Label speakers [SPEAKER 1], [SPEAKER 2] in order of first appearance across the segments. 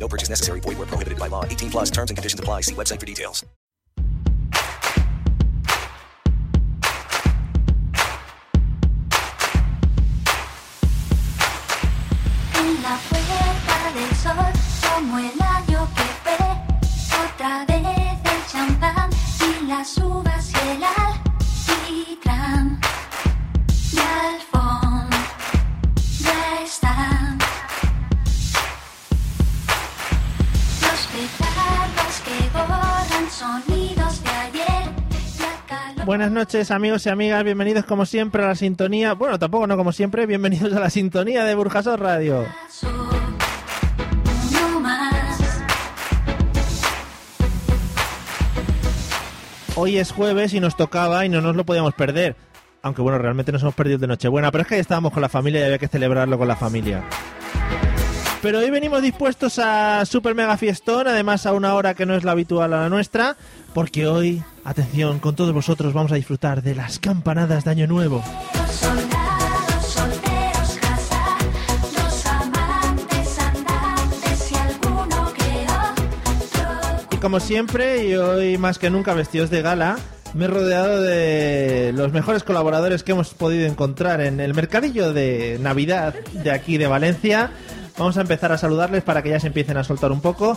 [SPEAKER 1] No purchase necessary. Void where prohibited by law. 18 plus terms and conditions apply. See website for details.
[SPEAKER 2] En la puerta del sol, como el año que fue, otra vez el champán y las uvas y el alquitrán. Y alfombra están los petardos que borran sonidos de ayer. La calor-
[SPEAKER 3] Buenas noches amigos y amigas, bienvenidos como siempre a la sintonía, bueno tampoco no como siempre, bienvenidos a la sintonía de Burjasot Radio.
[SPEAKER 2] Uno más,
[SPEAKER 3] Hoy es jueves y nos tocaba y no nos lo podíamos perder, aunque bueno, realmente nos hemos perdido el de Nochebuena, pero es que ahí estábamos con la familia y había que celebrarlo con la familia. Pero hoy venimos dispuestos a Super Mega Fiestón, además a una hora que no es la habitual a la nuestra, porque hoy, atención, con todos vosotros vamos a disfrutar de las campanadas de Año Nuevo.
[SPEAKER 2] los soldados, solteros, casados, los amantes, andantes y alguno que otro.
[SPEAKER 3] Y como siempre, y hoy más que nunca vestidos de gala, me he rodeado de los mejores colaboradores que hemos podido encontrar en el mercadillo de Navidad de aquí de Valencia. Vamos a empezar a saludarles para que ya se empiecen a soltar un poco.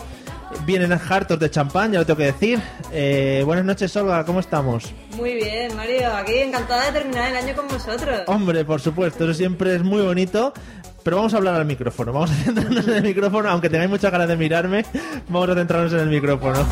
[SPEAKER 3] Vienen hartos de champán, ya lo tengo que decir. Eh, buenas noches, Olga, ¿cómo estamos?
[SPEAKER 4] Muy bien, Mario. Aquí encantada de terminar el año con vosotros.
[SPEAKER 3] Hombre, por supuesto, eso siempre es muy bonito. Pero vamos a hablar al micrófono, vamos a centrarnos en el micrófono, aunque tengáis muchas ganas de mirarme, vamos a centrarnos en el micrófono.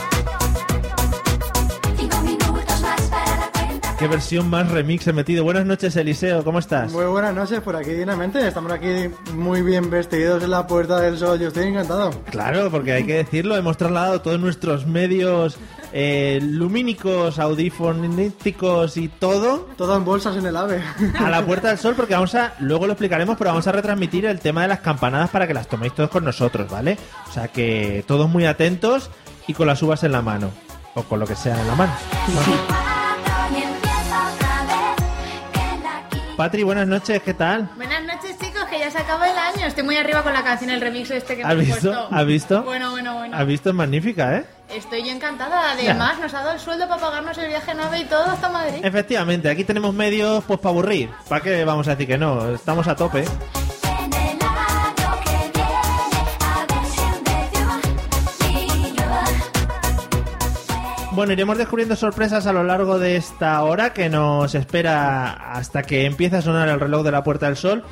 [SPEAKER 2] Cinco minutos más para la cuenta.
[SPEAKER 3] Qué versión más remix he metido. Buenas noches, Eliseo, ¿cómo estás?
[SPEAKER 5] Muy buenas noches por aquí, dignamente. Estamos aquí muy bien vestidos en la Puerta del Sol. Yo estoy encantado.
[SPEAKER 3] Claro, porque hay que decirlo, hemos trasladado todos nuestros medios eh, lumínicos, audifonéticos y todo
[SPEAKER 5] Todo en bolsas en el AVE.
[SPEAKER 3] a la Puerta del Sol porque vamos a, luego lo explicaremos, pero vamos a retransmitir el tema de las campanadas para que las toméis todos con nosotros, ¿vale? O sea que todos muy atentos y con las uvas en la mano, o con lo que sea en la mano.
[SPEAKER 2] Cuatro y empieza otra vez. Que la quita.
[SPEAKER 3] Patri, buenas noches, ¿qué tal?
[SPEAKER 6] Buenas noches chicos, que ya se acaba el año. Estoy muy arriba con la canción, el remix este que me
[SPEAKER 3] ¿Has
[SPEAKER 6] han
[SPEAKER 3] visto?
[SPEAKER 6] puesto.
[SPEAKER 3] ¿Has visto?
[SPEAKER 6] Bueno, bueno, bueno.
[SPEAKER 3] ¿Has visto? Es magnífica, ¿eh?
[SPEAKER 6] Estoy yo encantada. Además, nos ha dado el sueldo para pagarnos el viaje a Nueva y todo hasta Madrid.
[SPEAKER 3] Em- Efectivamente, aquí tenemos medios pues para aburrir. ¿Para qué vamos a decir que no? Estamos a tope.
[SPEAKER 2] En el año que viene, a ver si en vez de un millón.
[SPEAKER 3] Bueno, iremos descubriendo sorpresas a lo largo de esta hora que nos espera hasta que empiece a sonar el reloj de la Puerta del Sol,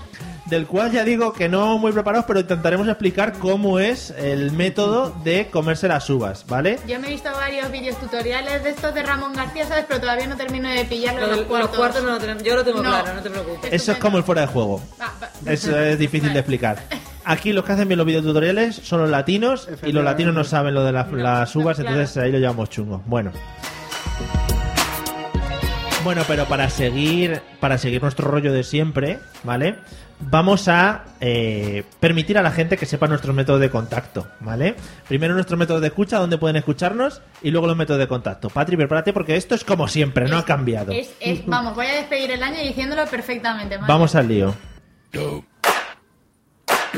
[SPEAKER 3] del cual ya digo que no muy preparados, pero intentaremos explicar cómo es el método de comerse las uvas, ¿vale?
[SPEAKER 6] Yo me he visto varios vídeos tutoriales de estos de Ramón García, ¿sabes? Pero todavía no termino de pillarlo
[SPEAKER 4] Lo de-
[SPEAKER 6] los,
[SPEAKER 4] los
[SPEAKER 6] cuartos.
[SPEAKER 4] cuartos no lo tenemos. Yo lo tengo
[SPEAKER 6] No.
[SPEAKER 4] claro, no te preocupes.
[SPEAKER 3] Eso es como el fuera de juego.
[SPEAKER 6] Va, va.
[SPEAKER 3] Eso es difícil de explicar. Aquí los que hacen bien los videotutoriales son los latinos y los latinos no saben lo de las, las uvas,
[SPEAKER 6] claro.
[SPEAKER 3] entonces ahí lo llamamos chungo. Bueno. Bueno, pero para seguir, para seguir nuestro rollo de siempre, ¿vale? Vamos a eh, permitir a la gente que sepa nuestros métodos de contacto, ¿vale? Primero nuestros métodos de escucha, donde pueden escucharnos, y luego los métodos de contacto. Patri, prepárate porque esto es como siempre, no ha cambiado.
[SPEAKER 6] Es- es- vamos, voy a despedir el año diciéndolo perfectamente. Mario.
[SPEAKER 3] Vamos al lío.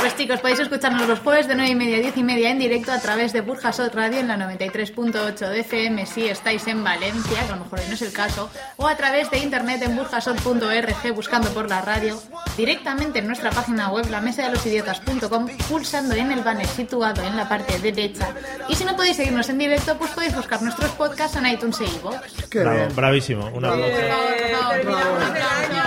[SPEAKER 6] Pues chicos, podéis escucharnos los jueves de 9 y media a 10 y media en directo a través de Burjasot Radio en la 93.8 de FM si estáis en Valencia, que a lo mejor hoy no es el caso, o a través de internet en burjasot.org buscando por la radio, directamente en nuestra página web la mesa de los idiotas.com pulsando en el banner situado en la parte derecha. Y si no podéis seguirnos en directo, pues podéis buscar nuestros podcasts en iTunes e iVoox.
[SPEAKER 5] Qué
[SPEAKER 3] Bravo,
[SPEAKER 5] bien.
[SPEAKER 3] bravísimo. Un aplauso.
[SPEAKER 4] Eh,
[SPEAKER 6] no, no,
[SPEAKER 4] terminamos
[SPEAKER 6] no,
[SPEAKER 4] el
[SPEAKER 6] no,
[SPEAKER 4] año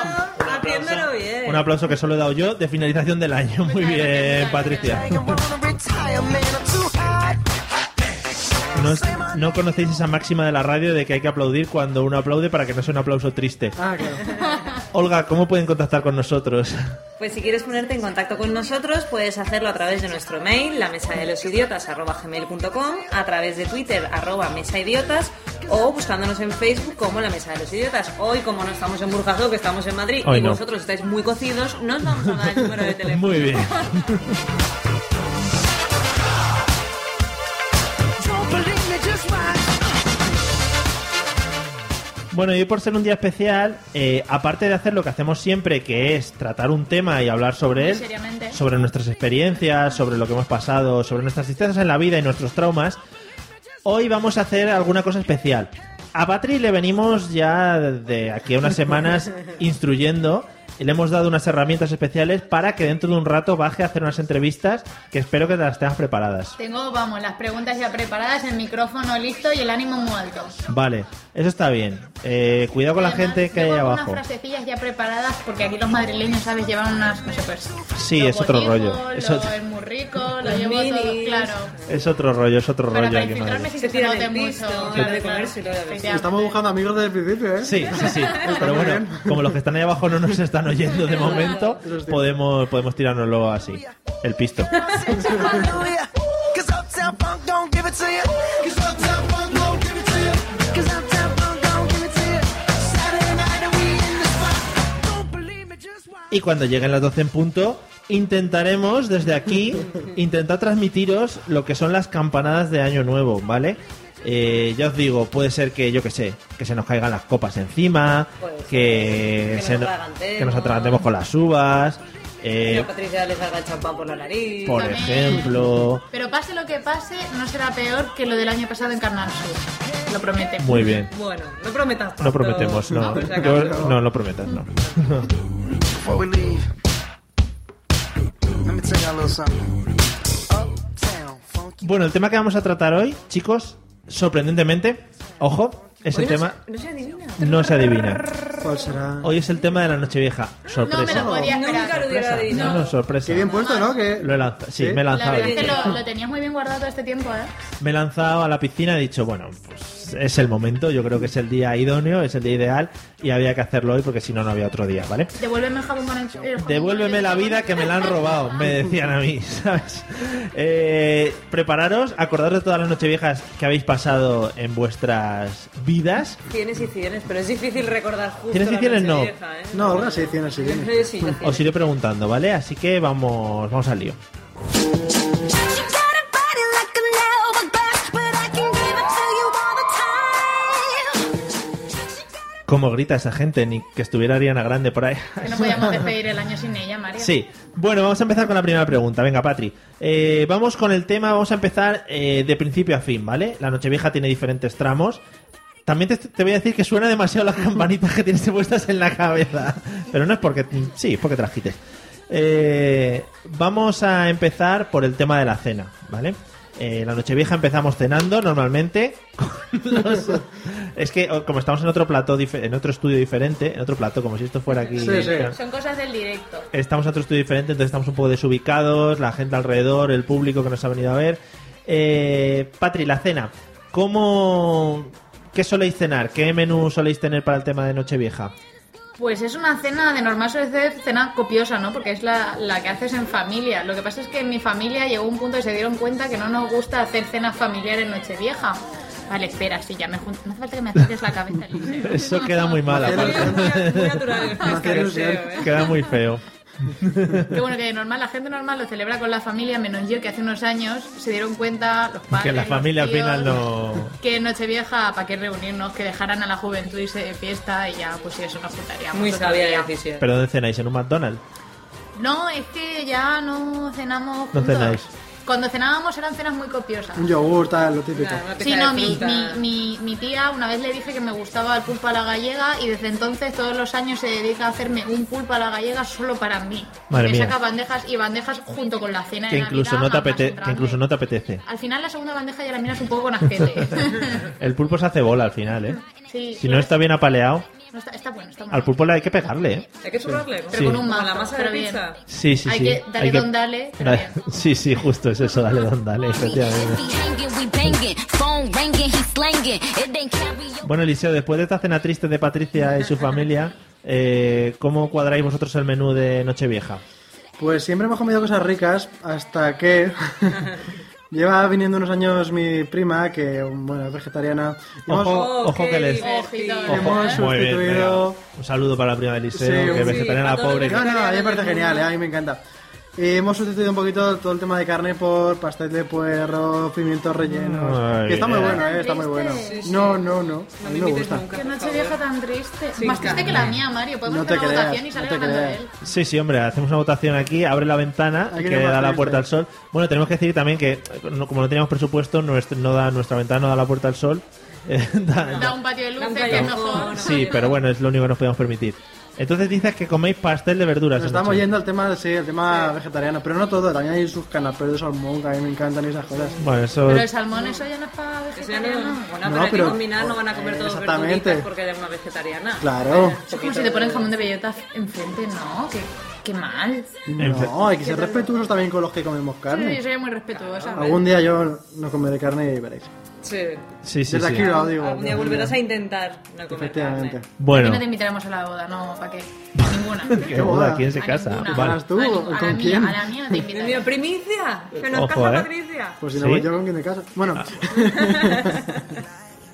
[SPEAKER 4] haciéndolo bien.
[SPEAKER 3] Un aplauso que solo he dado yo de finalización del año. Muy bien, Patricia. No no, es- no conocéis esa máxima de la radio de que hay que aplaudir cuando uno aplaude para que no sea un aplauso triste.
[SPEAKER 5] Ah, claro.
[SPEAKER 3] Olga, ¿cómo pueden contactar con nosotros?
[SPEAKER 4] Pues si quieres ponerte en contacto con nosotros, puedes hacerlo a través de nuestro mail, la mesa de los idiotas a través de Twitter, arroba mesa idiotas, o buscándonos en Facebook como la mesa de los idiotas. Hoy, como no estamos en Burjasó, que estamos en Madrid,
[SPEAKER 3] Hoy
[SPEAKER 4] y
[SPEAKER 3] no.
[SPEAKER 4] vosotros estáis muy cocidos, no os vamos a dar el número de teléfono.
[SPEAKER 3] Muy bien. Bueno, y hoy por ser un día especial, eh, aparte de hacer lo que hacemos siempre, que es tratar un tema y hablar sobre
[SPEAKER 6] Muy
[SPEAKER 3] él,
[SPEAKER 6] seriamente.
[SPEAKER 3] sobre nuestras experiencias, sobre lo que hemos pasado, sobre nuestras tristezas en la vida y nuestros traumas, hoy vamos a hacer alguna cosa especial. A Patri le venimos ya de aquí a unas semanas instruyendo. y Le hemos dado unas herramientas especiales para que dentro de un rato baje a hacer unas entrevistas que espero que las tengas preparadas.
[SPEAKER 6] Tengo, vamos, las preguntas ya preparadas, el micrófono listo y el ánimo muy alto.
[SPEAKER 3] Vale, eso está bien. Eh, cuidado con la
[SPEAKER 6] Además,
[SPEAKER 3] gente que hay
[SPEAKER 6] llevo
[SPEAKER 3] ahí
[SPEAKER 6] algunas
[SPEAKER 3] abajo.
[SPEAKER 6] frasecillas ya preparadas porque aquí los madrileños, ¿sabes? Llevan unas, no sé, pues...
[SPEAKER 3] Sí,
[SPEAKER 6] los
[SPEAKER 3] es otro
[SPEAKER 6] botijos,
[SPEAKER 3] rollo, es
[SPEAKER 6] lo-
[SPEAKER 3] otro-
[SPEAKER 6] Es muy rico, lo
[SPEAKER 4] Los
[SPEAKER 6] llevo todo,
[SPEAKER 4] minis.
[SPEAKER 6] claro.
[SPEAKER 3] Es otro rollo, es otro
[SPEAKER 6] Para,
[SPEAKER 3] rollo
[SPEAKER 6] para
[SPEAKER 3] aquí en
[SPEAKER 6] infiltrarme
[SPEAKER 3] Madrid.
[SPEAKER 6] si
[SPEAKER 4] Se
[SPEAKER 6] se,
[SPEAKER 4] tiran
[SPEAKER 6] note
[SPEAKER 4] el pisto,
[SPEAKER 6] mucho.
[SPEAKER 4] claro,
[SPEAKER 6] claro,
[SPEAKER 4] de
[SPEAKER 6] claro.
[SPEAKER 4] comérselo, ya ves.
[SPEAKER 5] Estamos buscando amigos desde el principio, ¿eh?
[SPEAKER 3] Sí, sí, sí. Pero
[SPEAKER 5] muy
[SPEAKER 3] bueno,
[SPEAKER 5] bien.
[SPEAKER 3] como los que están ahí abajo no nos están oyendo de momento,
[SPEAKER 5] Eso sí.
[SPEAKER 3] podemos, podemos tirárnoslo así. El pisto. Y cuando lleguen las 12 en punto, intentaremos desde aquí, intentar transmitiros lo que son las campanadas de Año Nuevo, ¿vale? Eh, ya os digo, puede ser que, yo que sé, que se nos caigan las copas encima,
[SPEAKER 4] Puede ser.
[SPEAKER 3] que,
[SPEAKER 4] Que
[SPEAKER 3] se
[SPEAKER 4] nos
[SPEAKER 3] no-
[SPEAKER 4] atragantemos.
[SPEAKER 3] que nos atragantemos con las uvas,
[SPEAKER 4] Que
[SPEAKER 3] eh,
[SPEAKER 4] a Patricia le salga el champán por la nariz.
[SPEAKER 3] por
[SPEAKER 6] También.
[SPEAKER 3] ejemplo.
[SPEAKER 6] Pero pase lo que pase, no será peor que lo del año pasado en Carnal Sur. Lo prometemos.
[SPEAKER 3] Muy bien.
[SPEAKER 4] Bueno, no prometas tanto.
[SPEAKER 3] No prometemos, no.
[SPEAKER 4] Ah, pues ya
[SPEAKER 3] Yo-
[SPEAKER 4] cambió.
[SPEAKER 3] no, no prometas, no.
[SPEAKER 7] Before we leave, let me tell y'all a little something. Uptown, funky.
[SPEAKER 3] Bueno, el tema que vamos a tratar hoy, chicos, sorprendentemente, ojo, es el
[SPEAKER 4] Hoy no
[SPEAKER 3] tema
[SPEAKER 4] se- No se adivina.
[SPEAKER 3] no se adivina.
[SPEAKER 5] ¿Cuál será?
[SPEAKER 3] Hoy es el tema de la Nochevieja.
[SPEAKER 6] No me
[SPEAKER 3] Sorpresa.
[SPEAKER 6] lo podía esperar.
[SPEAKER 4] Nunca lo hubiera
[SPEAKER 3] No,
[SPEAKER 4] adivinado.
[SPEAKER 3] no, sorpresa.
[SPEAKER 5] Qué bien ¿Eh? puesto, ¿no? Que...
[SPEAKER 3] Lo he lanzado. Sí,
[SPEAKER 5] ¿Sí?
[SPEAKER 3] me he
[SPEAKER 6] La
[SPEAKER 3] lanzado.
[SPEAKER 6] verdad es que lo, lo tenías muy bien guardado todo este tiempo, ¿eh?
[SPEAKER 3] Me he lanzado a la piscina, he dicho, bueno, pues es el momento, yo creo que es el día idóneo, es el día ideal y había que hacerlo hoy porque si no, no había otro día, ¿vale?
[SPEAKER 6] Devuélveme el jabón con el- el jabón
[SPEAKER 3] Devuélveme
[SPEAKER 6] con
[SPEAKER 3] la
[SPEAKER 6] el-
[SPEAKER 3] vida que me la han robado, me decían a mí, ¿sabes? Eh, prepararos, acordaros de todas las nocheviejas que habéis pasado en vuestras vidas.
[SPEAKER 4] Tienes y tienes, pero es difícil recordar justo
[SPEAKER 3] Tienes y
[SPEAKER 4] la
[SPEAKER 3] tienes,
[SPEAKER 4] noche
[SPEAKER 3] no.
[SPEAKER 4] vieja, ¿eh?
[SPEAKER 5] No, Olga sí tiene, sí
[SPEAKER 4] Yo
[SPEAKER 5] tiene.
[SPEAKER 4] sé, sí, yo sí.
[SPEAKER 3] Os iré preguntando, ¿vale? Así que vamos, vamos al lío. ¿Cómo grita esa gente? Ni que estuviera Ariana Grande por ahí.
[SPEAKER 6] Que no podíamos despedir el año sin ella, María.
[SPEAKER 3] Sí, bueno, vamos a empezar con la primera pregunta. Venga, Patri. Eh, vamos con el tema, vamos a empezar eh, de principio a fin, ¿vale? La Nochevieja tiene diferentes tramos. También te, te voy a decir que suena demasiado las campanitas que tienes puestas en la cabeza. Pero no es porque. Sí, es porque te las quites. Eh, vamos a empezar por el tema de la cena, ¿vale? Eh, la Nochevieja empezamos cenando normalmente. con los- es que o- como estamos en otro plató, dife- en otro estudio diferente, en otro plató, como si esto fuera aquí.
[SPEAKER 5] Sí, sí.
[SPEAKER 6] Son cosas del directo.
[SPEAKER 3] Estamos en otro estudio diferente, entonces estamos un poco desubicados, la gente alrededor, el público que nos ha venido a ver. Eh, Patri, la cena. ¿Cómo... ¿Qué soléis cenar? ¿Qué menú soléis tener para el tema de Nochevieja?
[SPEAKER 6] Pues es una cena de normal suele ser cena copiosa, ¿no? Porque es la, la que haces en familia. Lo que pasa es que en mi familia llegó un punto y se dieron cuenta que no nos gusta hacer cenas familiares en Nochevieja. Vale, espera, sí, ya me junto. No hace falta que me acerques la cabeza. Eliseo.
[SPEAKER 3] Eso queda muy mal,
[SPEAKER 5] Hacer-
[SPEAKER 4] Muy
[SPEAKER 3] aparte.
[SPEAKER 4] natural, muy natural el
[SPEAKER 5] hace ilusión.
[SPEAKER 4] escarceo, ¿eh?
[SPEAKER 3] Queda muy feo.
[SPEAKER 6] Que bueno, que de normal, la gente normal lo celebra con la familia, menos yo, que hace unos años se dieron cuenta los padres.
[SPEAKER 3] Que la
[SPEAKER 6] los
[SPEAKER 3] familia al
[SPEAKER 6] tíos,
[SPEAKER 3] final no...
[SPEAKER 6] Que en Nochevieja, ¿para qué reunirnos? Que dejaran a la juventud irse de fiesta y ya, pues eso nos juntaríamos.
[SPEAKER 4] Muy
[SPEAKER 6] otro
[SPEAKER 4] sabia
[SPEAKER 6] día.
[SPEAKER 4] la decisión.
[SPEAKER 3] ¿Pero dónde cenáis? ¿En un McDonald's?
[SPEAKER 6] No, es que ya no cenamos.
[SPEAKER 3] No
[SPEAKER 6] juntos.
[SPEAKER 3] cenáis.
[SPEAKER 6] Cuando cenábamos eran cenas muy copiosas.
[SPEAKER 5] Un yogur, tal, lo típico.
[SPEAKER 4] Claro, una
[SPEAKER 6] Sí,
[SPEAKER 4] pieza
[SPEAKER 6] no,
[SPEAKER 4] de
[SPEAKER 6] mi,
[SPEAKER 4] fruta.
[SPEAKER 6] mi- mi- mi tía una vez le dije que me gustaba el pulpo a la gallega y desde entonces todos los años se dedica a hacerme un pulpo a la gallega solo para mí.
[SPEAKER 3] Madre
[SPEAKER 6] me
[SPEAKER 3] mía.
[SPEAKER 6] saca bandejas y bandejas junto con la cena
[SPEAKER 3] Que
[SPEAKER 6] de
[SPEAKER 3] incluso,
[SPEAKER 6] Navidad,
[SPEAKER 3] no te
[SPEAKER 6] más
[SPEAKER 3] apete-
[SPEAKER 6] otra
[SPEAKER 3] que incluso
[SPEAKER 6] vez.
[SPEAKER 3] no te apetece.
[SPEAKER 6] Al final la segunda bandeja ya la miras un poco con asquete.
[SPEAKER 3] El pulpo se hace bola al final, ¿eh?
[SPEAKER 6] sí,
[SPEAKER 3] Si no está bien apaleado,
[SPEAKER 6] no está, está bueno, está bueno.
[SPEAKER 3] al pulpo le hay que pegarle, ¿eh?
[SPEAKER 4] Hay que churrarle, ¿no?
[SPEAKER 6] Pero con un
[SPEAKER 4] Como la
[SPEAKER 6] mazo,
[SPEAKER 4] masa de
[SPEAKER 6] pero bien.
[SPEAKER 4] pizza.
[SPEAKER 3] Sí, sí,
[SPEAKER 6] Hay
[SPEAKER 3] sí.
[SPEAKER 6] que- dale don, dale, pero
[SPEAKER 3] Dale-
[SPEAKER 6] bien.
[SPEAKER 3] Sí, sí, justo es eso, dale don, dale,
[SPEAKER 8] If
[SPEAKER 3] efectivamente.
[SPEAKER 8] we hangin', we bangin'. Phone
[SPEAKER 2] phone ringing, he slanging. It ain't karaoke.
[SPEAKER 3] Bueno, Eliseo, después de esta cena triste de Patricia y su familia, eh, ¿cómo cuadráis vosotros el menú de Nochevieja?
[SPEAKER 5] Pues siempre hemos comido cosas ricas hasta que lleva viniendo unos años mi prima, que bueno, es vegetariana. y hemos-
[SPEAKER 3] Ojo,
[SPEAKER 4] Oh,
[SPEAKER 3] ojo
[SPEAKER 4] qué
[SPEAKER 3] que les...
[SPEAKER 4] divertido.
[SPEAKER 6] Ojito, eh.
[SPEAKER 3] Ojo,
[SPEAKER 5] Hemos
[SPEAKER 3] muy bien,
[SPEAKER 5] sustituido-
[SPEAKER 3] venga. Un saludo para la prima de Eliseo,
[SPEAKER 5] Sí,
[SPEAKER 3] que
[SPEAKER 5] sí,
[SPEAKER 3] vegetariana
[SPEAKER 4] a todos
[SPEAKER 3] pobre.
[SPEAKER 4] los
[SPEAKER 5] No, no, a mí me parece genial, ¿eh? a mí me encanta. Y hemos sustituido un poquito todo el tema de carne por pastel de puerro, pimientos rellenos.
[SPEAKER 3] Muy
[SPEAKER 5] que está muy
[SPEAKER 3] bien.
[SPEAKER 5] bueno, ¿eh? está muy bueno. No, no, no. A mí me gusta.
[SPEAKER 6] Qué noche vieja tan triste. Más triste que la mía, Mario. Podemos
[SPEAKER 5] No te
[SPEAKER 6] hacer una
[SPEAKER 5] creas,
[SPEAKER 6] votación y salir
[SPEAKER 5] no te
[SPEAKER 6] ganando
[SPEAKER 5] creas.
[SPEAKER 6] él.
[SPEAKER 3] Sí, sí, hombre, hacemos una votación aquí, abre la ventana
[SPEAKER 5] Aquí
[SPEAKER 3] que
[SPEAKER 5] no
[SPEAKER 3] da
[SPEAKER 5] más
[SPEAKER 3] la
[SPEAKER 5] triste.
[SPEAKER 3] puerta al sol. Bueno, tenemos que decir también que eh, no- como no teníamos presupuesto, nuestro- no da, nuestra ventana no da la puerta al sol. eh, da-
[SPEAKER 6] Da un patio de luces,
[SPEAKER 4] Da un
[SPEAKER 6] que es
[SPEAKER 4] callejón.
[SPEAKER 6] mejor.
[SPEAKER 3] sí, pero bueno, es lo único que nos podemos permitir. Entonces dices que coméis pastel de verduras.
[SPEAKER 5] Nos
[SPEAKER 3] esta
[SPEAKER 5] estamos
[SPEAKER 3] noche.
[SPEAKER 5] yendo al tema, sí, el tema vegetariano, pero no todo, también hay sus canapés de salmón, que a mí me encantan y esas cosas.
[SPEAKER 3] Bueno, eso...
[SPEAKER 6] Pero el salmón, eso ya no es para
[SPEAKER 4] Eso ya no-
[SPEAKER 6] vegetariano.
[SPEAKER 4] Bueno,
[SPEAKER 5] No,
[SPEAKER 4] pero hay que
[SPEAKER 5] pero- Eh,
[SPEAKER 4] combinar, no van a comer todos
[SPEAKER 5] Exactamente.
[SPEAKER 4] verduritas porque de una vegetariana.
[SPEAKER 5] Claro.
[SPEAKER 6] Eso es como si te ponen jamón de bellota enfrente, no, qué, qué mal.
[SPEAKER 5] No, hay que ser respetuosos también con los que comemos
[SPEAKER 6] Yo
[SPEAKER 5] carne.
[SPEAKER 6] soy muy respetuosa.
[SPEAKER 5] Algún día yo no comeré carne y veréis.
[SPEAKER 4] Sí.
[SPEAKER 3] Sí, sí,
[SPEAKER 5] Desde
[SPEAKER 3] sí.
[SPEAKER 5] aquí lo digo.
[SPEAKER 4] Algún día volverás Ah, a intentar no comer carne.
[SPEAKER 5] Efectivamente.
[SPEAKER 6] Que
[SPEAKER 3] Bueno,
[SPEAKER 6] no te invitaremos a la boda, no, ¿para qué? Ninguna.
[SPEAKER 3] qué boda,
[SPEAKER 5] boda?
[SPEAKER 3] ¿quién se
[SPEAKER 6] A
[SPEAKER 3] casa?
[SPEAKER 6] ninguna.
[SPEAKER 3] Vale.
[SPEAKER 5] ¿Vas tú?
[SPEAKER 6] A ni-
[SPEAKER 5] ¿Con
[SPEAKER 6] a la
[SPEAKER 5] quién?
[SPEAKER 6] Mía, a la mía no
[SPEAKER 4] Dios
[SPEAKER 6] te
[SPEAKER 4] mío,
[SPEAKER 6] invitaremos.
[SPEAKER 4] primicia, que nos
[SPEAKER 3] Ojo,
[SPEAKER 4] casa
[SPEAKER 3] eh.
[SPEAKER 4] Patricia.
[SPEAKER 5] Pues si no
[SPEAKER 3] ¿Sí? Ah.
[SPEAKER 5] voy yo, ¿con quién me caso? Bueno,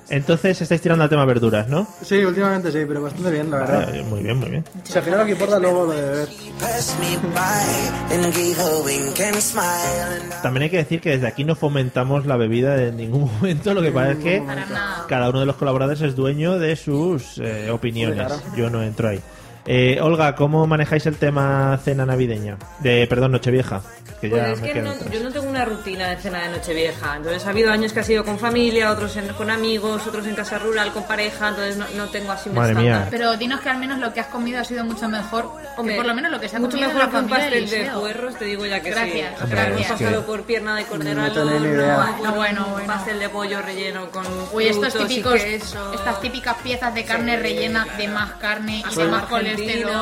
[SPEAKER 3] Entonces estáis tirando al tema verduras, ¿no?
[SPEAKER 5] sí, últimamente sí, pero bastante bien, la verdad.
[SPEAKER 3] Eh, muy bien, muy bien.
[SPEAKER 5] Si al final lo que importa es luego lo de beber.
[SPEAKER 7] Passed me by and gave a wink and smile. And I
[SPEAKER 3] También hay que decir que desde aquí no fomentamos la bebida en ningún momento, lo que pasa es que
[SPEAKER 6] Para nada.
[SPEAKER 3] cada uno de los colaboradores es dueño de sus eh, opiniones.
[SPEAKER 5] Claro.
[SPEAKER 3] Yo no entro ahí. Eh, Olga, ¿cómo manejáis el tema cena navideña? De, perdón, Nochevieja. Que ya
[SPEAKER 4] Pues es
[SPEAKER 3] me
[SPEAKER 4] que
[SPEAKER 3] quedo
[SPEAKER 4] no-
[SPEAKER 3] atrás.
[SPEAKER 4] yo no tengo una rutina de cena de Nochevieja. Entonces ha habido años que ha sido con familia, otros en- con amigos, otros en casa rural, con pareja. Entonces no, no tengo así un
[SPEAKER 3] Madre mía.
[SPEAKER 4] estándar.
[SPEAKER 6] Pero dinos que al menos lo que has comido ha sido mucho mejor, o
[SPEAKER 4] Hombre,
[SPEAKER 6] por lo menos lo que se ha
[SPEAKER 4] mucho
[SPEAKER 6] comido en
[SPEAKER 4] mejor
[SPEAKER 6] la
[SPEAKER 4] que un
[SPEAKER 6] familia de
[SPEAKER 4] pastel de
[SPEAKER 6] Eliseo.
[SPEAKER 4] puerros, te digo ya que
[SPEAKER 6] Gracias,
[SPEAKER 4] sí.
[SPEAKER 6] hombre,
[SPEAKER 4] Claro,
[SPEAKER 6] gracias.
[SPEAKER 4] pasado por pierna de cordero
[SPEAKER 5] No
[SPEAKER 4] al
[SPEAKER 5] tenía ni
[SPEAKER 4] horno,
[SPEAKER 5] idea.
[SPEAKER 4] con
[SPEAKER 6] Bueno,
[SPEAKER 4] un
[SPEAKER 6] bueno.
[SPEAKER 4] pastel de pollo relleno con
[SPEAKER 6] Uy, estos
[SPEAKER 4] frutos y
[SPEAKER 6] típicos,
[SPEAKER 4] queso.
[SPEAKER 6] estas típicas piezas de carne rellena de más carne y de
[SPEAKER 4] Soy
[SPEAKER 6] más
[SPEAKER 4] argentino,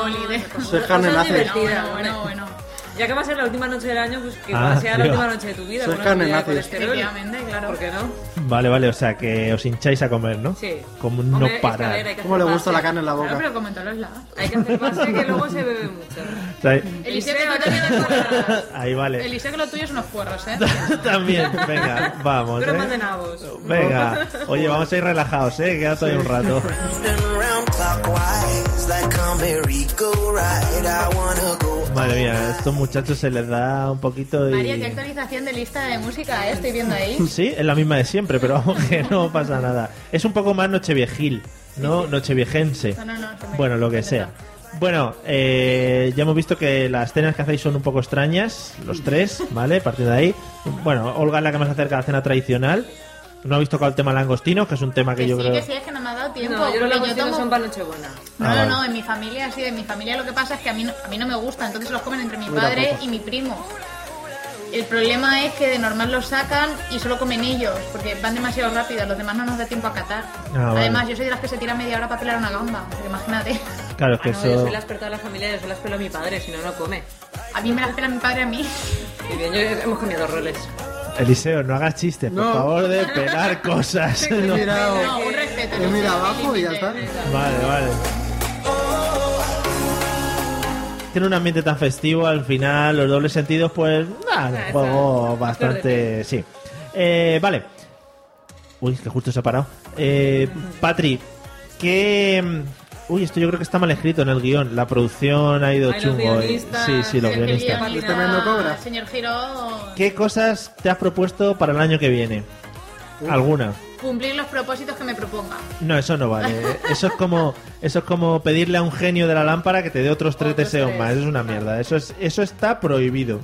[SPEAKER 6] colesterol y de...
[SPEAKER 5] Soy carne
[SPEAKER 4] Cosas
[SPEAKER 5] nazi.
[SPEAKER 4] Pues divertidas,
[SPEAKER 6] Bueno, bueno, bueno.
[SPEAKER 4] Ya que va a ser la última noche del año, pues que
[SPEAKER 3] Ah,
[SPEAKER 4] va a ser la
[SPEAKER 3] tío.
[SPEAKER 4] última noche de tu vida.
[SPEAKER 5] Soy
[SPEAKER 4] con
[SPEAKER 5] carne
[SPEAKER 4] una
[SPEAKER 5] nazi.
[SPEAKER 4] cantidad de colesterol.
[SPEAKER 6] Efectivamente, claro.
[SPEAKER 4] ¿Por qué no?
[SPEAKER 3] Vale, vale, o sea que os hincháis a comer, ¿no?
[SPEAKER 4] Sí.
[SPEAKER 3] Como un
[SPEAKER 4] Hombre,
[SPEAKER 3] no
[SPEAKER 4] es que, a
[SPEAKER 3] parar.
[SPEAKER 4] ver, hay que
[SPEAKER 5] ¿Cómo le
[SPEAKER 4] hacer
[SPEAKER 5] gusta la
[SPEAKER 4] base.
[SPEAKER 5] carne en la
[SPEAKER 6] Claro,
[SPEAKER 5] boca?
[SPEAKER 6] pero coméntalo, es la...
[SPEAKER 4] Hay que hacer base que luego se bebe mucho.
[SPEAKER 3] O sea,
[SPEAKER 6] Eliseo, que tú también has comido-
[SPEAKER 3] ahí vale.
[SPEAKER 6] Eliseo, que lo tuyo son los puerros, ¿eh?
[SPEAKER 3] También, venga, vamos.
[SPEAKER 4] Pero
[SPEAKER 3] ¿eh?
[SPEAKER 4] más de nabos.
[SPEAKER 3] Venga, oye, vamos a ir relajados, ¿eh? Queda todavía un rato.
[SPEAKER 7] spin round clockwise like a merry-go-round. I wanna go
[SPEAKER 3] Madre mía, a estos muchachos se les da un poquito y...
[SPEAKER 6] María, qué actualización de lista de música, ¿eh? Estoy viendo ahí.
[SPEAKER 3] Sí, es la misma de siempre, pero vamos que no pasa nada. Es un poco más nocheviejil, ¿no? Nocheviejense.
[SPEAKER 6] No, no, no, se me-
[SPEAKER 3] Bueno, lo que
[SPEAKER 6] se me
[SPEAKER 3] sea. Bueno, eh, ya hemos visto que las cenas que hacéis son un poco extrañas, los tres, ¿vale? Partiendo de ahí. Bueno, Olga es la que más se acerca a la cena tradicional. No habéis tocado el tema langostino, que es un tema que,
[SPEAKER 6] Que
[SPEAKER 3] yo
[SPEAKER 6] sí,
[SPEAKER 3] creo...
[SPEAKER 6] que sí, es que no me ha dado tiempo.
[SPEAKER 4] No, yo
[SPEAKER 6] porque
[SPEAKER 4] los lagos
[SPEAKER 6] tomo-
[SPEAKER 4] son para Nochebuena.
[SPEAKER 6] No,
[SPEAKER 3] Ah,
[SPEAKER 6] no,
[SPEAKER 3] vale.
[SPEAKER 6] no, en mi familia sí, en mi familia lo que pasa es que a mí no, a mí no me gusta, entonces los comen entre mi
[SPEAKER 5] Mira,
[SPEAKER 3] pues,
[SPEAKER 6] padre
[SPEAKER 5] poco.
[SPEAKER 6] y mi primo. El problema es que de normal los sacan y solo comen ellos, porque van demasiado rápido, los demás no nos da tiempo a catar.
[SPEAKER 3] Ah, vale.
[SPEAKER 6] Además, yo soy de las que se tira media hora para pelar una gamba, porque imagínate.
[SPEAKER 3] Claro, es
[SPEAKER 4] Ah,
[SPEAKER 3] que
[SPEAKER 4] no, yo
[SPEAKER 3] eso...
[SPEAKER 4] soy la experta de la familia, yo se las pelo a mi padre, si no, no come.
[SPEAKER 6] A mí me las pela mi padre a mí.
[SPEAKER 4] Y bien, yo, hemos cambiado roles.
[SPEAKER 3] Eliseo, no hagas chistes, por
[SPEAKER 5] No.
[SPEAKER 3] favor, de pelar cosas. No.
[SPEAKER 5] Mirado.
[SPEAKER 6] No, un respeto.
[SPEAKER 5] He
[SPEAKER 6] no sé,
[SPEAKER 5] mirado eh, abajo y ya está.
[SPEAKER 3] Vale, vale. Tiene un ambiente tan festivo, al final los dobles sentidos, pues, nada, un
[SPEAKER 4] está-
[SPEAKER 3] juego
[SPEAKER 4] Ah, está
[SPEAKER 3] bastante... Sí. Eh, vale. Uy, es que justo se ha parado. Eh, Patri, ¿qué... mm, Uy, esto yo creo que está mal escrito en el guión. La producción ha ido
[SPEAKER 4] Ay, los
[SPEAKER 3] chungo. eh.
[SPEAKER 4] guionistas,
[SPEAKER 3] Sí, sí, los
[SPEAKER 4] el
[SPEAKER 3] guionistas.
[SPEAKER 4] guionista.
[SPEAKER 5] Este men no cobra.
[SPEAKER 6] Señor Giro,
[SPEAKER 3] ¿Qué cosas te has propuesto para el año que viene? ¿Alguna?
[SPEAKER 6] cumplir los propósitos que me proponga.
[SPEAKER 3] No, eso no vale. Eso es como eso es como pedirle a un genio de la lámpara que te dé otros tres
[SPEAKER 6] Otros
[SPEAKER 3] deseos
[SPEAKER 6] tres.
[SPEAKER 3] más. Eso es una mierda. Eso es eso está prohibido.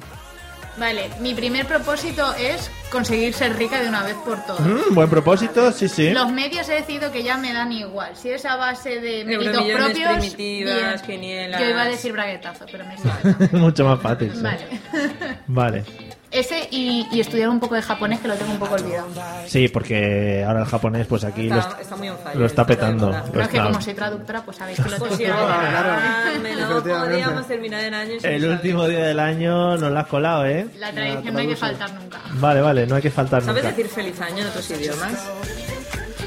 [SPEAKER 6] Vale, mi primer propósito es conseguir ser rica de una vez por todas.
[SPEAKER 3] Mm, buen propósito, sí, sí.
[SPEAKER 6] Los medios he decidido que ya me dan igual. Si es a base de méritos
[SPEAKER 4] Euromillones,
[SPEAKER 6] propios.
[SPEAKER 4] primitivas, quinielas.
[SPEAKER 6] Yo iba a decir braguetazo, pero me sale.
[SPEAKER 3] Mucho más fácil. sí.
[SPEAKER 6] Vale.
[SPEAKER 3] Vale.
[SPEAKER 6] Ese y, y estudiar un poco de japonés, que lo tengo un poco olvidado.
[SPEAKER 3] Sí, porque ahora el japonés, pues aquí lo,
[SPEAKER 4] Está-
[SPEAKER 3] est-
[SPEAKER 4] está muy on fire,
[SPEAKER 3] lo
[SPEAKER 4] está
[SPEAKER 3] está
[SPEAKER 4] de
[SPEAKER 3] petando.
[SPEAKER 4] moda.
[SPEAKER 3] lo
[SPEAKER 6] Pero es que
[SPEAKER 3] está-
[SPEAKER 6] como soy traductora, pues sabéis que lo tengo
[SPEAKER 4] Pues
[SPEAKER 6] que
[SPEAKER 4] ya,
[SPEAKER 5] Ah, claro.
[SPEAKER 4] ah, me lo
[SPEAKER 5] Efectivamente.
[SPEAKER 4] podíamos terminar el año. sin
[SPEAKER 3] El
[SPEAKER 4] saber.
[SPEAKER 3] último día del año nos la has colado, ¿eh?
[SPEAKER 6] La tradición no hay que faltar nunca.
[SPEAKER 3] Vale, vale, no hay que faltar
[SPEAKER 4] ¿Sabes
[SPEAKER 3] nunca.
[SPEAKER 4] decir feliz año en otros idiomas?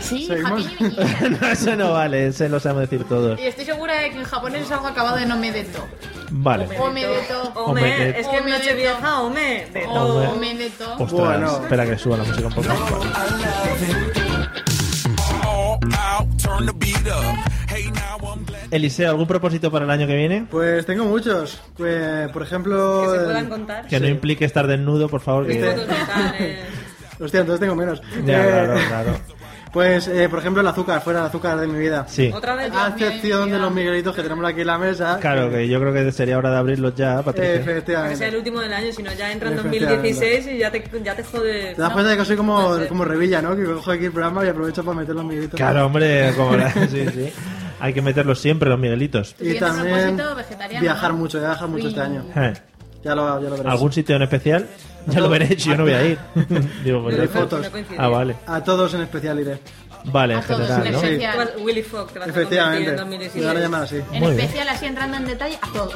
[SPEAKER 6] Sí,
[SPEAKER 5] Seguimos.
[SPEAKER 6] Happy New Year.
[SPEAKER 3] no, eso no vale, eso lo sabemos decir todos.
[SPEAKER 6] Y estoy segura de que en japonés es algo acabado de no me deto.
[SPEAKER 3] Vale.
[SPEAKER 6] O me deto.
[SPEAKER 4] Home,
[SPEAKER 3] Home, de-
[SPEAKER 4] es que en
[SPEAKER 6] Home,
[SPEAKER 4] noche
[SPEAKER 6] de-
[SPEAKER 4] vieja, home. de todo.
[SPEAKER 6] O me deto.
[SPEAKER 3] Ostras,
[SPEAKER 5] Bueno.
[SPEAKER 3] espera que suba la música un poco.
[SPEAKER 7] All out, turn the beat up. Hey, now I'm glad.
[SPEAKER 3] Eliseo, ¿algún propósito para el año que viene?
[SPEAKER 5] Pues tengo muchos. Pues, por
[SPEAKER 4] Que
[SPEAKER 5] ejemplo.
[SPEAKER 4] se
[SPEAKER 5] el-
[SPEAKER 4] puedan contar.
[SPEAKER 3] Que no implique estar desnudo, por favor. que-
[SPEAKER 5] Este-
[SPEAKER 4] Fotos mentales.
[SPEAKER 5] Hostia, entonces tengo menos.
[SPEAKER 3] Ya,
[SPEAKER 5] Eh,
[SPEAKER 3] claro, claro.
[SPEAKER 5] Pues, eh, por ejemplo, el azúcar, fuera el azúcar de mi vida.
[SPEAKER 3] Sí.
[SPEAKER 4] Otra vez.
[SPEAKER 5] A excepción de los miguelitos que tenemos aquí en la mesa.
[SPEAKER 3] Claro, que yo creo que sería hora de abrirlos ya,
[SPEAKER 5] Eh,
[SPEAKER 3] Patricia.
[SPEAKER 4] Que sea Pues el
[SPEAKER 5] efectivamente.
[SPEAKER 4] último del año, sino ya entra en
[SPEAKER 5] Efectivamente.
[SPEAKER 4] 2016 y ya te, ya te jode.
[SPEAKER 5] Te das cuenta de que soy como, como Revilla, ¿no? Que cojo aquí el programa y aprovecho para meter los miguelitos.
[SPEAKER 3] Claro, hombre, como la- sí, sí. Hay que meterlos siempre, los miguelitos.
[SPEAKER 5] Y
[SPEAKER 6] Tienes
[SPEAKER 5] también
[SPEAKER 6] propósito vegetariano,
[SPEAKER 5] viajar
[SPEAKER 6] ¿no?
[SPEAKER 5] mucho, viajar mucho
[SPEAKER 6] Uy.
[SPEAKER 5] este año.
[SPEAKER 3] Eh,
[SPEAKER 5] Ya lo, ya lo verás.
[SPEAKER 3] ¿Algún sitio en especial? Ya lo veréis, yo no voy a ir. Digo, pues
[SPEAKER 5] De
[SPEAKER 3] ya está.
[SPEAKER 5] fotos.
[SPEAKER 3] Ah, vale.
[SPEAKER 5] A todos en especial iré.
[SPEAKER 3] Vale, en
[SPEAKER 6] A Ah, todos,
[SPEAKER 3] general,
[SPEAKER 6] en
[SPEAKER 3] ¿no?
[SPEAKER 5] Sí.
[SPEAKER 4] Tú vas-
[SPEAKER 6] especial.
[SPEAKER 4] Willy Fox te vas a convertir en
[SPEAKER 5] Efectivamente. Me van a
[SPEAKER 4] 2016.
[SPEAKER 5] llamar así.
[SPEAKER 6] En
[SPEAKER 3] Muy bien.
[SPEAKER 6] especial, así entrando en detalle, a todos.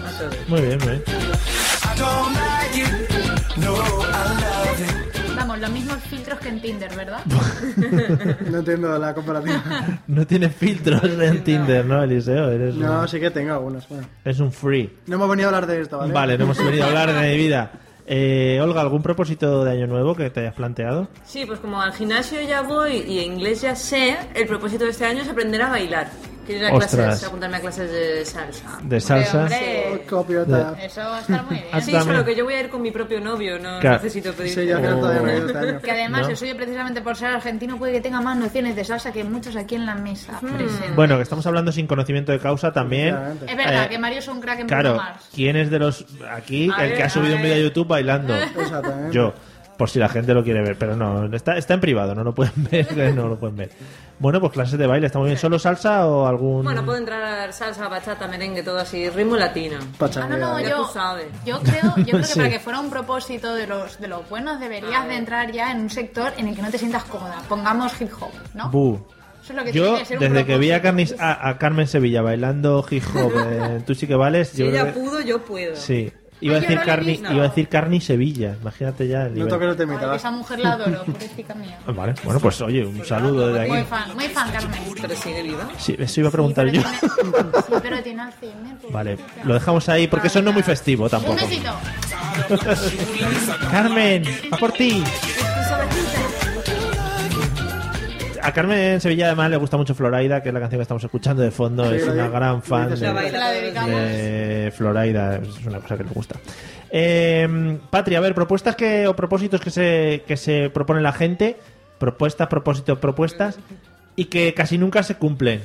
[SPEAKER 3] Muy bien, muy bien.
[SPEAKER 7] Don't like it. No, I love it.
[SPEAKER 6] Vamos, los mismos filtros que en Tinder, ¿verdad?
[SPEAKER 3] Pues,
[SPEAKER 5] No entiendo la comparativa.
[SPEAKER 3] No tienes filtros en Tinder, ¿no, Eliseo? Eres un-
[SPEAKER 5] No, sí que tengo algunos. Bueno,
[SPEAKER 3] es un free.
[SPEAKER 5] no hemos venido a hablar de esto, ¿vale?
[SPEAKER 3] Vale. no hemos venido a hablar de mi vida. Eh, Olga, ¿algún propósito de año nuevo que te hayas planteado?
[SPEAKER 4] Sí, pues como al gimnasio ya voy y inglés ya sé, el propósito de este año es aprender a bailar. Quiero ir a
[SPEAKER 3] Ostras.
[SPEAKER 4] clases, apuntarme a clases de salsa.
[SPEAKER 3] ¿De salsa?
[SPEAKER 6] Hombre,
[SPEAKER 5] Oh, copiota.
[SPEAKER 6] eso está muy bien.
[SPEAKER 4] Sí,
[SPEAKER 3] Dame.
[SPEAKER 4] solo que yo voy a ir con mi propio novio, no
[SPEAKER 3] Claro.
[SPEAKER 4] necesito pedir.
[SPEAKER 5] Sí, yo creo que todavía no he ido este año.
[SPEAKER 6] Que además
[SPEAKER 3] No.
[SPEAKER 6] el suyo, precisamente por ser argentino, puede que tenga más nociones de salsa que muchos aquí en la mesa. presentes.
[SPEAKER 3] Bueno, que estamos hablando sin conocimiento de causa también.
[SPEAKER 5] Efectivamente.
[SPEAKER 6] es verdad
[SPEAKER 3] eh,
[SPEAKER 6] que Mario es un crack en
[SPEAKER 3] Claro,
[SPEAKER 6] Bruno Mars.
[SPEAKER 3] ¿quién es de los aquí
[SPEAKER 4] A
[SPEAKER 3] el que
[SPEAKER 4] ver,
[SPEAKER 3] ha subido
[SPEAKER 4] a
[SPEAKER 3] un vídeo a
[SPEAKER 4] ver.
[SPEAKER 3] YouTube bailando?
[SPEAKER 5] Exactamente.
[SPEAKER 3] Yo, por si la gente lo quiere ver, pero no, está, está en privado, no lo pueden ver, no lo pueden ver. Bueno, pues clases de baile, está muy bien. ¿Solo salsa o algún...?
[SPEAKER 4] Bueno, puedo entrar a dar salsa, bachata, merengue, todo así, ritmo latino.
[SPEAKER 6] Ah, no, no,
[SPEAKER 5] Pachanguea.
[SPEAKER 4] Ya
[SPEAKER 6] yo,
[SPEAKER 4] tú sabes.
[SPEAKER 6] yo creo, yo creo que
[SPEAKER 3] Sí.
[SPEAKER 6] para que fuera un propósito de los, de los buenos deberías de entrar ya en un sector en el que no te sientas cómoda. Pongamos hip hop, ¿no?
[SPEAKER 3] Bu.
[SPEAKER 6] Eso es lo que
[SPEAKER 3] Yo,
[SPEAKER 6] tiene que ser un
[SPEAKER 3] desde que vi a,
[SPEAKER 6] propósito.
[SPEAKER 3] Carnis- a- a Carmen Sevilla bailando hip hop, en tú sí que vales,
[SPEAKER 4] Si
[SPEAKER 3] yo creo
[SPEAKER 4] ella
[SPEAKER 3] que-
[SPEAKER 4] pudo, yo puedo.
[SPEAKER 3] Sí. Iba a,
[SPEAKER 6] Ay, yo
[SPEAKER 3] decir
[SPEAKER 6] no lo he
[SPEAKER 3] carni,
[SPEAKER 6] visto.
[SPEAKER 3] iba a decir carni Sevilla, imagínate ya el
[SPEAKER 5] No
[SPEAKER 3] nivel.
[SPEAKER 5] toques el
[SPEAKER 6] Ay,
[SPEAKER 5] temita,
[SPEAKER 6] que
[SPEAKER 5] va.
[SPEAKER 6] esa mujer la adoro, pobrecita mía.
[SPEAKER 3] Vale, bueno, pues oye, un saludo desde
[SPEAKER 6] Muy
[SPEAKER 3] aquí.
[SPEAKER 6] fan, muy fan, Carmen.
[SPEAKER 4] Pero sigue viva.
[SPEAKER 3] Sí, eso iba a preguntar
[SPEAKER 6] Sí,
[SPEAKER 3] yo.
[SPEAKER 6] pero tiene- sí, pero tiene Alzheimer, pobrecita.
[SPEAKER 3] Vale, lo dejamos ahí porque eso no es muy festivo
[SPEAKER 6] Un
[SPEAKER 3] tampoco.
[SPEAKER 6] besito.
[SPEAKER 3] Carmen, a por ti. A Carmen Sevilla además le gusta mucho Floraida, que es la canción que estamos escuchando de fondo.
[SPEAKER 5] Sí,
[SPEAKER 3] es
[SPEAKER 5] lo
[SPEAKER 3] una
[SPEAKER 5] vi.
[SPEAKER 3] gran fan
[SPEAKER 5] Lo vi,
[SPEAKER 3] de,
[SPEAKER 5] se
[SPEAKER 4] La
[SPEAKER 5] Vale.
[SPEAKER 6] Se la dedicamos.
[SPEAKER 3] de Eh, Floraida. Es una cosa que le gusta. Eh, Patria, a ver, propuestas que o propósitos que se, que se propone la gente. Propuestas, propósitos, propuestas. Y que casi nunca se cumplen.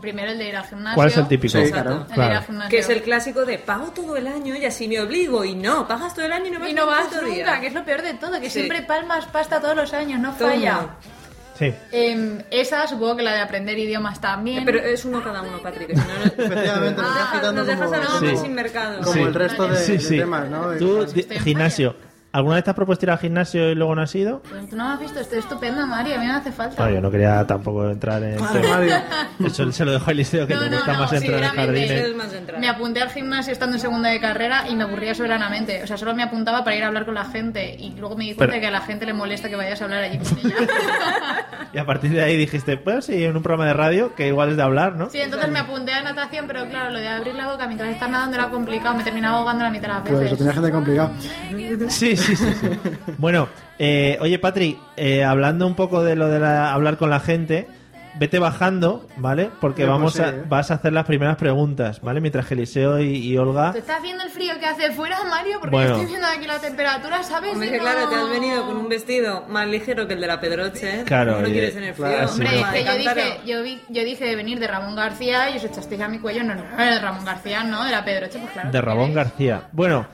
[SPEAKER 6] Primero el de ir al gimnasio.
[SPEAKER 3] ¿Cuál es Ah, el típico?
[SPEAKER 5] Sí, claro.
[SPEAKER 6] El de ir al
[SPEAKER 3] Claro.
[SPEAKER 6] gimnasio.
[SPEAKER 4] Que es el clásico de pago todo el año y así me obligo. Y no, pagas todo el año y no vas,
[SPEAKER 6] Y no
[SPEAKER 4] ni un
[SPEAKER 6] vas
[SPEAKER 4] puto
[SPEAKER 6] nunca,
[SPEAKER 4] día.
[SPEAKER 6] que es lo peor de todo, que
[SPEAKER 4] Sí.
[SPEAKER 6] siempre palmas pasta todos los años, no
[SPEAKER 4] Toma.
[SPEAKER 6] falla.
[SPEAKER 3] Sí.
[SPEAKER 6] Eh, esa, supongo que la de aprender idiomas
[SPEAKER 4] Eh,
[SPEAKER 6] también.
[SPEAKER 4] Pero es uno cada uno, Patrick. que Si no,
[SPEAKER 5] Efectivamente,
[SPEAKER 6] Ah,
[SPEAKER 5] nos dejas
[SPEAKER 4] no,
[SPEAKER 5] quitando
[SPEAKER 4] nos dejas
[SPEAKER 5] como-
[SPEAKER 4] a los hombres
[SPEAKER 3] Sí.
[SPEAKER 4] sin mercado.
[SPEAKER 5] Como
[SPEAKER 3] Sí.
[SPEAKER 5] el resto de,
[SPEAKER 3] Sí,
[SPEAKER 5] de
[SPEAKER 3] sí.
[SPEAKER 5] temas, ¿no?
[SPEAKER 3] Tú,
[SPEAKER 5] Y-
[SPEAKER 3] di- gimnasio. ¿Alguna vez te has propuesto ir al gimnasio y luego no has ido?
[SPEAKER 6] Pues tú no me has visto, estoy estupenda, María, a mí no me hace falta.
[SPEAKER 3] No, yo Ah, no quería tampoco entrar en...
[SPEAKER 5] Vale, Mario.
[SPEAKER 3] Eso se lo dejo a Eliseo, que
[SPEAKER 6] No,
[SPEAKER 3] le
[SPEAKER 6] no,
[SPEAKER 3] gusta
[SPEAKER 6] no,
[SPEAKER 3] más entrar ¿eh? en
[SPEAKER 6] seguramente
[SPEAKER 4] Eso
[SPEAKER 3] jardines.
[SPEAKER 4] es más de entrada.
[SPEAKER 6] Me apunté al gimnasio estando en segunda de carrera y me aburría soberanamente. O sea, solo me apuntaba para ir a hablar con la gente y luego me di cuenta
[SPEAKER 3] Pero-
[SPEAKER 6] que a la gente le molesta que vayas a hablar allí con ella.
[SPEAKER 3] Y a partir de ahí dijiste, pues sí, en un programa de radio, que igual es de hablar, ¿no?
[SPEAKER 6] sí, entonces me apunté a natación, pero claro, lo de abrir la boca mientras estás nadando era complicado, me terminaba ahogando la mitad de las veces.
[SPEAKER 5] Pues lo tenía gente complicado.
[SPEAKER 3] Sí, sí, sí. sí. bueno, eh, oye, Patri, eh, hablando un poco de lo de la- hablar con la gente, vete bajando, ¿vale? Porque
[SPEAKER 5] Eh, pues
[SPEAKER 3] vamos
[SPEAKER 5] sí,
[SPEAKER 3] a,
[SPEAKER 5] eh.
[SPEAKER 3] vas a hacer las primeras preguntas, ¿vale? Mientras que Eliseo y, y Olga...
[SPEAKER 6] ¿Tú estás viendo el frío que hace fuera, Mario? Porque
[SPEAKER 3] Bueno.
[SPEAKER 6] yo estoy viendo aquí la temperatura, ¿sabes?
[SPEAKER 4] Hombre,
[SPEAKER 6] Y
[SPEAKER 4] que
[SPEAKER 6] no-
[SPEAKER 4] claro, te has venido con un vestido más ligero que el de la Pedroche.
[SPEAKER 3] Claro,
[SPEAKER 4] No
[SPEAKER 3] y-
[SPEAKER 4] quieres tener frío.
[SPEAKER 3] claro, sí,
[SPEAKER 6] Hombre, es
[SPEAKER 3] no.
[SPEAKER 4] Madre,
[SPEAKER 6] que yo dije,
[SPEAKER 4] cántaro.
[SPEAKER 6] yo, vi, yo dije de venir de Ramón García y os echasteis a mi cuello. No, no, no, de Ramón García, no, de la Pedroche, pues claro.
[SPEAKER 3] De Rabón García. Bueno,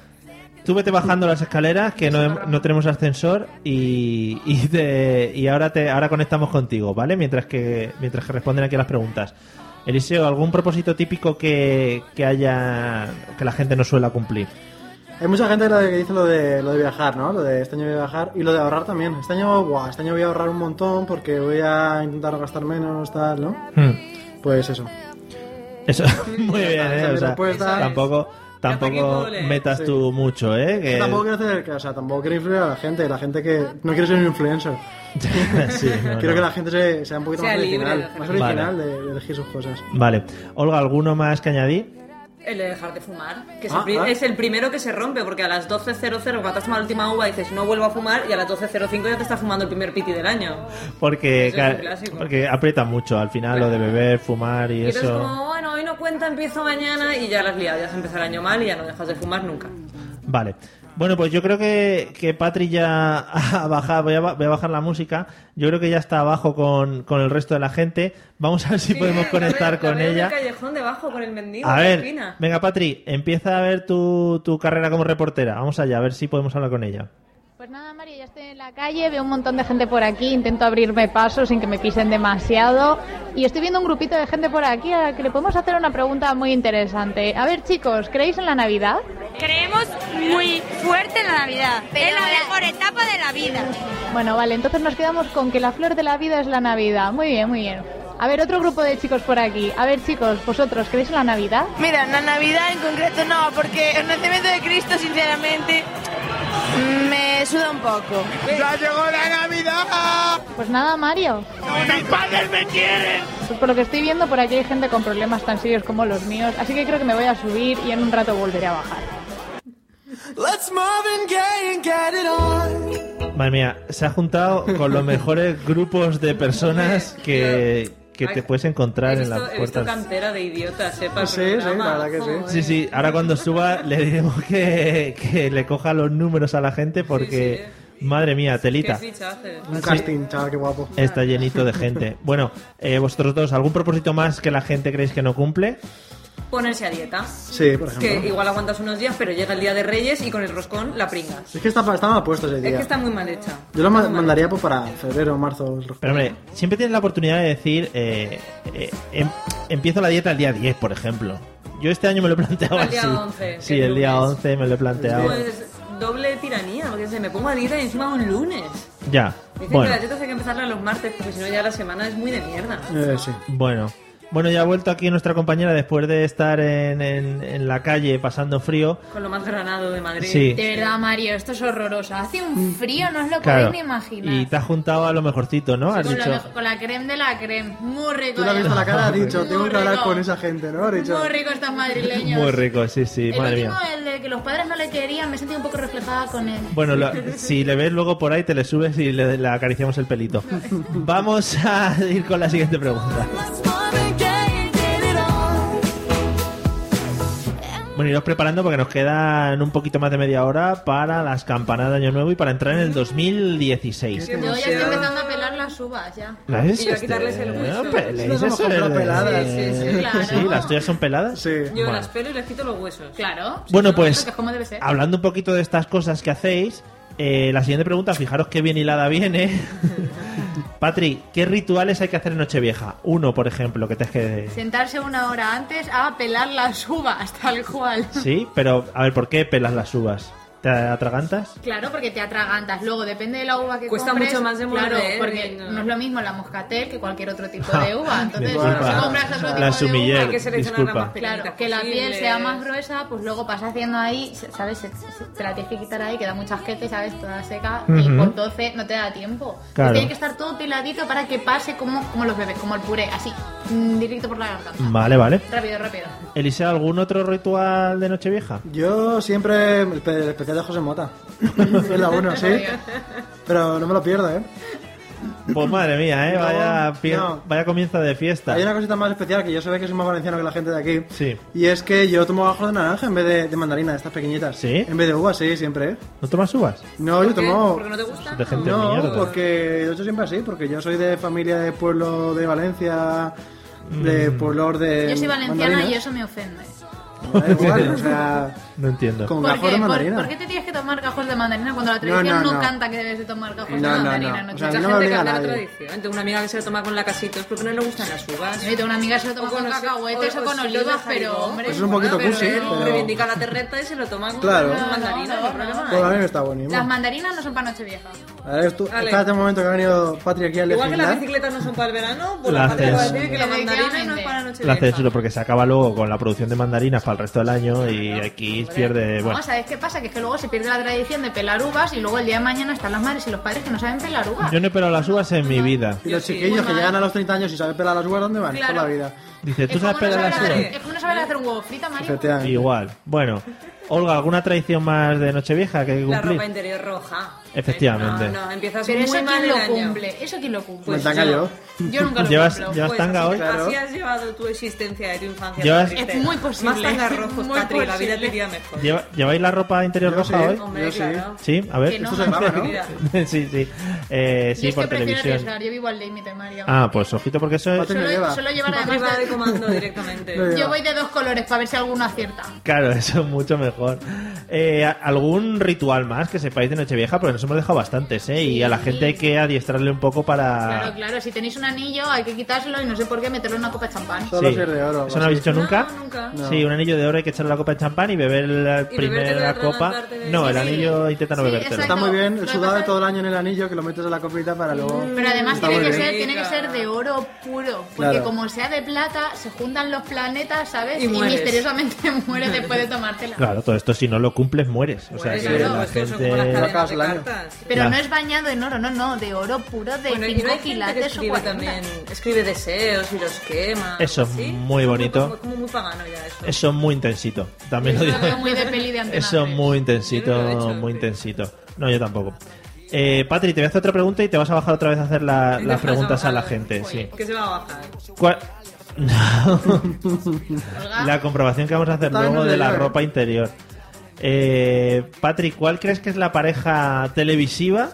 [SPEAKER 3] tú vete bajando las escaleras, que no, hem- no tenemos ascensor, y, y, te- y ahora te ahora conectamos contigo, ¿vale? Mientras que, mientras que responden aquí a las preguntas. Eliseo, ¿algún propósito típico que, que haya que la gente no suele cumplir?
[SPEAKER 5] Hay mucha gente lo de- que dice lo de, lo de viajar, ¿no? Lo de este año voy a viajar y lo de ahorrar también. Este año, guau, este año voy a ahorrar un montón porque voy a intentar gastar menos, tal, ¿no?
[SPEAKER 3] Hmm.
[SPEAKER 5] Pues eso.
[SPEAKER 3] Eso, muy bien, ¿eh?
[SPEAKER 5] esa es
[SPEAKER 3] O
[SPEAKER 5] mi
[SPEAKER 3] sea,
[SPEAKER 5] propuesta.
[SPEAKER 3] tampoco, tampoco
[SPEAKER 4] Café con
[SPEAKER 3] metas
[SPEAKER 5] eh. Sí.
[SPEAKER 3] tú mucho, ¿eh?
[SPEAKER 5] Yo
[SPEAKER 3] Que-
[SPEAKER 5] Tampoco quiero hacer, o sea, tampoco quiero influir a la gente, la gente que no quiero ser un influencer.
[SPEAKER 3] Sí, no,
[SPEAKER 5] quiero
[SPEAKER 3] no.
[SPEAKER 5] que la gente se- sea un poquito
[SPEAKER 4] Sea
[SPEAKER 5] más
[SPEAKER 4] libre de
[SPEAKER 5] original,
[SPEAKER 4] hacer
[SPEAKER 5] más
[SPEAKER 4] lo que
[SPEAKER 5] original de, de elegir sus cosas.
[SPEAKER 3] Vale. Olga, ¿alguno más que añadir?
[SPEAKER 4] El de dejar de fumar, que es,
[SPEAKER 5] Ah,
[SPEAKER 4] el pri-
[SPEAKER 5] ah.
[SPEAKER 4] es el primero que se rompe, porque a las 12.00, cuando te has tomado la última uva, dices no vuelvo a fumar, y a las 12.05 ya te estás fumando el primer piti del año. Eso
[SPEAKER 3] Porque,
[SPEAKER 4] es
[SPEAKER 3] claro,
[SPEAKER 4] un clásico.
[SPEAKER 3] porque aprieta mucho al final lo de beber, fumar y
[SPEAKER 4] Y entonces,
[SPEAKER 3] eso.
[SPEAKER 4] como bueno, hoy no cuenta, empiezo mañana, y ya las liado, ya se empieza el año mal y ya no dejas de fumar nunca.
[SPEAKER 3] Vale. Bueno, pues yo creo que, que Patri ya ha bajado, voy a, ba- voy a bajar la música. Yo creo que ya está abajo con, con el resto de la gente. Vamos a ver si podemos
[SPEAKER 4] Sí, eh,
[SPEAKER 3] conectar
[SPEAKER 4] la veo- la
[SPEAKER 3] con
[SPEAKER 4] veo en
[SPEAKER 3] ella.
[SPEAKER 4] el callejón debajo con el mendigo.
[SPEAKER 3] A
[SPEAKER 4] en la
[SPEAKER 3] ver,
[SPEAKER 4] esquina.
[SPEAKER 3] venga Patri, empieza a ver tu, tu carrera como reportera. Vamos allá, a ver si podemos hablar con ella.
[SPEAKER 6] Pues nada, Mario, ya estoy en la calle, veo un montón de gente por aquí, intento abrirme paso sin que me pisen demasiado. Y estoy viendo un grupito de gente por aquí a la que le podemos hacer una pregunta muy interesante. A ver, chicos, ¿creéis en la Navidad?
[SPEAKER 8] Creemos muy fuerte en la Navidad. es la mejor etapa de la vida.
[SPEAKER 6] Bueno, vale, entonces nos quedamos con que la flor de la vida es la Navidad. Muy bien, muy bien. A ver, otro grupo de chicos por aquí. A ver, chicos, ¿vosotros creéis en la Navidad?
[SPEAKER 8] Mira, la Navidad en concreto no, porque el nacimiento de Cristo, sinceramente, me suda un poco.
[SPEAKER 6] Pues nada, Mario. ¡Mis padres me quieren! Pues por lo que estoy viendo, por aquí hay gente con problemas tan serios como los míos, así que creo que me voy a subir y en un rato volveré a bajar.
[SPEAKER 7] Let's Marvin Gaye and get it on.
[SPEAKER 3] Madre mía, se ha juntado con los mejores grupos de personas que, que te puedes encontrar
[SPEAKER 4] He
[SPEAKER 3] en las
[SPEAKER 4] visto- ¿eh? He visto
[SPEAKER 3] puertas.
[SPEAKER 4] cantera de idiotas, ¿eh? para el
[SPEAKER 5] Sí, sí, la
[SPEAKER 4] programa,
[SPEAKER 5] verdad que sí.
[SPEAKER 4] joder.
[SPEAKER 3] Sí, sí, ahora cuando suba le diremos que, que le coja los números a la gente porque, madre mía,
[SPEAKER 4] Qué
[SPEAKER 3] telita.
[SPEAKER 4] fichaje.
[SPEAKER 5] Un casting, chaval, qué guapo.
[SPEAKER 3] Está llenito de gente. Bueno, eh, vosotros dos, ¿algún propósito más que la gente creéis que no cumple?
[SPEAKER 4] Ponerse a dieta.
[SPEAKER 5] Sí, por
[SPEAKER 4] Que
[SPEAKER 5] ejemplo.
[SPEAKER 4] igual aguantas unos días, pero llega el día de Reyes y con el roscón la pringas.
[SPEAKER 5] Es que está, está mal puesto ese
[SPEAKER 4] Es que
[SPEAKER 5] día.
[SPEAKER 4] está muy mal hecha.
[SPEAKER 5] Yo lo ma- mandaría pues, para febrero, marzo. el-
[SPEAKER 3] Pero hombre, siempre tienes la oportunidad de decir, eh, eh, em- empiezo la dieta el día 10, por ejemplo. Yo este año me lo he planteado
[SPEAKER 4] El día
[SPEAKER 3] así.
[SPEAKER 4] 11,
[SPEAKER 3] sí,
[SPEAKER 4] el
[SPEAKER 3] el, día
[SPEAKER 4] lunes.
[SPEAKER 3] 11 me lo he planteado.
[SPEAKER 4] Pues doble tiranía, porque se me pongo a dieta y encima un lunes.
[SPEAKER 3] Ya.
[SPEAKER 4] Dicen que
[SPEAKER 3] Bueno,
[SPEAKER 4] las dietas hay que empezarlas los martes, porque si no ya la semana es muy de mierda.
[SPEAKER 5] Eh, sí.
[SPEAKER 3] bueno. Bueno, ya ha vuelto aquí nuestra compañera después de estar en, en- en la calle pasando frío.
[SPEAKER 4] Con lo más granado de Madrid.
[SPEAKER 3] Sí.
[SPEAKER 6] De verdad, Mario, esto es horroroso. Hace un frío, no os lo
[SPEAKER 3] Claro.
[SPEAKER 6] podéis ni imaginar.
[SPEAKER 3] Y te has juntado a lo mejorcito, ¿no? Has
[SPEAKER 6] con,
[SPEAKER 3] dicho.
[SPEAKER 6] la, con la creme de la creme. Muy rico.
[SPEAKER 5] Tú le has
[SPEAKER 6] ya.
[SPEAKER 5] visto la cara, has dicho,
[SPEAKER 6] Muy
[SPEAKER 5] tengo que hablar
[SPEAKER 6] rico.
[SPEAKER 5] con esa gente, ¿no? Has dicho,
[SPEAKER 6] Muy rico estos madrileños.
[SPEAKER 3] Muy rico, sí, sí,
[SPEAKER 6] El
[SPEAKER 3] madre
[SPEAKER 6] último,
[SPEAKER 3] mía.
[SPEAKER 6] el de que los padres no le querían, me sentí un poco reflejada con él.
[SPEAKER 3] Bueno, lo- si le ves luego por ahí, te le subes y le, le acariciamos el pelito. Vamos a ir con la siguiente pregunta.
[SPEAKER 2] Let's Marvin Gaye and get it on.
[SPEAKER 3] Bueno, iros preparando porque nos quedan un poquito más de media hora para las campanadas de Año Nuevo y para entrar en el 2016.
[SPEAKER 6] Yo ya estoy empezando a pelar las uvas, ya.
[SPEAKER 3] ¿La ves?
[SPEAKER 4] Y yo a quitarles el
[SPEAKER 3] No
[SPEAKER 4] hueso.
[SPEAKER 3] peleéis,
[SPEAKER 5] Nos hemos
[SPEAKER 3] eso es
[SPEAKER 5] comprado
[SPEAKER 3] de-
[SPEAKER 5] peladas.
[SPEAKER 4] Sí, sí, sí,
[SPEAKER 3] Sí,
[SPEAKER 6] claro.
[SPEAKER 3] sí, las tuyas son peladas.
[SPEAKER 5] Sí.
[SPEAKER 4] Yo
[SPEAKER 3] Bueno.
[SPEAKER 4] las pelo y les quito los huesos.
[SPEAKER 6] Claro. Sí,
[SPEAKER 3] Bueno,
[SPEAKER 6] no,
[SPEAKER 3] pues
[SPEAKER 6] que es como debe ser.
[SPEAKER 3] hablando un poquito de estas cosas que hacéis, eh, la siguiente pregunta, fijaros qué bien hilada viene. Patri, ¿qué rituales hay que hacer en Nochevieja? Uno, por ejemplo, que te es que...
[SPEAKER 6] Sentarse una hora antes a pelar las uvas, tal cual.
[SPEAKER 3] Sí, pero a ver, ¿por qué pelas las uvas? ¿Te atragantas?
[SPEAKER 6] Claro, porque te atragantas. Luego, depende de la uva que
[SPEAKER 4] Cuesta
[SPEAKER 6] compres.
[SPEAKER 4] mucho más de
[SPEAKER 6] Claro,
[SPEAKER 4] morder, ¿eh?
[SPEAKER 6] porque
[SPEAKER 4] no.
[SPEAKER 6] no. es lo mismo la moscatel que cualquier otro tipo Pues de uva. Entonces,
[SPEAKER 3] Disculpa,
[SPEAKER 6] si compras otro
[SPEAKER 3] la
[SPEAKER 6] tipo de uva,
[SPEAKER 3] sumiller,
[SPEAKER 4] hay que seleccionar la
[SPEAKER 3] disculpa.
[SPEAKER 4] más pequeña.
[SPEAKER 6] Claro, que la piel sea más gruesa, pues luego pasa haciendo ahí, ¿sabes? Se- se- Te la tienes que quitar ahí, queda mucha gente, ¿sabes? Toda seca,
[SPEAKER 3] Ujú.
[SPEAKER 6] y por 12 no te da tiempo. Entonces
[SPEAKER 3] Claro.
[SPEAKER 6] Tiene que estar todo peladito para que pase como, como los bebés, como el puré, así, mm, directo por la garganta.
[SPEAKER 3] Vale, vale.
[SPEAKER 6] Rápido, rápido.
[SPEAKER 3] Eliseo, ¿algún otro ritual de Nochevieja?
[SPEAKER 5] Yo siempre el, pe- el especial de José Mota. es la uno, sí. Pero no me lo pierdo, ¿eh?
[SPEAKER 3] Pues madre mía, ¿eh?
[SPEAKER 5] No,
[SPEAKER 3] Vaya, pie-
[SPEAKER 5] no.
[SPEAKER 3] vaya comienzo de fiesta.
[SPEAKER 5] Hay una cosita más especial que yo sé que soy más valenciano que la gente de aquí.
[SPEAKER 3] Sí.
[SPEAKER 5] Y es que yo tomo ajo de naranja en vez de, de mandarina, de estas pequeñitas.
[SPEAKER 3] ¿Sí?
[SPEAKER 5] En vez de uva, sí, siempre, ¿eh?
[SPEAKER 3] ¿No tomas uvas?
[SPEAKER 5] No,
[SPEAKER 4] ¿Por
[SPEAKER 5] yo
[SPEAKER 4] qué?
[SPEAKER 5] tomo.
[SPEAKER 4] ¿Porque no te gusta?
[SPEAKER 3] De gente
[SPEAKER 5] no,
[SPEAKER 3] mierda.
[SPEAKER 5] porque yo he hecho siempre así, porque yo soy de familia de pueblo de Valencia,
[SPEAKER 3] Mm.
[SPEAKER 5] de pueblos de.
[SPEAKER 6] Yo soy valenciana
[SPEAKER 5] Eh, mandarinas.
[SPEAKER 6] y eso me ofende.
[SPEAKER 5] Da igual, o sea,
[SPEAKER 3] No entiendo.
[SPEAKER 5] Con
[SPEAKER 6] ¿Por
[SPEAKER 5] gajos
[SPEAKER 6] qué?
[SPEAKER 5] de
[SPEAKER 6] ¿Por-
[SPEAKER 5] mandarina.
[SPEAKER 6] ¿Por qué te tienes que tomar gajos de mandarina cuando la tradición
[SPEAKER 5] no,
[SPEAKER 6] no,
[SPEAKER 5] no.
[SPEAKER 6] canta que debes de tomar gajos
[SPEAKER 5] No,
[SPEAKER 6] de
[SPEAKER 5] no, no.
[SPEAKER 6] mandarina? No,
[SPEAKER 5] O sea,
[SPEAKER 6] chucha.
[SPEAKER 4] Mucha
[SPEAKER 5] no me
[SPEAKER 4] gente que
[SPEAKER 5] obliga
[SPEAKER 4] habla de
[SPEAKER 5] nadie.
[SPEAKER 4] tradición. Tengo una amiga que se lo toma con la casitos porque no le gustan las uvas.
[SPEAKER 6] Yo tengo una amiga que se lo toma
[SPEAKER 4] O con
[SPEAKER 6] con
[SPEAKER 4] los-
[SPEAKER 6] cacahuetes
[SPEAKER 4] o-
[SPEAKER 6] o
[SPEAKER 4] o
[SPEAKER 6] con
[SPEAKER 4] si lo
[SPEAKER 6] olivas,
[SPEAKER 4] deja
[SPEAKER 6] pero
[SPEAKER 4] igual.
[SPEAKER 6] hombre...
[SPEAKER 5] Pues Es un poquito
[SPEAKER 6] pero-
[SPEAKER 5] cursi,
[SPEAKER 4] Él
[SPEAKER 5] pero-
[SPEAKER 4] reivindica la terreta y se lo toma con
[SPEAKER 5] Claro.
[SPEAKER 4] con
[SPEAKER 6] No,
[SPEAKER 4] mandarina.
[SPEAKER 6] no,
[SPEAKER 4] No,
[SPEAKER 6] no,
[SPEAKER 4] problema
[SPEAKER 6] no.
[SPEAKER 5] Pues a
[SPEAKER 4] hay.
[SPEAKER 5] mí me está buenísimo.
[SPEAKER 6] Las mandarinas no son para Nochevieja.
[SPEAKER 5] A ver, tú,
[SPEAKER 4] Vale.
[SPEAKER 5] está este momento que ha venido Patri aquí a
[SPEAKER 4] Igual que las
[SPEAKER 5] legislar.
[SPEAKER 4] bicicletas no son para el verano, pues
[SPEAKER 3] Las
[SPEAKER 4] la patria va a
[SPEAKER 3] cens-
[SPEAKER 4] decir que la mandarina no es para noche
[SPEAKER 3] La censura porque se acaba luego con la producción de mandarinas para el resto del año y aquí pierde. Eh, Bueno,
[SPEAKER 6] Vamos, ¿sabes qué pasa? Que es que luego se pierde la tradición de pelar uvas y luego el día de mañana están las madres y los padres que no saben pelar uvas.
[SPEAKER 3] yo no he pelado las uvas en mi vida.
[SPEAKER 5] Y los chiquillos que llegan a los 30 años y saben pelar las uvas, ¿dónde van?
[SPEAKER 6] Claro.
[SPEAKER 5] Por la vida.
[SPEAKER 3] Dice, ¿tú
[SPEAKER 6] Es como
[SPEAKER 3] sabes pelar
[SPEAKER 6] no
[SPEAKER 3] las
[SPEAKER 6] saber
[SPEAKER 3] uvas?
[SPEAKER 6] hacer- Es como no saber hacer un huevo frito, Mario.
[SPEAKER 5] Efectivamente.
[SPEAKER 3] Igual. Bueno, Olga, ¿alguna tradición más de Nochevieja que hay que
[SPEAKER 4] La ropa
[SPEAKER 3] cumplir?
[SPEAKER 4] interior roja.
[SPEAKER 3] Efectivamente.
[SPEAKER 4] No, no, empiezas
[SPEAKER 6] Pero eso
[SPEAKER 4] muy mal
[SPEAKER 6] quién
[SPEAKER 4] el
[SPEAKER 6] lo
[SPEAKER 4] año.
[SPEAKER 6] cumple, eso quién lo
[SPEAKER 5] Me
[SPEAKER 6] cumple.
[SPEAKER 4] Pues-
[SPEAKER 5] están callado.
[SPEAKER 6] Yo nunca lo
[SPEAKER 3] Llevas-
[SPEAKER 6] cumplo.
[SPEAKER 3] llevas- tanga
[SPEAKER 4] así,
[SPEAKER 3] hoy?
[SPEAKER 5] Claro.
[SPEAKER 4] así has llevado tu existencia de tu infancia.
[SPEAKER 3] Llevas-
[SPEAKER 4] tan
[SPEAKER 6] Es
[SPEAKER 4] triste.
[SPEAKER 6] muy posible.
[SPEAKER 4] Más tangas rojos,
[SPEAKER 6] Muy
[SPEAKER 4] Patri, la vida
[SPEAKER 6] posible.
[SPEAKER 4] te iría mejor.
[SPEAKER 3] ¿Lleva- ¿Lleváis la ropa interior
[SPEAKER 5] Yo
[SPEAKER 3] roja
[SPEAKER 5] sí.
[SPEAKER 3] hoy?
[SPEAKER 4] Hombre,
[SPEAKER 5] Yo sí.
[SPEAKER 4] claro.
[SPEAKER 3] Sí, a ver.
[SPEAKER 6] Que no.
[SPEAKER 5] Esto se graba, ¿no?
[SPEAKER 4] Mira.
[SPEAKER 3] sí, sí. Eh,
[SPEAKER 6] yo
[SPEAKER 3] sí,
[SPEAKER 6] es
[SPEAKER 3] por
[SPEAKER 6] que prefiero
[SPEAKER 3] televisión.
[SPEAKER 6] arriesgar, yo vivo al límite, Mario.
[SPEAKER 3] Ah, pues ojito, porque eso es.
[SPEAKER 5] Patri no lleva.
[SPEAKER 6] solo, solo llevar
[SPEAKER 4] Patri
[SPEAKER 6] además
[SPEAKER 4] va de
[SPEAKER 6] de-
[SPEAKER 4] comando directamente.
[SPEAKER 5] Lo lleva.
[SPEAKER 6] Yo voy de dos colores para ver si alguno acierta.
[SPEAKER 3] Claro, eso es mucho mejor. Eh, ¿Algún ritual más que sepáis de Nochevieja? Porque nos hemos dejado bastantes, ¿eh? Y a la gente hay que adiestrarle un poco para...
[SPEAKER 6] Claro, claro, si tenéis un anillo hay que quitárselo y no sé por qué meterlo en una copa de champán.
[SPEAKER 5] Solo
[SPEAKER 3] Sí.
[SPEAKER 5] si es de oro. o
[SPEAKER 3] ¿Eso no habéis
[SPEAKER 5] así.
[SPEAKER 3] hecho nunca?
[SPEAKER 4] No, nunca.
[SPEAKER 5] No.
[SPEAKER 3] Sí, un anillo de oro hay que echarle la copa de champán y beber la
[SPEAKER 4] Y
[SPEAKER 3] primera
[SPEAKER 4] bebértelo y
[SPEAKER 3] copa.
[SPEAKER 4] atragantarte de-
[SPEAKER 3] No, el
[SPEAKER 4] Sí,
[SPEAKER 3] anillo intenta no
[SPEAKER 6] Sí,
[SPEAKER 3] bebértelo.
[SPEAKER 5] Está muy bien,
[SPEAKER 6] Lo
[SPEAKER 5] el
[SPEAKER 6] que
[SPEAKER 5] sudado
[SPEAKER 6] pasa
[SPEAKER 5] de
[SPEAKER 6] es-
[SPEAKER 5] todo el año en el anillo que lo metes en la copita para luego.
[SPEAKER 6] Pero además
[SPEAKER 5] Está
[SPEAKER 6] tiene
[SPEAKER 5] muy
[SPEAKER 6] que,
[SPEAKER 5] bien.
[SPEAKER 6] ser, tiene que ser de oro puro, porque
[SPEAKER 5] Claro.
[SPEAKER 6] como sea de plata, se juntan los planetas, ¿sabes?
[SPEAKER 4] Y
[SPEAKER 6] Y,
[SPEAKER 4] mueres.
[SPEAKER 6] misteriosamente mueres después de tomártela.
[SPEAKER 3] Claro, todo esto si no lo cumples mueres. O sea,
[SPEAKER 4] Pues
[SPEAKER 3] que
[SPEAKER 4] claro,
[SPEAKER 3] la
[SPEAKER 4] es que son
[SPEAKER 3] gente...
[SPEAKER 4] como las
[SPEAKER 5] Sacas
[SPEAKER 4] cadenas de
[SPEAKER 5] el año.
[SPEAKER 4] cartas.
[SPEAKER 6] Pero
[SPEAKER 3] Claro.
[SPEAKER 6] no es bañado en oro, no, no, de oro puro de
[SPEAKER 4] Bueno, y no hay
[SPEAKER 6] 5
[SPEAKER 4] gente que
[SPEAKER 6] quilates o
[SPEAKER 4] escribe
[SPEAKER 6] 40.
[SPEAKER 4] también, escribe deseos y los quema.
[SPEAKER 3] Eso
[SPEAKER 4] o
[SPEAKER 3] es
[SPEAKER 4] así.
[SPEAKER 3] muy bonito.
[SPEAKER 4] Como, como muy pagano ya eso.
[SPEAKER 3] Eso es muy intensito. También lo
[SPEAKER 6] Eso
[SPEAKER 3] digo.
[SPEAKER 6] lo veo muy de peli de ¿eh? antena.
[SPEAKER 3] Eso es
[SPEAKER 6] tres.
[SPEAKER 3] muy intensito,
[SPEAKER 4] Yo no lo he hecho,
[SPEAKER 3] muy
[SPEAKER 4] sí.
[SPEAKER 3] intensito. No, yo tampoco. Eh, Patri, te voy a hacer otra pregunta y te vas a bajar otra vez a hacer la-
[SPEAKER 4] Entonces,
[SPEAKER 3] las preguntas a la
[SPEAKER 4] ver,
[SPEAKER 3] gente. Sí.
[SPEAKER 4] joder, Que se va a bajar.
[SPEAKER 3] ¿Cuál- No.
[SPEAKER 6] Olga.
[SPEAKER 3] la comprobación que vamos a hacer
[SPEAKER 5] Está bien,
[SPEAKER 3] luego de la
[SPEAKER 5] Olga.
[SPEAKER 3] ropa interior. Eh, Patri, ¿cuál crees que es la pareja televisiva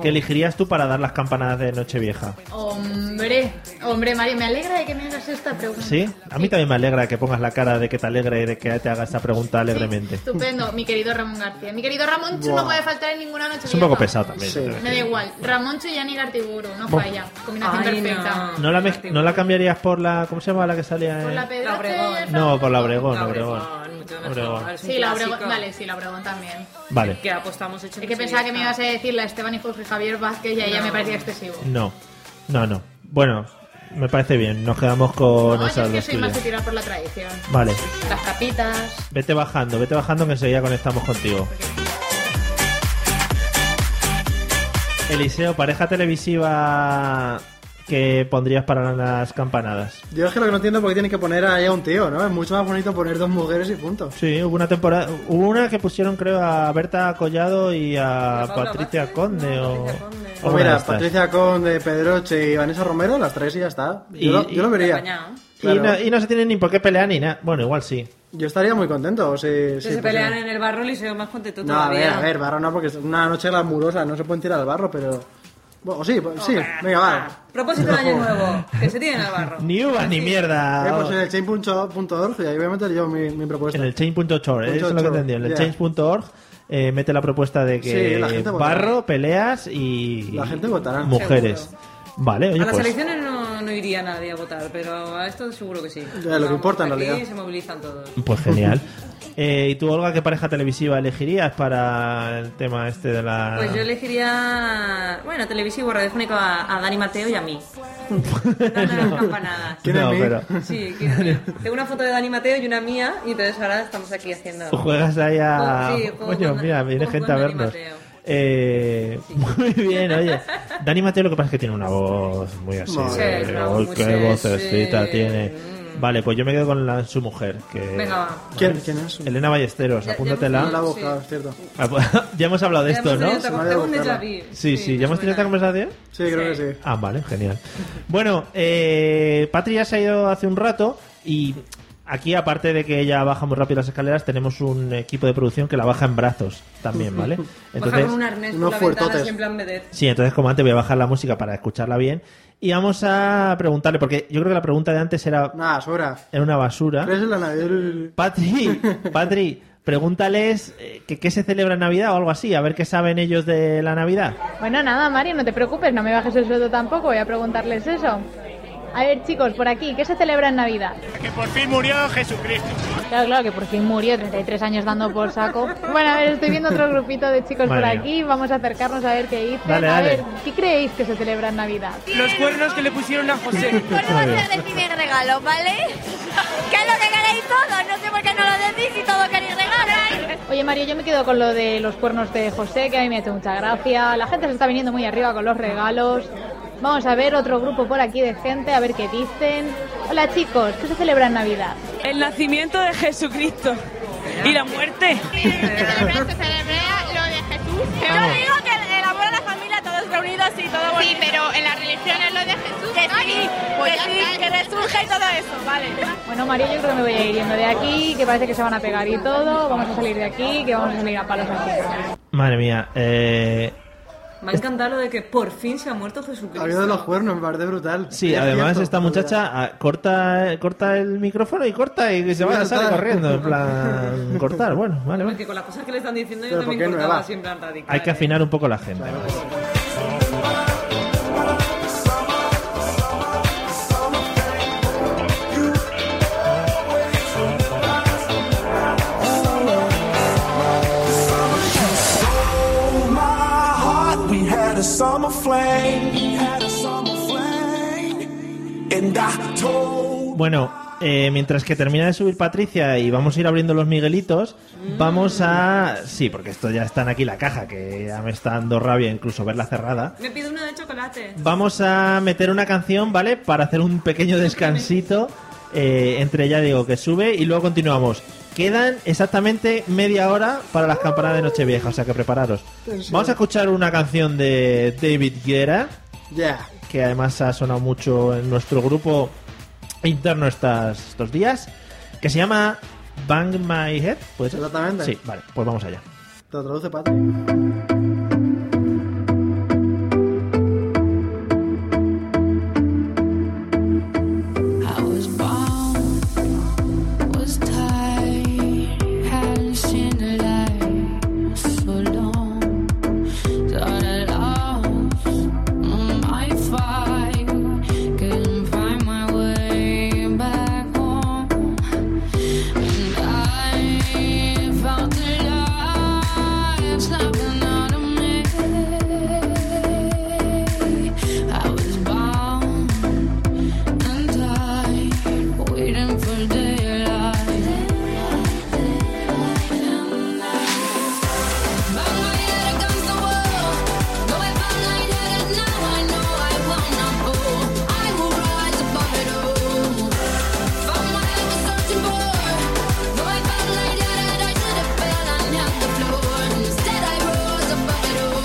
[SPEAKER 3] que elegirías tú para dar las campanadas de Nochevieja?
[SPEAKER 6] Hombre, hombre, Mario, me alegra de que me hagas esta pregunta.
[SPEAKER 3] ¿Sí? A mí también me alegra que pongas la cara de que te alegre y de que te haga esta pregunta alegremente.
[SPEAKER 6] Estupendo, mi querido Ramón García. Mi querido Ramón Chu
[SPEAKER 5] Buah.
[SPEAKER 6] no puede faltar en ninguna noche.
[SPEAKER 3] Es un poco
[SPEAKER 6] vieja.
[SPEAKER 3] pesado también.
[SPEAKER 5] Sí.
[SPEAKER 3] yo te voy a
[SPEAKER 6] Me da
[SPEAKER 3] decir.
[SPEAKER 6] igual. Ramón Chu y Yanni Gartiburu, no
[SPEAKER 3] Buah.
[SPEAKER 6] falla. Combinación
[SPEAKER 4] Ay,
[SPEAKER 6] perfecta.
[SPEAKER 3] ¿No la, mez- ¿No la cambiarías por la... ¿Cómo se llama la que salía?
[SPEAKER 6] Por
[SPEAKER 3] en-
[SPEAKER 6] la
[SPEAKER 4] La Obregón.
[SPEAKER 6] Pedroche.
[SPEAKER 3] No, por la Obregón, Obregón.
[SPEAKER 4] Obregón, mucho mejor.
[SPEAKER 3] Obregón.
[SPEAKER 4] Es un
[SPEAKER 6] Sí, la
[SPEAKER 4] clásico.
[SPEAKER 6] Obregón. Vale, sí, la Obregón también.
[SPEAKER 3] Vale.
[SPEAKER 4] Que apostamos hecho
[SPEAKER 6] Es que pensaba que me ibas a
[SPEAKER 4] ser
[SPEAKER 6] decir la Esteban y Jorge Javier Vázquez y a ella me parecía excesivo.
[SPEAKER 3] No. No, no. Bueno, me parece bien. Nos quedamos con
[SPEAKER 6] no, yo
[SPEAKER 3] esas
[SPEAKER 6] es que
[SPEAKER 3] dos
[SPEAKER 6] soy más de
[SPEAKER 3] tuyas.
[SPEAKER 6] tirar por la tradición.
[SPEAKER 3] Vale.
[SPEAKER 6] Las capitas.
[SPEAKER 3] Vete bajando, vete bajando que enseguida conectamos contigo. Eliseo, pareja televisiva que pondrías para las campanadas.
[SPEAKER 5] Yo es que lo que no entiendo es por qué tienen que poner ahí a un tío, ¿no? Es mucho más bonito poner dos mujeres y punto. Pues
[SPEAKER 3] Sí, hubo una temporada, hubo una que pusieron creo a Berta Collado y a
[SPEAKER 4] ¿La Paula
[SPEAKER 3] Patricia
[SPEAKER 4] Vázquez?
[SPEAKER 3] Conde
[SPEAKER 4] No,
[SPEAKER 3] o,
[SPEAKER 4] Patricia Conde.
[SPEAKER 3] o
[SPEAKER 5] Pues
[SPEAKER 3] una de
[SPEAKER 5] mira,
[SPEAKER 3] estas.
[SPEAKER 5] Patricia Conde, Pedroche y Vanessa Romero, las tres y ya está. Yo,
[SPEAKER 3] Y-
[SPEAKER 5] lo, yo lo
[SPEAKER 3] y-
[SPEAKER 5] vería.
[SPEAKER 4] Apañado.
[SPEAKER 3] Y,
[SPEAKER 5] Claro.
[SPEAKER 3] no, y no se tienen ni por qué pelear ni nada. Bueno, igual sí.
[SPEAKER 5] Yo estaría muy contento. Si, si
[SPEAKER 4] se pelean en el barro y se ve más contento
[SPEAKER 5] pues No, a
[SPEAKER 4] todavía.
[SPEAKER 5] ver, a ver, barro no, porque es una noche glamurosa, no se pueden tirar al barro, pero. Bueno, sí, pues, sí, venga, va.
[SPEAKER 4] Propósito de año nuevo. Que se tiren al barro.
[SPEAKER 3] Ni uvas ni mierda.
[SPEAKER 5] Eh, pues en el chain.org y ahí voy a meter yo mi, mi propuesta.
[SPEAKER 3] En el change.org, eh, eso es lo que
[SPEAKER 5] .org,
[SPEAKER 3] entendí. En el
[SPEAKER 5] pues, ya.
[SPEAKER 3] change.org eh, mete la propuesta de que
[SPEAKER 5] Sí, la gente votará.
[SPEAKER 3] barro, peleas y
[SPEAKER 5] La gente votará.
[SPEAKER 3] mujeres. Vale, oye,
[SPEAKER 4] A las
[SPEAKER 3] pues
[SPEAKER 4] elecciones no, no iría nadie a votar, pero a esto seguro que sí.
[SPEAKER 5] lo que
[SPEAKER 4] Vamos,
[SPEAKER 5] importa, en
[SPEAKER 4] aquí
[SPEAKER 5] realidad.
[SPEAKER 4] se movilizan todos.
[SPEAKER 3] pues genial. Eh, ¿Y tú, Olga, qué pareja televisiva elegirías para el tema este de la...?
[SPEAKER 5] Ah.
[SPEAKER 4] Pues yo elegiría, bueno, televisivo, radiofónico a, a Dani Mateo y a mí. Dando las campanadas.
[SPEAKER 5] ¿Quién es
[SPEAKER 3] no,
[SPEAKER 5] mí?
[SPEAKER 3] pero
[SPEAKER 4] Sí, que- tengo una foto de Dani Mateo y una mía, y entonces ahora estamos aquí haciendo.
[SPEAKER 3] juegas ahí a...
[SPEAKER 4] Sí, juego
[SPEAKER 3] Coño,
[SPEAKER 4] con-
[SPEAKER 3] mira, viene
[SPEAKER 4] juego
[SPEAKER 3] gente
[SPEAKER 4] con
[SPEAKER 3] a
[SPEAKER 4] Dani
[SPEAKER 3] vernos.
[SPEAKER 4] Mateo.
[SPEAKER 3] Eh, Muy bien, oye. Dani Mateo lo que pasa es que tiene una voz muy así.
[SPEAKER 5] Madre.
[SPEAKER 4] Sí,
[SPEAKER 3] de,
[SPEAKER 4] es una
[SPEAKER 3] "Uy,
[SPEAKER 4] voz muy
[SPEAKER 3] qué
[SPEAKER 4] sexy".
[SPEAKER 3] vocecita tiene.
[SPEAKER 4] Mm.
[SPEAKER 3] Vale, pues yo me quedo con la, su mujer. Que...
[SPEAKER 4] Venga, va.
[SPEAKER 5] ¿Quién, quién es?
[SPEAKER 3] Elena Ballesteros,
[SPEAKER 4] Ya- ya
[SPEAKER 5] No la
[SPEAKER 3] apúntatela.
[SPEAKER 4] hemos
[SPEAKER 5] boca, es cierto.
[SPEAKER 3] Ah, Ya hemos hablado de
[SPEAKER 4] Ya hemos
[SPEAKER 3] esto, ¿no?
[SPEAKER 4] tenido esta-
[SPEAKER 5] Se me ha
[SPEAKER 4] tengo un
[SPEAKER 5] ido
[SPEAKER 4] déjà
[SPEAKER 5] a
[SPEAKER 4] vu. pues
[SPEAKER 3] Sí, sí, ya hemos tenido esta
[SPEAKER 4] me suena.
[SPEAKER 3] conversación.
[SPEAKER 5] Sí, creo que sí.
[SPEAKER 3] Ah, vale, genial. Bueno, eh, Patri ya se ha ido hace un rato y aquí, aparte de que ella baja muy rápido las escaleras, tenemos un equipo de producción que la baja en brazos también, ¿vale?
[SPEAKER 4] Bajar
[SPEAKER 3] Entonces,
[SPEAKER 4] con un arnés por
[SPEAKER 5] unos
[SPEAKER 4] la ventana
[SPEAKER 5] fuertotes.
[SPEAKER 4] así en plan vedette.
[SPEAKER 3] sí, entonces como antes voy a bajar la música para escucharla bien y vamos a preguntarle, porque yo creo que la pregunta de antes era,
[SPEAKER 5] Nada, sobra.
[SPEAKER 3] era una basura.
[SPEAKER 5] ¿Crees en la Navidad?
[SPEAKER 3] Patri, Patri, Pregúntales eh, que qué se celebra en Navidad o algo así, a ver qué saben ellos de la Navidad.
[SPEAKER 6] Bueno, nada, Mario, no te preocupes, no me bajes el sueldo tampoco, voy a preguntarles eso. A ver, chicos, por aquí, ¿qué se celebra en Navidad?
[SPEAKER 9] Que por fin murió Jesucristo.
[SPEAKER 6] Claro, claro, que por fin murió, 33 años dando por saco. Bueno, a ver, estoy viendo otro grupito de chicos por
[SPEAKER 3] Madre mía.
[SPEAKER 6] aquí, vamos a acercarnos a ver qué dicen.
[SPEAKER 3] Dale,
[SPEAKER 6] a
[SPEAKER 3] dale.
[SPEAKER 6] ver, ¿qué creéis que se celebra en Navidad?
[SPEAKER 9] Los cuernos que le pusieron a José.
[SPEAKER 2] Bueno, va a ser el primer regalo, ¿vale? Que lo que queréis todos, no sé por qué no lo decís y todos queréis regalos.
[SPEAKER 6] Oye, Mario, yo me quedo con lo de los cuernos de José, que a mí me ha hecho mucha gracia. La gente se está viniendo muy arriba con los regalos. Vamos a ver otro grupo por aquí de gente, a ver qué dicen. Hola, chicos, ¿qué se celebra en Navidad?
[SPEAKER 10] El nacimiento de Jesucristo y la muerte.
[SPEAKER 2] lo de Jesús. Yo digo que el, el amor a la familia, todos reunidos y todo bonito. Sí, pero en la religión es lo de Jesús, Pues que Sí, que sí, que resurge y todo eso, vale.
[SPEAKER 6] Bueno, Mario, yo creo que me voy a ir yendo de aquí, que parece que se van a pegar y todo. Vamos a salir de aquí, que vamos a salir a palos aquí.
[SPEAKER 3] Madre mía, eh,
[SPEAKER 4] Me ha encantado lo de que por fin se ha muerto Jesucristo.
[SPEAKER 5] Había de los cuernos, me parece brutal.
[SPEAKER 3] Sí,
[SPEAKER 5] Es
[SPEAKER 3] además
[SPEAKER 5] cierto,
[SPEAKER 3] esta
[SPEAKER 5] es verdad.
[SPEAKER 3] muchacha ah, corta, corta el micrófono y corta y se va a salir
[SPEAKER 5] Cortar.
[SPEAKER 3] corriendo. En plan, cortar, bueno, vale, vale.
[SPEAKER 4] Porque con las cosas que le están diciendo yo
[SPEAKER 5] Pero ¿por
[SPEAKER 4] también
[SPEAKER 5] qué no me
[SPEAKER 4] cortaba
[SPEAKER 5] va?
[SPEAKER 4] así en plan radical.
[SPEAKER 3] Hay que
[SPEAKER 4] ¿eh?
[SPEAKER 3] afinar un poco la gente.
[SPEAKER 7] my heart, we had a summer flame. We had a summer flame. And I told
[SPEAKER 3] Bueno, eh, mientras que termina de subir Patricia y vamos a ir abriendo los Miguelitos, vamos a... Sí, porque esto ya está en aquí la caja, que ya me está dando rabia incluso verla cerrada.
[SPEAKER 4] Me pido uno de chocolate.
[SPEAKER 3] Vamos a meter una canción, ¿vale? Para hacer un pequeño descansito eh, entre ya digo que sube y luego continuamos. Quedan exactamente media hora para las campanadas de Nochevieja, o sea que prepararos. Vamos a escuchar una canción de David Guerra,
[SPEAKER 5] Ya.
[SPEAKER 3] que además ha sonado mucho en nuestro grupo interno estas, estos días, que se llama Bang My Head, ¿puede ser?
[SPEAKER 5] Exactamente.
[SPEAKER 3] Sí, vale, pues vamos allá.
[SPEAKER 5] Te lo traduce, Pato.
[SPEAKER 10] I was bound, was tired, hadn't seen the light for long. Thought I lost my fight, couldn't find my way back home. And I felt alive, snapping out of me. I was bound. And I waiting for daylight. Back my head against the wall. Though if I'm lightheaded now, I know I will not fall. I will rise above it all. Found what I was searching for. Though if I'm lightheaded, I should have fell and hit the floor. Instead, I rose above it all.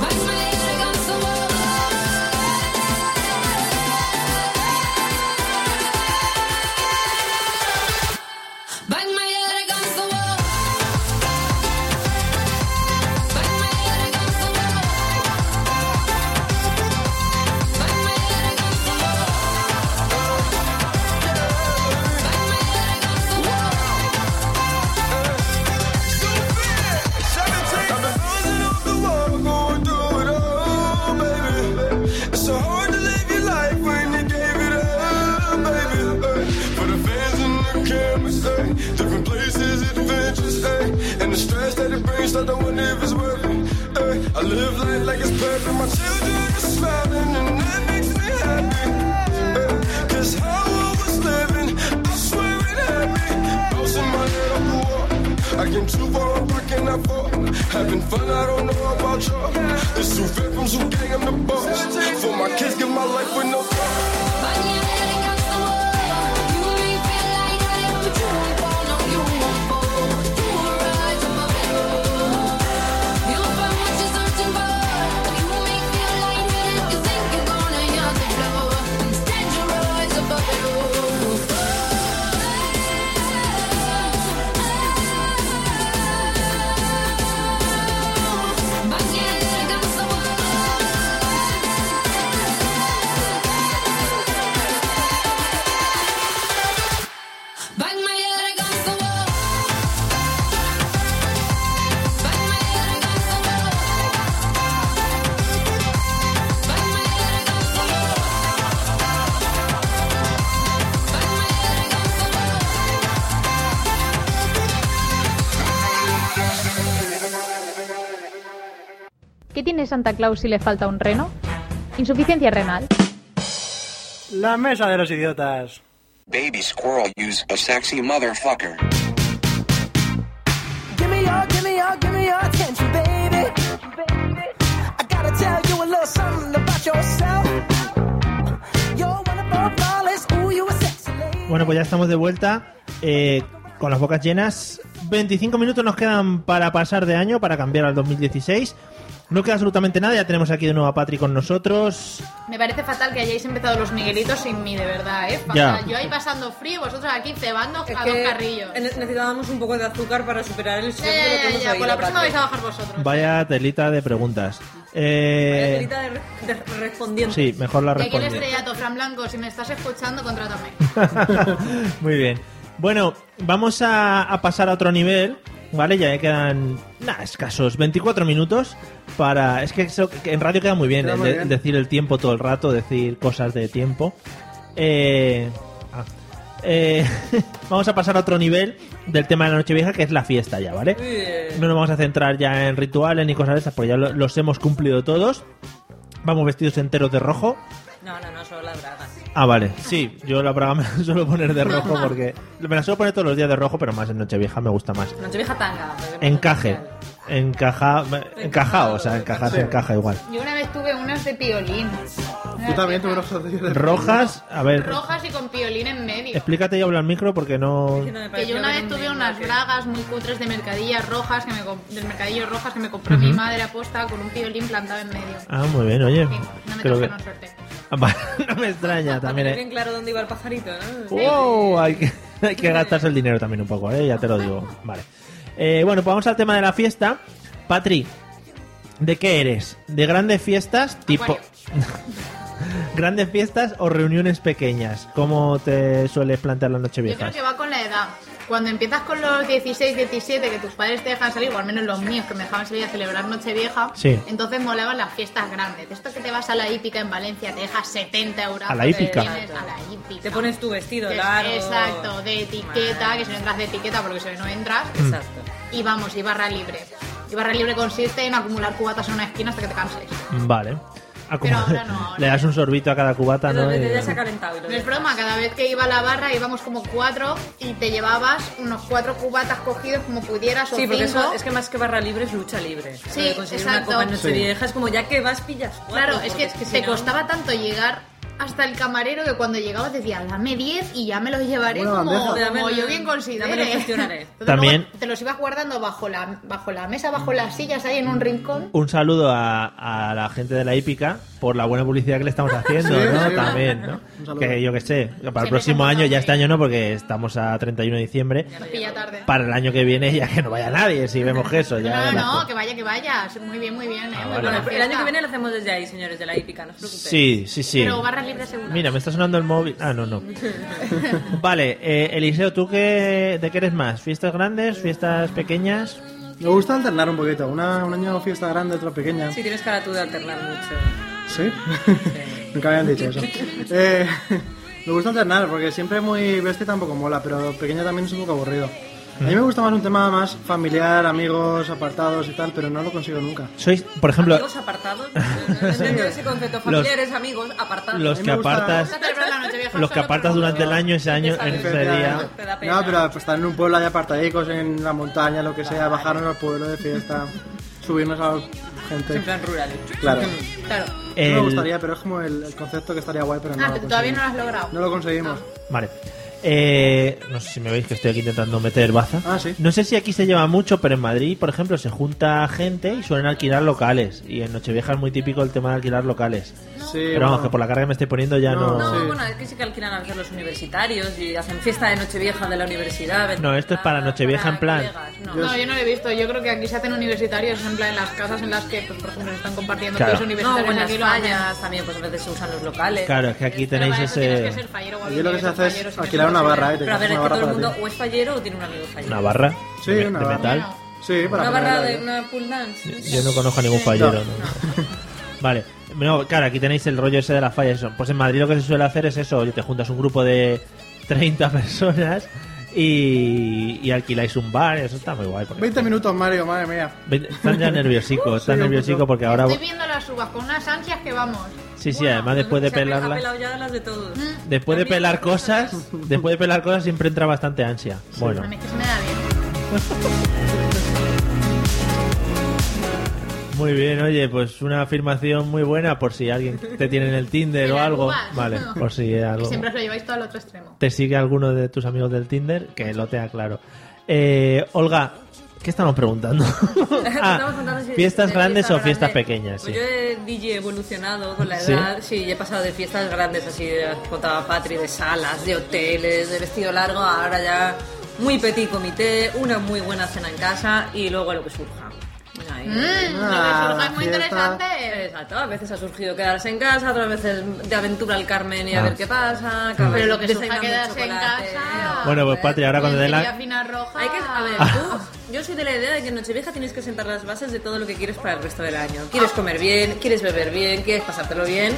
[SPEAKER 10] Back my head against the wall. Bang my head against the wall. Bang my head against the wall. Bang my head against the wall. Bang my head against the wall.
[SPEAKER 7] I live life like it's perfect. My children are smiling, and that makes me happy. Cause how I was living, I swear it had me. Bouncing my head up the wall. I came too far up, I cannot fall. Having fun, I don't know about y'all. It's two victims who gang, I'm the boss. For my kids, give my life with no thought.
[SPEAKER 10] Bang your head against the wall. You ain't feel like that, but you won't fall. No, you won't fall. You will rise above it all. You'll find what you're searching for. You may feel lightheaded, you think you're gonna hit the floor. Instead, you rise above it all. Bang your head against the wall. Bang
[SPEAKER 11] tiene Santa Claus si le falta un reno? Insuficiencia renal.
[SPEAKER 5] La mesa de los idiotas.
[SPEAKER 12] Baby squirrel use a sexy motherfucker.
[SPEAKER 10] Give me your, give me your, give me your attention, baby. I gotta tell you a little something about yourself. You're wonderful, flawless, ooh, you a sexy lady.
[SPEAKER 3] Bueno, pues ya estamos de vuelta eh, con las bocas llenas. 25 minutos nos quedan para pasar de año, para cambiar al 2016. No queda absolutamente nada, ya tenemos aquí de nuevo a Patri con nosotros.
[SPEAKER 6] Me parece fatal que hayáis empezado los Miguelitos sin mí, de verdad, ¿eh?
[SPEAKER 3] Ya.
[SPEAKER 6] Fatal. Yo ahí pasando frío, vosotros aquí cebando
[SPEAKER 4] Es
[SPEAKER 6] a
[SPEAKER 4] que
[SPEAKER 6] dos carrillos.
[SPEAKER 4] ne- Necesitábamos un poco de azúcar para superar el shock
[SPEAKER 6] Ya,
[SPEAKER 4] de lo
[SPEAKER 6] ya,
[SPEAKER 4] que
[SPEAKER 6] ya,
[SPEAKER 4] hemos
[SPEAKER 6] ya,
[SPEAKER 4] oído,
[SPEAKER 6] pues la próxima
[SPEAKER 4] Patri.
[SPEAKER 6] vais a bajar vosotros.
[SPEAKER 3] Vaya telita de preguntas.
[SPEAKER 4] Vaya
[SPEAKER 3] Eh,
[SPEAKER 4] telita de re- de respondiendo.
[SPEAKER 3] sí, mejor la
[SPEAKER 6] De aquí el
[SPEAKER 3] responde.
[SPEAKER 6] estrellato, Fran Blanco, si me estás escuchando, contrátame.
[SPEAKER 3] Muy bien. Bueno, vamos a, a pasar a otro nivel, ¿vale? Ya quedan nada, escasos 24 minutos para... Es que, eso- que en radio queda muy bien,
[SPEAKER 5] Queda
[SPEAKER 3] el
[SPEAKER 5] muy
[SPEAKER 3] de-
[SPEAKER 5] bien.
[SPEAKER 3] decir el tiempo todo el rato, decir cosas de tiempo. Eh, ah, eh, vamos a pasar a otro nivel del tema de la Nochevieja, que es la fiesta ya, ¿vale? No nos vamos a centrar ya en rituales ni cosas de esas, porque ya lo- los hemos cumplido todos. Vamos vestidos enteros de rojo.
[SPEAKER 4] No, no, no, solo las bragas.
[SPEAKER 3] Ah, vale. Sí, yo la braga me la suelo poner de rojo porque... Me la suelo poner todos los días de rojo, pero más en Nochevieja me gusta más.
[SPEAKER 4] Nochevieja tanga.
[SPEAKER 3] Encaje. Encaja... Encajado, o sea, encajar se
[SPEAKER 4] Sí.
[SPEAKER 3] encaja igual.
[SPEAKER 6] Yo una vez tuve unas de piolín.
[SPEAKER 5] Yo también tuve rojas de
[SPEAKER 3] Rojas, a ver...
[SPEAKER 6] Rojas y con piolín en medio.
[SPEAKER 3] Explícate y habla al micro porque no...
[SPEAKER 6] Que yo una vez tuve unas bragas muy cutres de mercadillas rojas, que me comp- del mercadillo rojas que me compró mi
[SPEAKER 3] Ujú.
[SPEAKER 6] madre aposta con un piolín plantado en medio.
[SPEAKER 3] Ah, muy bien, oye.
[SPEAKER 6] Sí, no me
[SPEAKER 3] Creo que...
[SPEAKER 6] trajeron suerte.
[SPEAKER 3] Ah, vale, no me extraña también. eh.
[SPEAKER 4] Bien claro dónde iba el pajarito, ¿no?
[SPEAKER 3] ¡Wow! Oh, Hay que, hay que gastarse el dinero también un poco, ¿eh? Ya te lo digo. Vale. Eh, bueno, pues vamos al tema de la fiesta. Patri, ¿de qué eres? ¿De grandes fiestas tipo... ¿Grandes fiestas o reuniones pequeñas? ¿Cómo te sueles plantear las noches
[SPEAKER 6] Yo creo
[SPEAKER 3] viejas?
[SPEAKER 6] que va con la edad. Cuando empiezas con los 16, 17, que tus padres te dejan salir, o al menos los míos, que me dejaban salir a celebrar Nochevieja,
[SPEAKER 3] Sí.
[SPEAKER 6] entonces molaban las fiestas grandes. Esto que te vas a la hípica en Valencia, te dejas 70 euros.
[SPEAKER 3] A la hípica.
[SPEAKER 6] a la hípica.
[SPEAKER 4] Te pones oh. tu vestido
[SPEAKER 6] Que-
[SPEAKER 4] largo.
[SPEAKER 6] Exacto, de etiqueta, que si no entras de etiqueta, porque si no entras.
[SPEAKER 3] Mm.
[SPEAKER 4] Exacto.
[SPEAKER 6] Y vamos, y barra libre. Y barra libre consiste en acumular cubatas en una esquina hasta que te canses.
[SPEAKER 3] Vale. Ah, como- Le das un sorbito a cada cubata, ¿no? Eh,
[SPEAKER 4] calentado.
[SPEAKER 6] No es broma, cada vez que iba a la barra íbamos como cuatro y te llevabas unos cuatro cubatas cogidos como pudieras o
[SPEAKER 4] Sí, porque
[SPEAKER 6] cinco.
[SPEAKER 4] eso es que más que barra libre es lucha libre.
[SPEAKER 6] Sí,
[SPEAKER 4] Lo de conseguir
[SPEAKER 6] exacto.
[SPEAKER 4] una copa en noche
[SPEAKER 6] Sí.
[SPEAKER 4] vieja es como ya que vas pillas. cuatro,
[SPEAKER 6] Claro,
[SPEAKER 4] porque
[SPEAKER 6] es que,
[SPEAKER 4] si
[SPEAKER 6] te
[SPEAKER 4] no-
[SPEAKER 6] costaba tanto llegar hasta el camarero que cuando llegabas decía, dame 10 y ya me los llevaré
[SPEAKER 4] Una
[SPEAKER 6] como,
[SPEAKER 4] bandeja. Dame-
[SPEAKER 6] como yo bien
[SPEAKER 4] dame los
[SPEAKER 6] considere.
[SPEAKER 4] gestionaré.
[SPEAKER 6] Entonces
[SPEAKER 3] También-
[SPEAKER 6] luego te los ibas guardando bajo la, bajo la mesa, bajo las sillas, ahí en un rincón.
[SPEAKER 3] Un saludo a, a la gente de la hípica por la buena publicidad que le estamos haciendo,
[SPEAKER 6] Sí,
[SPEAKER 3] ¿no?
[SPEAKER 6] sí.
[SPEAKER 3] También, ¿no?
[SPEAKER 6] saludo.
[SPEAKER 3] Que yo que sé, que para el próximo año, ya este año no, porque estamos a 31 de diciembre.
[SPEAKER 6] Nos pilla tarde.
[SPEAKER 3] Para el año que viene ya que no vaya nadie, si vemos que eso. Ya
[SPEAKER 6] No,
[SPEAKER 3] la-
[SPEAKER 6] no, que vaya, que vaya. Muy bien, muy bien. eh, muy
[SPEAKER 3] vale.
[SPEAKER 6] buena
[SPEAKER 4] Bueno, el año
[SPEAKER 6] fiesta.
[SPEAKER 4] que viene lo hacemos desde ahí, señores de la hípica, no os preocupéis.
[SPEAKER 3] Sí, sí, sí.
[SPEAKER 6] Pero barras libres seguro.
[SPEAKER 3] Mira, me está sonando el móvil. Ah, no, no. Vale, eh, Eliseo, ¿tú qué, de qué eres más? ¿Fiestas grandes? ¿Fiestas pequeñas?
[SPEAKER 5] Me gusta alternar un poquito. Una, un año fiesta grande, otra pequeña.
[SPEAKER 4] Sí, tienes cara tú de alternar mucho.
[SPEAKER 5] ¿Sí? Nunca habían dicho eso. Eh, me gusta alternar porque siempre muy bestia tampoco mola, pero pequeña también es un poco aburrido. A mí me gusta más un tema más familiar, amigos, apartados y tal, pero no lo consigo nunca.
[SPEAKER 3] Sois, por ejemplo,
[SPEAKER 4] Amigos apartados. No entiendo ese concepto. Familiares, amigos, apartados.
[SPEAKER 3] los que apartas, los que apartas durante el año, ese año, en ese día.
[SPEAKER 5] No, pero pues, estar en un pueblo de apartadicos, en la montaña, lo que sea, bajarnos al pueblo de fiesta, subirnos a gente.
[SPEAKER 4] En plan rural.
[SPEAKER 5] Claro.
[SPEAKER 6] Claro.
[SPEAKER 5] No me
[SPEAKER 3] El-
[SPEAKER 5] gustaría, pero es como el, el concepto que estaría guay, pero no
[SPEAKER 6] Ah,
[SPEAKER 5] lo
[SPEAKER 3] pues
[SPEAKER 6] pero todavía no lo has
[SPEAKER 5] conseguimos.
[SPEAKER 6] logrado.
[SPEAKER 5] No lo conseguimos.
[SPEAKER 4] Ah,
[SPEAKER 3] Vale. Eh, no sé si me veis que estoy aquí intentando meter baza.
[SPEAKER 5] Ah,
[SPEAKER 3] No sé si aquí se lleva mucho, pero en Madrid, por ejemplo, se junta gente y suelen alquilar locales. Y en Nochevieja es muy típico el tema de alquilar locales.
[SPEAKER 5] Sí,
[SPEAKER 3] pero vamos,
[SPEAKER 5] bueno.
[SPEAKER 3] que por la carga que me estoy poniendo ya no.
[SPEAKER 4] No, bueno, es que sí que alquilan a veces los universitarios y hacen fiesta de Nochevieja de la universidad. ven-
[SPEAKER 3] No, esto es para Nochevieja en plan.
[SPEAKER 6] No, yo no lo he visto. Yo creo que aquí se hacen universitarios, en plan en las casas en las que, pues, por ejemplo, se están compartiendo
[SPEAKER 3] Claro.
[SPEAKER 6] piso universitario.
[SPEAKER 4] No, o en
[SPEAKER 6] aquí
[SPEAKER 4] las
[SPEAKER 6] lo hacen.
[SPEAKER 4] fallas también, pues a veces se usan los locales.
[SPEAKER 3] Claro, es que aquí tenéis ese.
[SPEAKER 5] Allí lo que se hace es alquilar una barra, ¿eh? Te
[SPEAKER 4] Pero a ver, es
[SPEAKER 5] coges una
[SPEAKER 4] que
[SPEAKER 5] barra
[SPEAKER 4] todo el
[SPEAKER 5] para
[SPEAKER 4] mundo
[SPEAKER 5] ti.
[SPEAKER 4] o es fallero o tiene un amigo fallero.
[SPEAKER 3] Una barra.
[SPEAKER 5] Sí,
[SPEAKER 3] de,
[SPEAKER 5] una
[SPEAKER 3] de
[SPEAKER 5] barra.
[SPEAKER 3] metal.
[SPEAKER 5] Sí, para
[SPEAKER 4] una barra
[SPEAKER 5] ponerla
[SPEAKER 4] de
[SPEAKER 5] ahí.
[SPEAKER 4] una pool dance.
[SPEAKER 3] Yo no conozco a ningún fallero. no. Vale. No, claro, aquí tenéis el rollo ese de las fallas. Pues en Madrid lo que se suele hacer es eso. oye, Te juntas un grupo de 30 personas y, y alquiláis un bar, eso está muy guay. Porque
[SPEAKER 5] 20 minutos, Mario, madre mía.
[SPEAKER 3] Ve- están ya nerviosicos, están
[SPEAKER 5] Sí, un
[SPEAKER 3] nerviosicos
[SPEAKER 5] poco.
[SPEAKER 3] porque ahora...
[SPEAKER 6] Estoy viendo las uvas con unas ansias que vamos.
[SPEAKER 3] Sí, sí, además después de
[SPEAKER 4] Ha
[SPEAKER 3] pelarlas...
[SPEAKER 4] pelado ya las de todos.
[SPEAKER 3] Mm. Después de pelar cosas, después de pelar cosas siempre entra bastante ansia. Bueno,
[SPEAKER 6] A mí es que se me da bien.
[SPEAKER 3] muy bien, oye, pues una afirmación muy buena por si alguien te tiene en el Tinder o
[SPEAKER 6] Pelar
[SPEAKER 3] algo.
[SPEAKER 6] uvas.
[SPEAKER 3] Vale, por si algo.
[SPEAKER 6] Siempre os lo lleváis todo al otro extremo.
[SPEAKER 3] te sigue alguno de tus amigos del Tinder, que lo tenga claro. Eh, Olga, ¿qué estamos preguntando?
[SPEAKER 4] Estamos contando si-
[SPEAKER 3] Ah, ¿fiestas
[SPEAKER 4] de
[SPEAKER 3] grandes o
[SPEAKER 4] grande.
[SPEAKER 3] fiestas pequeñas?
[SPEAKER 4] Pues
[SPEAKER 3] Sí.
[SPEAKER 4] yo he DJ evolucionado con la
[SPEAKER 3] ¿Sí?
[SPEAKER 4] edad. Sí, he pasado de fiestas grandes, así de las que contaba Patri, de salas, de hoteles, de vestido largo, a ahora ya muy petit comité, una muy buena cena en casa y luego a lo que surja.
[SPEAKER 5] Ah,
[SPEAKER 4] Ahí.
[SPEAKER 6] Mm, lo que surja es muy
[SPEAKER 4] fiesta.
[SPEAKER 6] interesante.
[SPEAKER 4] Exacto, a veces ha surgido quedarse en casa, otras veces de aventura al Carmen y a
[SPEAKER 3] Ah.
[SPEAKER 4] ver qué pasa.
[SPEAKER 3] Pero
[SPEAKER 4] acabas
[SPEAKER 6] lo que surja
[SPEAKER 4] desayunando
[SPEAKER 6] quedarse en
[SPEAKER 4] chocolate.
[SPEAKER 3] Bueno,
[SPEAKER 4] ¿eh?
[SPEAKER 3] pues Patria, ahora cuando dé
[SPEAKER 6] Y a
[SPEAKER 3] la...
[SPEAKER 6] fina roja.
[SPEAKER 4] Hay que, a ver,
[SPEAKER 6] Ah.
[SPEAKER 4] tú, yo soy de la idea de que en Nochevieja tienes que sentar las bases de todo lo que quieres para el resto del año. Quieres comer bien, quieres beber bien, quieres pasártelo bien.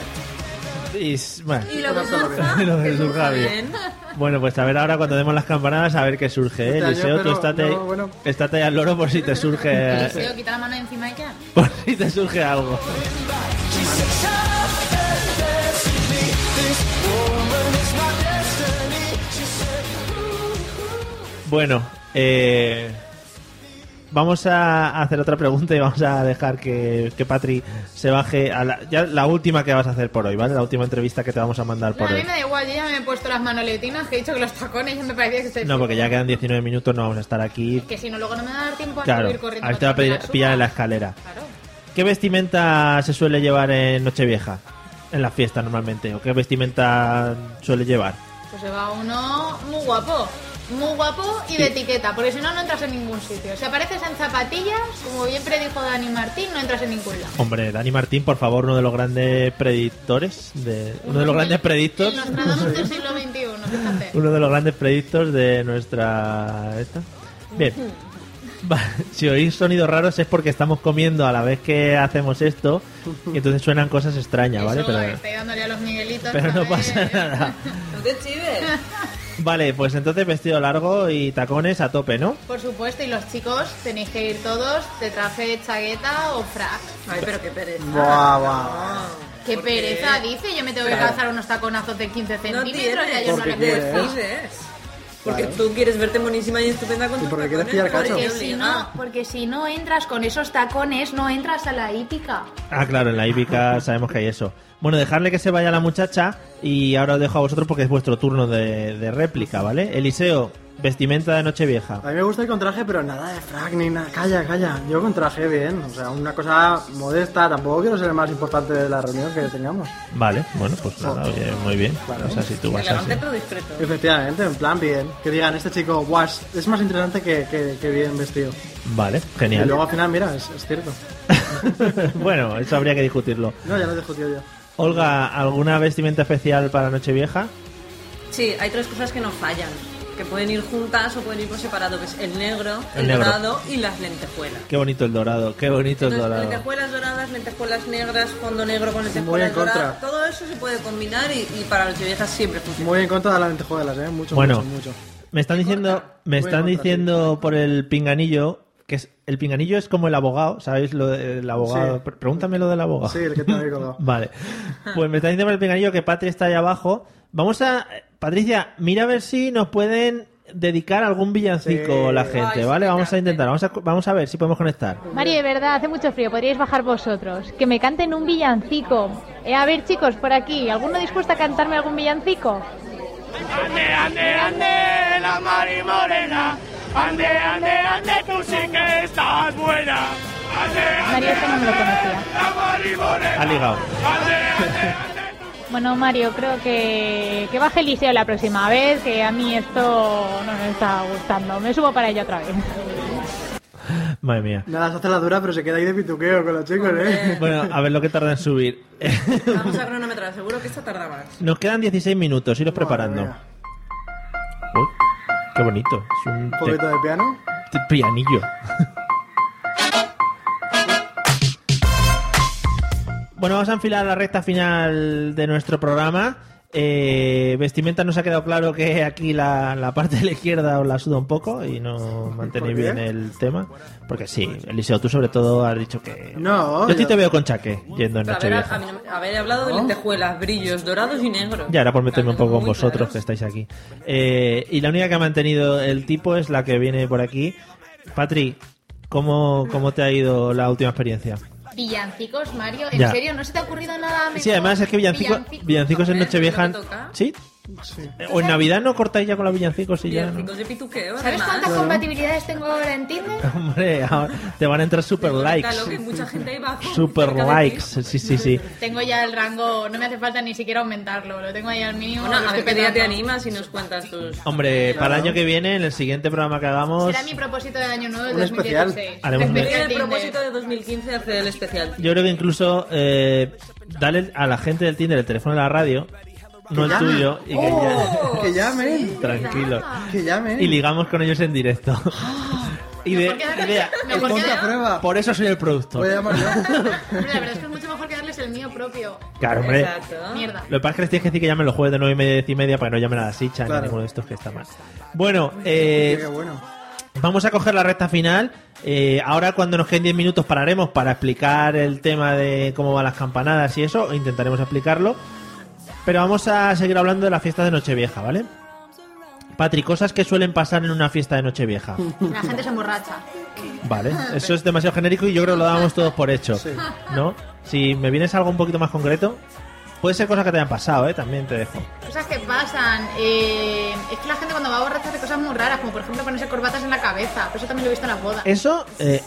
[SPEAKER 3] y s- bueno.
[SPEAKER 4] Y lo que surja,
[SPEAKER 3] Lo que
[SPEAKER 4] que
[SPEAKER 3] surja
[SPEAKER 4] surja
[SPEAKER 3] bien.
[SPEAKER 4] bien.
[SPEAKER 3] Bueno, pues a ver ahora cuando demos las campanadas a ver qué surge. ¿eh?
[SPEAKER 5] Este año,
[SPEAKER 3] Eliseo, tú
[SPEAKER 5] pero
[SPEAKER 3] estate,
[SPEAKER 5] no, bueno.
[SPEAKER 3] estate al loro por si te surge... eh,
[SPEAKER 6] Eliseo, quita la mano de encima y ya.
[SPEAKER 3] por si te surge algo. Bueno, eh, vamos a hacer otra pregunta y vamos a dejar que, que Patri se baje a la, ya la última que vas a hacer por hoy, ¿vale? La última entrevista que te vamos a mandar
[SPEAKER 6] No,
[SPEAKER 3] por
[SPEAKER 6] a mí
[SPEAKER 3] hoy.
[SPEAKER 6] me da igual, yo ya me he puesto las manoletinas, que he dicho que los tacones ya me parecía que estoy...
[SPEAKER 3] No, porque ya quedan 19 minutos, no vamos a estar aquí.
[SPEAKER 6] Que si no, luego no me va a dar tiempo a
[SPEAKER 3] Claro,
[SPEAKER 6] subir corriendo.
[SPEAKER 3] a ver, te va a
[SPEAKER 6] para
[SPEAKER 3] pedir-
[SPEAKER 6] subir las
[SPEAKER 3] pillar en la
[SPEAKER 6] uvas.
[SPEAKER 3] escalera.
[SPEAKER 6] Claro.
[SPEAKER 3] ¿Qué vestimenta se suele llevar en Nochevieja? En la fiesta normalmente. ¿O qué vestimenta suele llevar?
[SPEAKER 6] Pues se va uno muy guapo. Muy guapo y de etiqueta, porque si no, no entras en ningún sitio. Si apareces en zapatillas, como bien predijo Dani Martín, no entras en ningún lado.
[SPEAKER 3] Hombre, Dani Martín, por favor, uno de los grandes predictores. De, uno de los grandes predictors.
[SPEAKER 6] El Nostradamus del siglo XXI, fíjate.
[SPEAKER 3] Uno de los grandes predictors de nuestra. Esta. Bien. Va, Si oís sonidos raros es porque estamos comiendo a la vez que hacemos esto y entonces suenan cosas extrañas, ¿vale?
[SPEAKER 6] Eso, eh,
[SPEAKER 3] Pero,
[SPEAKER 6] estoy dándole a los Miguelitos.
[SPEAKER 3] pero no
[SPEAKER 6] ¿sabes?
[SPEAKER 3] pasa nada.
[SPEAKER 4] No te chives.
[SPEAKER 3] Vale, pues entonces vestido largo y tacones a tope, ¿no?
[SPEAKER 6] Por supuesto, y los chicos tenéis que ir todos de traje, chaqueta o frac.
[SPEAKER 4] Ay, pero qué pereza.
[SPEAKER 5] Buah, buah.
[SPEAKER 6] Qué pereza, dice. Yo me tengo que
[SPEAKER 4] Claro.
[SPEAKER 6] calzar unos taconazos de 15
[SPEAKER 4] No
[SPEAKER 6] centímetros y a
[SPEAKER 4] tienes,
[SPEAKER 6] ellos no
[SPEAKER 5] Porque
[SPEAKER 6] les
[SPEAKER 5] quieres.
[SPEAKER 6] cuesta.
[SPEAKER 4] decides. Porque tú quieres verte monísima y estupenda con
[SPEAKER 5] Y
[SPEAKER 4] tus
[SPEAKER 5] porque quieres
[SPEAKER 4] tacones.
[SPEAKER 5] pillar cacho.
[SPEAKER 4] te
[SPEAKER 6] Porque si, no,
[SPEAKER 4] obliga.
[SPEAKER 6] porque si no entras con esos tacones, no entras a la hípica.
[SPEAKER 3] Ah, claro, en la hípica sabemos que hay eso. Bueno, dejarle que se vaya la muchacha y ahora os dejo a vosotros porque es vuestro turno de, de réplica, ¿vale? Eliseo, vestimenta de Nochevieja.
[SPEAKER 5] A mí me gusta ir con traje, pero nada de frac ni nada. Calla, calla. Yo con traje bien. O sea, una cosa modesta. Tampoco quiero ser el más importante de la reunión que tengamos.
[SPEAKER 3] Vale, bueno, pues nada, oye, muy bien. O sea, si tú vas Pues así.
[SPEAKER 4] Elegante pero discreto.
[SPEAKER 5] Efectivamente, en plan bien. Que digan, este chico, guau, es- es más interesante que, que- que bien vestido.
[SPEAKER 3] Vale,
[SPEAKER 5] Y luego
[SPEAKER 3] genial.
[SPEAKER 5] al final, mira, es, es cierto.
[SPEAKER 3] bueno, eso habría que discutirlo.
[SPEAKER 5] No, ya lo he discutido yo.
[SPEAKER 3] Olga, ¿alguna vestimenta especial para Nochevieja?
[SPEAKER 4] Sí, hay tres cosas que no fallan. Que pueden ir juntas o pueden ir por separado, que es el negro,
[SPEAKER 3] El
[SPEAKER 4] el,
[SPEAKER 3] negro.
[SPEAKER 4] dorado y las lentejuelas.
[SPEAKER 3] Qué bonito el dorado, qué bonito el
[SPEAKER 4] Entonces,
[SPEAKER 3] dorado.
[SPEAKER 4] lentejuelas doradas, lentejuelas negras, fondo negro con
[SPEAKER 5] Muy en
[SPEAKER 4] lentejuelas
[SPEAKER 5] contra.
[SPEAKER 4] doradas. Todo eso se puede combinar y, y para los viejas siempre funciona.
[SPEAKER 5] Muy en contra de las lentejuelas, ¿eh? Mucho,
[SPEAKER 3] Bueno.
[SPEAKER 5] mucho, mucho.
[SPEAKER 3] Me están diciendo, me
[SPEAKER 5] Voy
[SPEAKER 3] están
[SPEAKER 5] contra ti.
[SPEAKER 3] diciendo por el pinganillo que es, el pinganillo es como el abogado, ¿sabéis lo del abogado?
[SPEAKER 5] Sí.
[SPEAKER 3] Pre- Pregúntame lo del abogado.
[SPEAKER 5] Sí, el que te había colado.
[SPEAKER 3] Vale. Pues me está diciendo por el pinganillo que Patri está ahí abajo. Vamos a. Patricia, mira a ver si nos pueden dedicar algún villancico
[SPEAKER 5] Sí.
[SPEAKER 3] la gente,
[SPEAKER 4] Ay,
[SPEAKER 3] ¿vale?
[SPEAKER 4] sí,
[SPEAKER 3] Vamos a
[SPEAKER 4] mira.
[SPEAKER 3] intentar, vamos a, vamos a ver si podemos conectar.
[SPEAKER 11] Mari, de verdad, hace mucho frío, podríais bajar vosotros. Que me canten un villancico. Eh, a ver, chicos, por aquí, ¿alguno dispuesto a cantarme algún villancico?
[SPEAKER 9] Ande, ande, ande, la mari morena. Ande, ande, ande, tú sí que estás buena. Ande,
[SPEAKER 11] Mario,
[SPEAKER 9] ande,
[SPEAKER 11] esto no me lo conocía.
[SPEAKER 9] la mari morena.
[SPEAKER 3] Ha ligado.
[SPEAKER 9] Ande, ande, ande.
[SPEAKER 11] Bueno, Mario, creo que, que baje Eliseo la próxima vez, que a mí esto no me está gustando. Me subo para ello otra vez.
[SPEAKER 3] Madre mía.
[SPEAKER 5] Nada, se hace la dura, pero se queda ahí de pituqueo con los chicos, ¿eh?
[SPEAKER 3] Bueno, a ver lo que tarda en subir.
[SPEAKER 4] Vamos a cronometrar, seguro que esta tarda más.
[SPEAKER 3] Nos quedan 16 minutos, iros preparando.
[SPEAKER 5] Madre mía.
[SPEAKER 3] Uy, qué bonito. Es un
[SPEAKER 5] Un poquito de piano.
[SPEAKER 3] te- te- pianillo. Bueno, vamos a enfilar la recta final de nuestro programa. Eh, vestimenta nos ha quedado claro que aquí la, la parte de la izquierda os la suda un poco y no mantenéis
[SPEAKER 5] ¿Por qué?
[SPEAKER 3] bien el tema. Porque sí, Eliseo, tú sobre todo has dicho que...
[SPEAKER 5] No,
[SPEAKER 3] Yo a ti
[SPEAKER 5] yo-
[SPEAKER 3] te veo con chaque yendo en
[SPEAKER 4] Pero haber,
[SPEAKER 3] Nochevieja.
[SPEAKER 4] a mí no- haber hablado de lentejuelas, brillos dorados y negros.
[SPEAKER 3] Ya era por meterme un poco con vosotros que estáis aquí. Eh, y la única que ha mantenido el tipo es la que viene por aquí. Patri, ¿cómo, cómo te ha ido la última experiencia?
[SPEAKER 6] Villancicos, Mario, ¿en
[SPEAKER 3] Ya.
[SPEAKER 6] serio? ¿No se te ha ocurrido nada mejor?
[SPEAKER 3] Sí, además es que villancico- villancicos en Nochevieja... ¿Sí? ¿O en Navidad no cortáis ya con los villancicos y ya no?
[SPEAKER 4] de pituqueo.
[SPEAKER 6] ¿Sabes cuántas
[SPEAKER 3] Claro.
[SPEAKER 6] compatibilidades tengo ahora en Tinder?
[SPEAKER 3] Hombre, ahora te van a entrar super likes.
[SPEAKER 6] Claro que mucha gente ahí va.
[SPEAKER 3] Super likes, sí, sí, sí.
[SPEAKER 6] Tengo ya el rango, no me hace falta ni siquiera aumentarlo, lo tengo ahí al mínimo.
[SPEAKER 4] Bueno,
[SPEAKER 6] lo
[SPEAKER 4] a ver
[SPEAKER 6] estoy
[SPEAKER 4] qué día te
[SPEAKER 6] petando.
[SPEAKER 4] animas y nos cuentas tus...
[SPEAKER 3] Hombre, para el
[SPEAKER 4] Claro.
[SPEAKER 3] año que viene, en el siguiente programa que hagamos,
[SPEAKER 6] Será mi propósito de año nuevo del
[SPEAKER 3] Un especial.
[SPEAKER 6] 2016.
[SPEAKER 3] Haremos un-
[SPEAKER 4] Sería el
[SPEAKER 6] Tinder.
[SPEAKER 4] propósito de 2015 hacer el especial.
[SPEAKER 3] yo creo que incluso eh, dale a la gente del Tinder el teléfono de la radio, no el
[SPEAKER 5] llamen.
[SPEAKER 3] tuyo, y que
[SPEAKER 5] ¡Oh!
[SPEAKER 3] ya-
[SPEAKER 5] Que llamen.
[SPEAKER 3] Tranquilo.
[SPEAKER 5] Que llamen.
[SPEAKER 3] Y ligamos con ellos en directo. y de, idea.
[SPEAKER 6] Mejor que dar-
[SPEAKER 3] Por eso soy el productor.
[SPEAKER 6] Hombre, la verdad es que es mucho mejor que darles el mío propio.
[SPEAKER 3] Claro, hombre.
[SPEAKER 4] Ah.
[SPEAKER 6] Mierda.
[SPEAKER 3] Lo que pasa es que les tienes que decir que llamen los jueves de 9 y media, 10 y media para que no llamen a la Sicha ni
[SPEAKER 5] Claro.
[SPEAKER 3] a ninguno de estos que está mal. Bueno, eh,
[SPEAKER 5] Qué bueno.
[SPEAKER 3] Vamos a coger la recta final. Eh, ahora cuando nos queden 10 minutos pararemos para explicar el tema de cómo van las campanadas y eso. Intentaremos explicarlo. Pero vamos a seguir hablando de la fiesta de Nochevieja, ¿vale? Patri, cosas que suelen pasar en una fiesta de Nochevieja.
[SPEAKER 6] La gente se emborracha.
[SPEAKER 3] Vale, eso es demasiado genérico y yo creo que lo dábamos todos por hecho. ¿No? Si me vienes algo un poquito más concreto, puede ser cosas que te hayan pasado, ¿eh? También te dejo.
[SPEAKER 6] Cosas que pasan. eh, es que la gente cuando va borracha hace cosas muy raras, como por ejemplo ponerse corbatas en la cabeza. Pero eso también lo he visto en las bodas.
[SPEAKER 3] Eso, eh,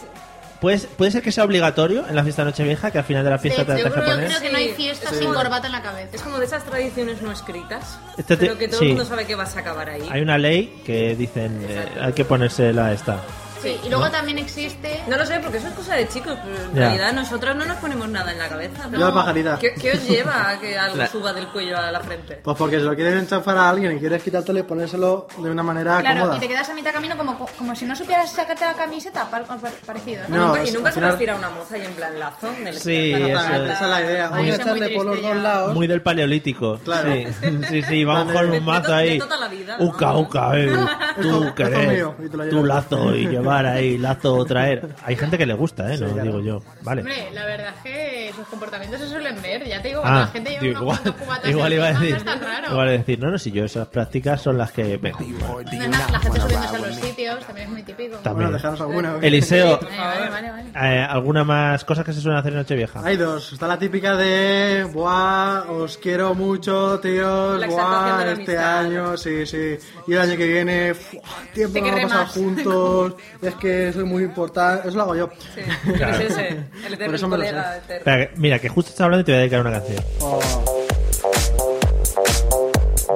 [SPEAKER 3] puede, puede ser que sea obligatorio en la fiesta de Nochevieja, que al final de la fiesta te la tengas que poner.
[SPEAKER 6] creo que no hay fiesta
[SPEAKER 4] Sí.
[SPEAKER 6] sin corbata en la cabeza.
[SPEAKER 4] Es como de esas tradiciones no escritas,
[SPEAKER 3] Este te-
[SPEAKER 4] pero que todo
[SPEAKER 3] sí.
[SPEAKER 4] el mundo sabe que vas a acabar ahí.
[SPEAKER 3] Hay una ley que dicen eh, hay que ponerse la esta.
[SPEAKER 6] Sí, y luego también existe...
[SPEAKER 4] No lo sé, porque eso es cosa de chicos, pero en
[SPEAKER 3] Ya.
[SPEAKER 4] realidad nosotros no nos ponemos nada en la cabeza.
[SPEAKER 5] Yo
[SPEAKER 4] ¿no?
[SPEAKER 5] la pajarita.
[SPEAKER 4] ¿Qué, qué os lleva a que algo
[SPEAKER 5] La-
[SPEAKER 4] suba del cuello a la frente?
[SPEAKER 5] Pues porque si lo quieres enchufar a alguien y quieres quitártelo y ponérselo de una manera
[SPEAKER 6] Claro,
[SPEAKER 5] cómoda.
[SPEAKER 6] y te quedas a mitad camino como, como si no supieras sacarte la camiseta, pal- parecido.
[SPEAKER 5] No,
[SPEAKER 4] Nunca- y
[SPEAKER 5] es-
[SPEAKER 4] nunca
[SPEAKER 5] al
[SPEAKER 4] se nos
[SPEAKER 5] final-
[SPEAKER 4] tira una moza y en plan lazo. del-
[SPEAKER 3] Sí,
[SPEAKER 4] la-
[SPEAKER 3] eso
[SPEAKER 4] la-
[SPEAKER 3] es.
[SPEAKER 5] Esa es la idea. Voy a echarle por los dos lados.
[SPEAKER 3] Muy del paleolítico.
[SPEAKER 5] Claro.
[SPEAKER 3] Sí, sí, sí, vamos con un mazo
[SPEAKER 5] de
[SPEAKER 3] ahí.
[SPEAKER 5] toda la vida, ¿no?
[SPEAKER 3] Uca, uca, eh. Tú
[SPEAKER 5] Esto- esto es
[SPEAKER 3] querés.
[SPEAKER 5] mío, y te lo
[SPEAKER 3] Tú
[SPEAKER 5] llevas.
[SPEAKER 3] lazo y llevar ahí, lazo traer. Hay gente que le gusta, eh, no digo yo. Vale.
[SPEAKER 6] Hombre, la verdad es que sus comportamientos se suelen ver. Ya te digo, cuando
[SPEAKER 3] Ah,
[SPEAKER 6] la gente lleva
[SPEAKER 3] digo,
[SPEAKER 6] unos
[SPEAKER 3] igual,
[SPEAKER 6] cuantos cubatas
[SPEAKER 3] igual
[SPEAKER 6] en
[SPEAKER 3] iba a
[SPEAKER 6] la
[SPEAKER 3] decir,
[SPEAKER 6] cabeza, está raro.
[SPEAKER 3] igual iba a decir, no, no, si yo esas prácticas son las que me
[SPEAKER 6] No, no, la gente subiéndose a los sitios, también es muy típico.
[SPEAKER 3] También.
[SPEAKER 5] dejaros alguna, ¿eh?
[SPEAKER 3] Eliseo,
[SPEAKER 6] Vale, vale, vale, vale.
[SPEAKER 3] eh, ¿alguna más cosas que se suelen hacer en Nochevieja?
[SPEAKER 5] Hay dos. Está la típica de. Buah, os quiero mucho, tíos.
[SPEAKER 4] La exaltación de
[SPEAKER 5] Buah,
[SPEAKER 4] la
[SPEAKER 5] este
[SPEAKER 4] amistad.
[SPEAKER 5] año, sí, sí. Y el año que viene, fuah, tiempo
[SPEAKER 4] Te
[SPEAKER 5] que vamos a pasar
[SPEAKER 4] querremos.
[SPEAKER 5] juntos. es que soy muy importante. Eso lo hago yo.
[SPEAKER 3] Claro.
[SPEAKER 4] Es ese, el
[SPEAKER 5] Por
[SPEAKER 4] eterno
[SPEAKER 5] eso me lo
[SPEAKER 4] colega.
[SPEAKER 5] sé.
[SPEAKER 4] eterno.
[SPEAKER 3] Espera, que- mira, que justo estás hablando y te voy a dedicar una canción.
[SPEAKER 5] Oh.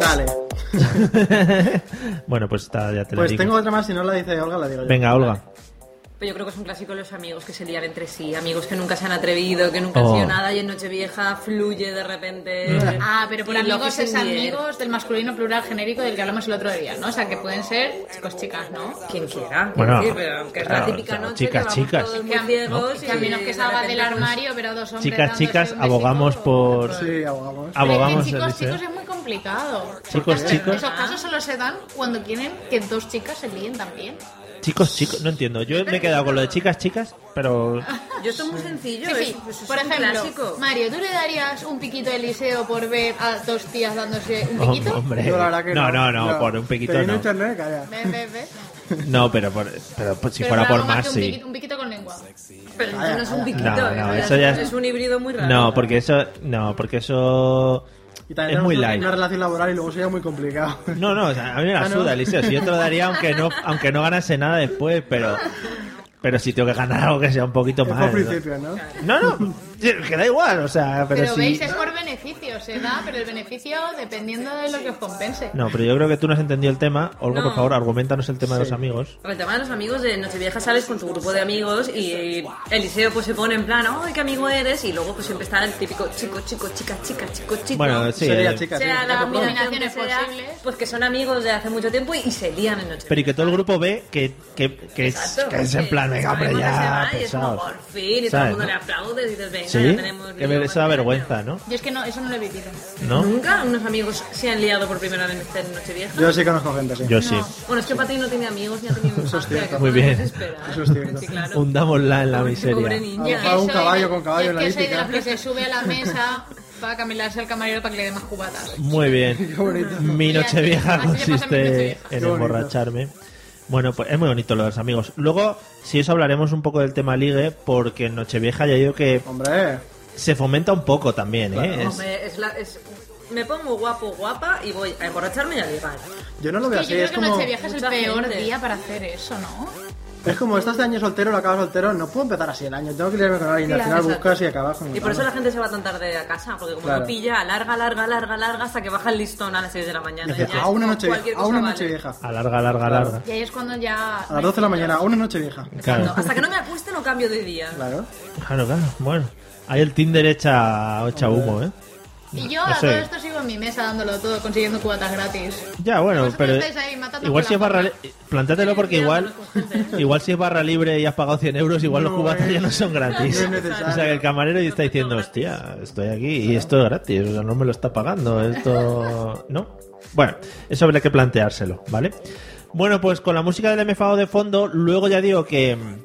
[SPEAKER 5] Dale.
[SPEAKER 3] Bueno, pues está, ya te la
[SPEAKER 5] Pues
[SPEAKER 3] digo.
[SPEAKER 5] tengo otra más, si no la dice Olga, la digo yo.
[SPEAKER 3] Venga, Olga.
[SPEAKER 4] Pero yo creo que es un clásico de los amigos que se lían entre sí, amigos que nunca se han atrevido, que nunca
[SPEAKER 3] Oh. Mm.
[SPEAKER 4] han sido nada y en Nochevieja fluye de repente.
[SPEAKER 6] Ah, pero por
[SPEAKER 4] Y lo
[SPEAKER 6] amigos
[SPEAKER 4] que
[SPEAKER 6] es
[SPEAKER 4] se envíe.
[SPEAKER 6] amigos del masculino plural genérico del que hablamos el otro día, ¿no? O sea, que pueden ser chicos, chicas, ¿no?
[SPEAKER 4] Quien quiera.
[SPEAKER 3] Bueno,
[SPEAKER 4] sí, pero que es la
[SPEAKER 3] claro,
[SPEAKER 4] típica
[SPEAKER 3] o sea,
[SPEAKER 4] noche
[SPEAKER 3] chicas,
[SPEAKER 4] que vamos
[SPEAKER 3] chicas.
[SPEAKER 4] todos muy
[SPEAKER 6] Que a,
[SPEAKER 4] ciegos
[SPEAKER 6] que a
[SPEAKER 4] y
[SPEAKER 6] menos que
[SPEAKER 4] de
[SPEAKER 6] salga
[SPEAKER 4] repente,
[SPEAKER 6] del
[SPEAKER 4] pues,
[SPEAKER 6] armario, pero dos hombres
[SPEAKER 3] Chicas,
[SPEAKER 6] dándose
[SPEAKER 3] chicas,
[SPEAKER 6] un besito.
[SPEAKER 3] abogamos por.
[SPEAKER 5] Sí, abogamos.
[SPEAKER 3] Ah,
[SPEAKER 6] Pero es
[SPEAKER 3] Abogamos
[SPEAKER 6] que
[SPEAKER 3] el
[SPEAKER 6] chicos,
[SPEAKER 3] dicho,
[SPEAKER 6] chicos
[SPEAKER 3] ¿eh?
[SPEAKER 6] es muy complicado.
[SPEAKER 3] Chicos,
[SPEAKER 6] Esos-
[SPEAKER 3] chicos.
[SPEAKER 6] Esos casos solo se dan cuando quieren que dos chicas se líen también.
[SPEAKER 3] Chicos, chicos, no entiendo. Yo me he quedado con lo de chicas, chicas, pero.
[SPEAKER 4] Yo esto es muy sencillo.
[SPEAKER 6] Sí,
[SPEAKER 4] es-
[SPEAKER 6] sí.
[SPEAKER 4] pues es
[SPEAKER 6] por
[SPEAKER 4] un
[SPEAKER 6] ejemplo,
[SPEAKER 4] clásico.
[SPEAKER 6] Mario, ¿tú le darías un piquito de liceo por ver a dos tías dándose un piquito?
[SPEAKER 3] Hom- Oh, hombre.
[SPEAKER 5] Yo la verdad que
[SPEAKER 3] no,
[SPEAKER 5] no.
[SPEAKER 3] no,
[SPEAKER 5] No.
[SPEAKER 3] por un piquito
[SPEAKER 5] Te viene
[SPEAKER 3] no.
[SPEAKER 5] internet, calla.
[SPEAKER 6] Ve, ve, ve.
[SPEAKER 3] No, pero, por- pero pues, si
[SPEAKER 6] Pero
[SPEAKER 3] fuera
[SPEAKER 6] no
[SPEAKER 3] por
[SPEAKER 6] algo
[SPEAKER 3] más,
[SPEAKER 6] que un
[SPEAKER 3] sí.
[SPEAKER 6] piquito- Un piquito con lengua.
[SPEAKER 4] Pero eso no es un piquito,
[SPEAKER 3] No,
[SPEAKER 4] ¿eh?
[SPEAKER 3] no,
[SPEAKER 4] Es
[SPEAKER 3] eso ya
[SPEAKER 4] un-
[SPEAKER 3] es-
[SPEAKER 4] es un híbrido muy raro.
[SPEAKER 3] No, porque eso. No, porque eso.
[SPEAKER 5] Y
[SPEAKER 3] Es muy
[SPEAKER 5] tenemos
[SPEAKER 3] light.
[SPEAKER 5] Una relación laboral y luego sería muy complicado.
[SPEAKER 3] No, no, o sea, a mí me la
[SPEAKER 5] Ah, ¿no?
[SPEAKER 3] suda, Eliseo. Si yo te lo daría, aunque no, aunque no ganase nada después, pero. Pero si tengo que ganar algo que sea un poquito
[SPEAKER 5] Es
[SPEAKER 3] más.
[SPEAKER 5] por
[SPEAKER 3] ¿no?
[SPEAKER 5] principio, ¿no?
[SPEAKER 3] No, no, que da igual, o sea, pero,
[SPEAKER 6] Pero,
[SPEAKER 3] sí.
[SPEAKER 6] veis, es por beneficio, se da, pero el beneficio dependiendo de lo que os compense.
[SPEAKER 3] No, pero yo creo que tú no has entendido el tema. Olga, por
[SPEAKER 4] No.
[SPEAKER 3] favor, argumentanos el tema de los amigos.
[SPEAKER 4] El tema de los amigos de Nochevieja sales con tu grupo de amigos y Eliseo pues se pone en plan, ¡ay, qué amigo eres! Y luego pues siempre está el típico chico, chico, chica, chica, chico, chico.
[SPEAKER 3] Bueno, sí, Sería eh. chica,
[SPEAKER 4] sea
[SPEAKER 6] sí.
[SPEAKER 4] la
[SPEAKER 6] Las
[SPEAKER 4] combinación que
[SPEAKER 6] combinaciones
[SPEAKER 4] sea,
[SPEAKER 6] posibles.
[SPEAKER 4] pues que son amigos de hace mucho tiempo y, y se lían en Nochevieja.
[SPEAKER 3] Pero y que todo el grupo ve que, que, que, es,
[SPEAKER 4] Exacto.
[SPEAKER 3] que es en plan, venga, hombre,
[SPEAKER 4] Sabemos que se
[SPEAKER 3] ya,
[SPEAKER 4] va y es como,
[SPEAKER 3] pesados.
[SPEAKER 4] por fin, y todo el
[SPEAKER 3] ¿Sabes,
[SPEAKER 4] mundo
[SPEAKER 3] no?
[SPEAKER 4] le aplaude y dices, venga,
[SPEAKER 3] Sí,
[SPEAKER 4] ya tenemos...
[SPEAKER 3] que me- eso da vergüenza, ¿no?
[SPEAKER 6] Yo es que no, eso no lo he vivido.
[SPEAKER 3] ¿No?
[SPEAKER 4] ¿Nunca unos amigos se han liado por primera vez en Nochevieja?
[SPEAKER 5] Yo sí conozco gente, sí.
[SPEAKER 3] Yo sí.
[SPEAKER 4] Bueno, es que Pati no tiene amigos ni ha tenido
[SPEAKER 5] Eso es cierto.
[SPEAKER 3] Muy bien.
[SPEAKER 5] Eso es cierto.
[SPEAKER 3] Hundámosla en la miseria.
[SPEAKER 4] pobre niña.
[SPEAKER 5] A lo mejor un caballo con caballo en la
[SPEAKER 6] que soy de
[SPEAKER 5] lítica.
[SPEAKER 6] las que se sube a la mesa para camelarse al camarero para que le dé más cubatas.
[SPEAKER 3] Muy bien. Mi noche vieja
[SPEAKER 6] Así le pasa a mi
[SPEAKER 3] consiste
[SPEAKER 6] nochevieja.
[SPEAKER 3] en
[SPEAKER 6] Qué bonito.
[SPEAKER 3] emborracharme. Bueno, pues es muy bonito lo de los amigos. Luego, si os hablaremos un poco del tema ligue, porque en Nochevieja ya digo que se fomenta un poco también, ¿eh? Es-
[SPEAKER 4] Hombre, es la- es- me pongo guapo, guapa y voy a emborracharme y a ligar.
[SPEAKER 5] Yo no lo veo
[SPEAKER 6] Yo
[SPEAKER 5] así,
[SPEAKER 6] creo
[SPEAKER 5] es
[SPEAKER 6] que
[SPEAKER 5] como,
[SPEAKER 6] Nochevieja es el
[SPEAKER 4] Mucha
[SPEAKER 6] peor
[SPEAKER 4] gente.
[SPEAKER 6] día para hacer eso, ¿no?
[SPEAKER 5] es como estás de año soltero, lo acabas soltero, no puedo empezar así el año, tengo que liarme con alguien, al
[SPEAKER 4] Claro,
[SPEAKER 5] final
[SPEAKER 4] exacto.
[SPEAKER 5] buscas y acabas con
[SPEAKER 4] Y por eso la gente se va tan tarde a casa, porque como
[SPEAKER 5] Claro.
[SPEAKER 4] no pilla, larga, larga, larga, larga, hasta que baja el listón a las 6 de la mañana. y
[SPEAKER 5] Dices,
[SPEAKER 4] ya
[SPEAKER 5] a una noche
[SPEAKER 4] cualquier
[SPEAKER 5] vieja, a
[SPEAKER 4] cosa
[SPEAKER 5] una
[SPEAKER 4] vale.
[SPEAKER 5] noche vieja.
[SPEAKER 3] A larga, larga, larga.
[SPEAKER 6] Y ahí es cuando ya...
[SPEAKER 5] A las 12 de la mañana, a una noche vieja.
[SPEAKER 3] Claro.
[SPEAKER 4] Hasta que no me acueste no cambio de día.
[SPEAKER 5] Claro.
[SPEAKER 3] Claro, claro. Bueno, ahí el Tinder echa, echa humo, ¿eh?
[SPEAKER 6] Y yo
[SPEAKER 3] No
[SPEAKER 6] a
[SPEAKER 3] sé.
[SPEAKER 6] todo esto sigo en mi mesa dándolo todo, consiguiendo cubatas gratis.
[SPEAKER 3] Ya, bueno,
[SPEAKER 6] Vosotros
[SPEAKER 3] pero
[SPEAKER 6] Pues estáis ahí matando
[SPEAKER 3] igual
[SPEAKER 6] con
[SPEAKER 3] si
[SPEAKER 6] la
[SPEAKER 3] es barra... li- Plantátelo porque igual
[SPEAKER 6] ¿eh?
[SPEAKER 3] igual si es barra libre y has pagado 100 euros, igual los cubatas ya no son gratis.
[SPEAKER 5] No es necesario.
[SPEAKER 3] O sea, que el camarero ya está diciendo, hostia, estoy aquí y esto es gratis, o sea, no me lo está pagando, esto... ¿No? Bueno, eso habría que planteárselo, ¿vale? Bueno, pues con la música del MFAO de fondo, luego ya digo que... mm,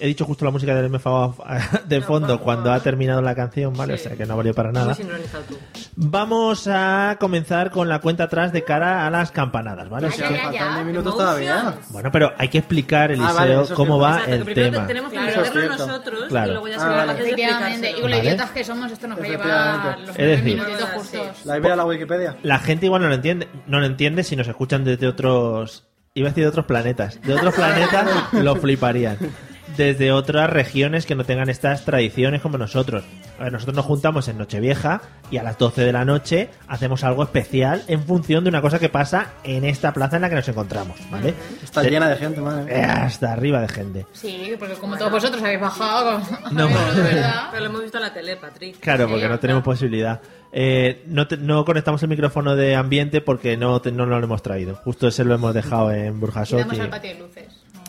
[SPEAKER 3] He dicho justo la música del MFAO de fondo cuando ha terminado la canción, ¿vale? O sea, que no valió para nada.
[SPEAKER 4] Muy sincronizado tú.
[SPEAKER 3] Vamos a comenzar con la cuenta atrás de cara a las campanadas, ¿vale?
[SPEAKER 5] O sea,
[SPEAKER 3] Así que-
[SPEAKER 5] faltan 10 minutos todavía.
[SPEAKER 3] Bueno, pero hay que explicar, Eliseo,
[SPEAKER 5] Ah, vale, eso es
[SPEAKER 3] cómo
[SPEAKER 5] cierto.
[SPEAKER 3] va
[SPEAKER 5] Exacto,
[SPEAKER 4] Lo
[SPEAKER 3] el
[SPEAKER 4] primero
[SPEAKER 3] tema.
[SPEAKER 4] tenemos que
[SPEAKER 5] Claro. Eso es
[SPEAKER 4] resolverlo
[SPEAKER 5] cierto.
[SPEAKER 4] nosotros y
[SPEAKER 3] Claro.
[SPEAKER 4] luego ya
[SPEAKER 5] Ah,
[SPEAKER 4] se verá
[SPEAKER 5] vale.
[SPEAKER 4] la
[SPEAKER 6] Efectivamente, y con lo
[SPEAKER 3] Vale.
[SPEAKER 6] idiotas que somos, esto nos va a llevar
[SPEAKER 5] Efectivamente.
[SPEAKER 6] los
[SPEAKER 3] Es
[SPEAKER 6] primeros
[SPEAKER 3] decir-
[SPEAKER 6] minutitos justos.
[SPEAKER 5] La idea de la Wikipedia.
[SPEAKER 3] La gente igual no lo entiende, no lo entiende si nos escuchan desde otros, iba a decir de otros planetas, de otros planetas lo fliparían. Desde otras regiones que no tengan estas tradiciones como nosotros. A ver, nosotros nos juntamos en Nochevieja y a las 12 de la noche hacemos algo especial en función de una cosa que pasa en esta plaza en la que nos encontramos, ¿vale?
[SPEAKER 5] Está llena de gente, madre.
[SPEAKER 3] Eh, Hasta arriba de gente.
[SPEAKER 6] Sí, porque como todos vosotros habéis bajado...
[SPEAKER 3] No.
[SPEAKER 6] de verdad.
[SPEAKER 4] Pero lo hemos visto en la tele, Patrick.
[SPEAKER 3] Claro, porque no tenemos posibilidad. Eh, no, te- no conectamos el micrófono de ambiente porque no, te- no, lo hemos traído. Justo ese lo hemos dejado en
[SPEAKER 6] Y
[SPEAKER 3] Burjasot.
[SPEAKER 6] damos
[SPEAKER 3] y-
[SPEAKER 6] al patio de luces.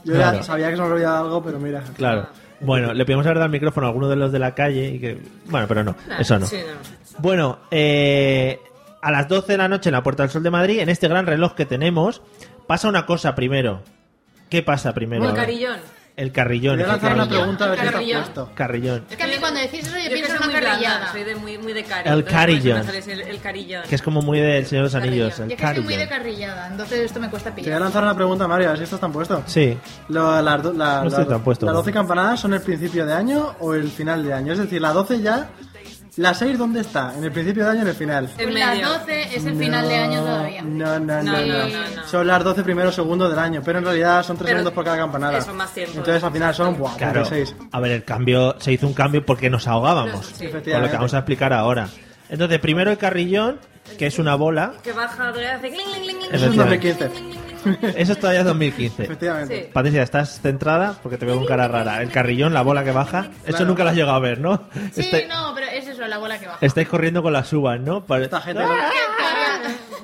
[SPEAKER 5] Yo ya
[SPEAKER 3] Claro.
[SPEAKER 5] sabía que se me olvidaba algo, pero mira.
[SPEAKER 3] Claro. Bueno, le pedimos haber dado el micrófono a alguno de los de la calle y que... Bueno, pero no, eso no.
[SPEAKER 4] Sí, no.
[SPEAKER 3] Bueno, eh, a las 12 de la noche en la Puerta del Sol de Madrid, en este gran reloj que tenemos, pasa una cosa primero. ¿Qué pasa primero?
[SPEAKER 4] Muy carillón.
[SPEAKER 3] El carrillón.
[SPEAKER 5] Voy a lanzar una
[SPEAKER 3] efectivamente.
[SPEAKER 5] pregunta a ver qué está
[SPEAKER 4] Carrillón.
[SPEAKER 5] puesto.
[SPEAKER 3] Carrillón.
[SPEAKER 6] Es que a mí cuando decís eso yo,
[SPEAKER 4] Yo es que
[SPEAKER 6] pienso
[SPEAKER 4] soy
[SPEAKER 6] en una
[SPEAKER 4] muy blanda,
[SPEAKER 6] carrillada.
[SPEAKER 4] soy de muy, muy de cari. entonces,
[SPEAKER 3] El
[SPEAKER 4] por eso
[SPEAKER 3] carillón.
[SPEAKER 4] me sale ese- El, el carillón.
[SPEAKER 3] Que es como muy del Señor de los Anillos.
[SPEAKER 6] Yo
[SPEAKER 3] El
[SPEAKER 6] es que soy muy de
[SPEAKER 3] carrillón.
[SPEAKER 6] carrillada, entonces esto me cuesta
[SPEAKER 5] Te voy a
[SPEAKER 6] pillar.
[SPEAKER 5] lanzar una pregunta, Mario, a ver si esto está puesto.
[SPEAKER 3] Sí.
[SPEAKER 5] Lo- las, do- la-
[SPEAKER 3] No estoy
[SPEAKER 5] las-
[SPEAKER 3] tan puesto,
[SPEAKER 5] ¿Las
[SPEAKER 3] ¿no?
[SPEAKER 5] 12 campanadas son el principio de año o el final de año? Es decir, las 12 ya. ¿Las 6 dónde está? ¿En el principio de año o en el final?
[SPEAKER 4] En
[SPEAKER 6] Las
[SPEAKER 4] medio.
[SPEAKER 6] 12 es el final de año todavía.
[SPEAKER 5] No, no,
[SPEAKER 4] No,
[SPEAKER 5] no, no,
[SPEAKER 4] no, no, no.
[SPEAKER 5] Son las 12 primeros segundos del año, pero en realidad son 3
[SPEAKER 4] Pero
[SPEAKER 5] segundos por cada campanada.
[SPEAKER 4] eso, más tiempo.
[SPEAKER 5] Entonces al final son buah,
[SPEAKER 3] Claro.
[SPEAKER 5] 36.
[SPEAKER 3] A ver, el cambio se hizo un cambio porque nos ahogábamos.
[SPEAKER 4] Sí.
[SPEAKER 3] Con lo que vamos a explicar ahora. Entonces, primero el carrillón, que es una bola.
[SPEAKER 4] Que baja, hace cling, cling, cling,
[SPEAKER 5] Eso es
[SPEAKER 4] cling.
[SPEAKER 5] 2015.
[SPEAKER 3] Eso es todavía 2015.
[SPEAKER 5] Efectivamente.
[SPEAKER 4] Sí.
[SPEAKER 3] Patricia, ¿estás centrada? Porque te veo con cara rara. El carrillón, la bola que baja. Eso
[SPEAKER 5] Claro.
[SPEAKER 3] nunca lo has llegado a ver, ¿no?
[SPEAKER 6] Sí,
[SPEAKER 3] Estáis-
[SPEAKER 6] no, pero es eso, la bola que baja.
[SPEAKER 3] Estáis corriendo con las uvas, ¿no? Para-
[SPEAKER 5] Esta gente.
[SPEAKER 3] ¡Ah!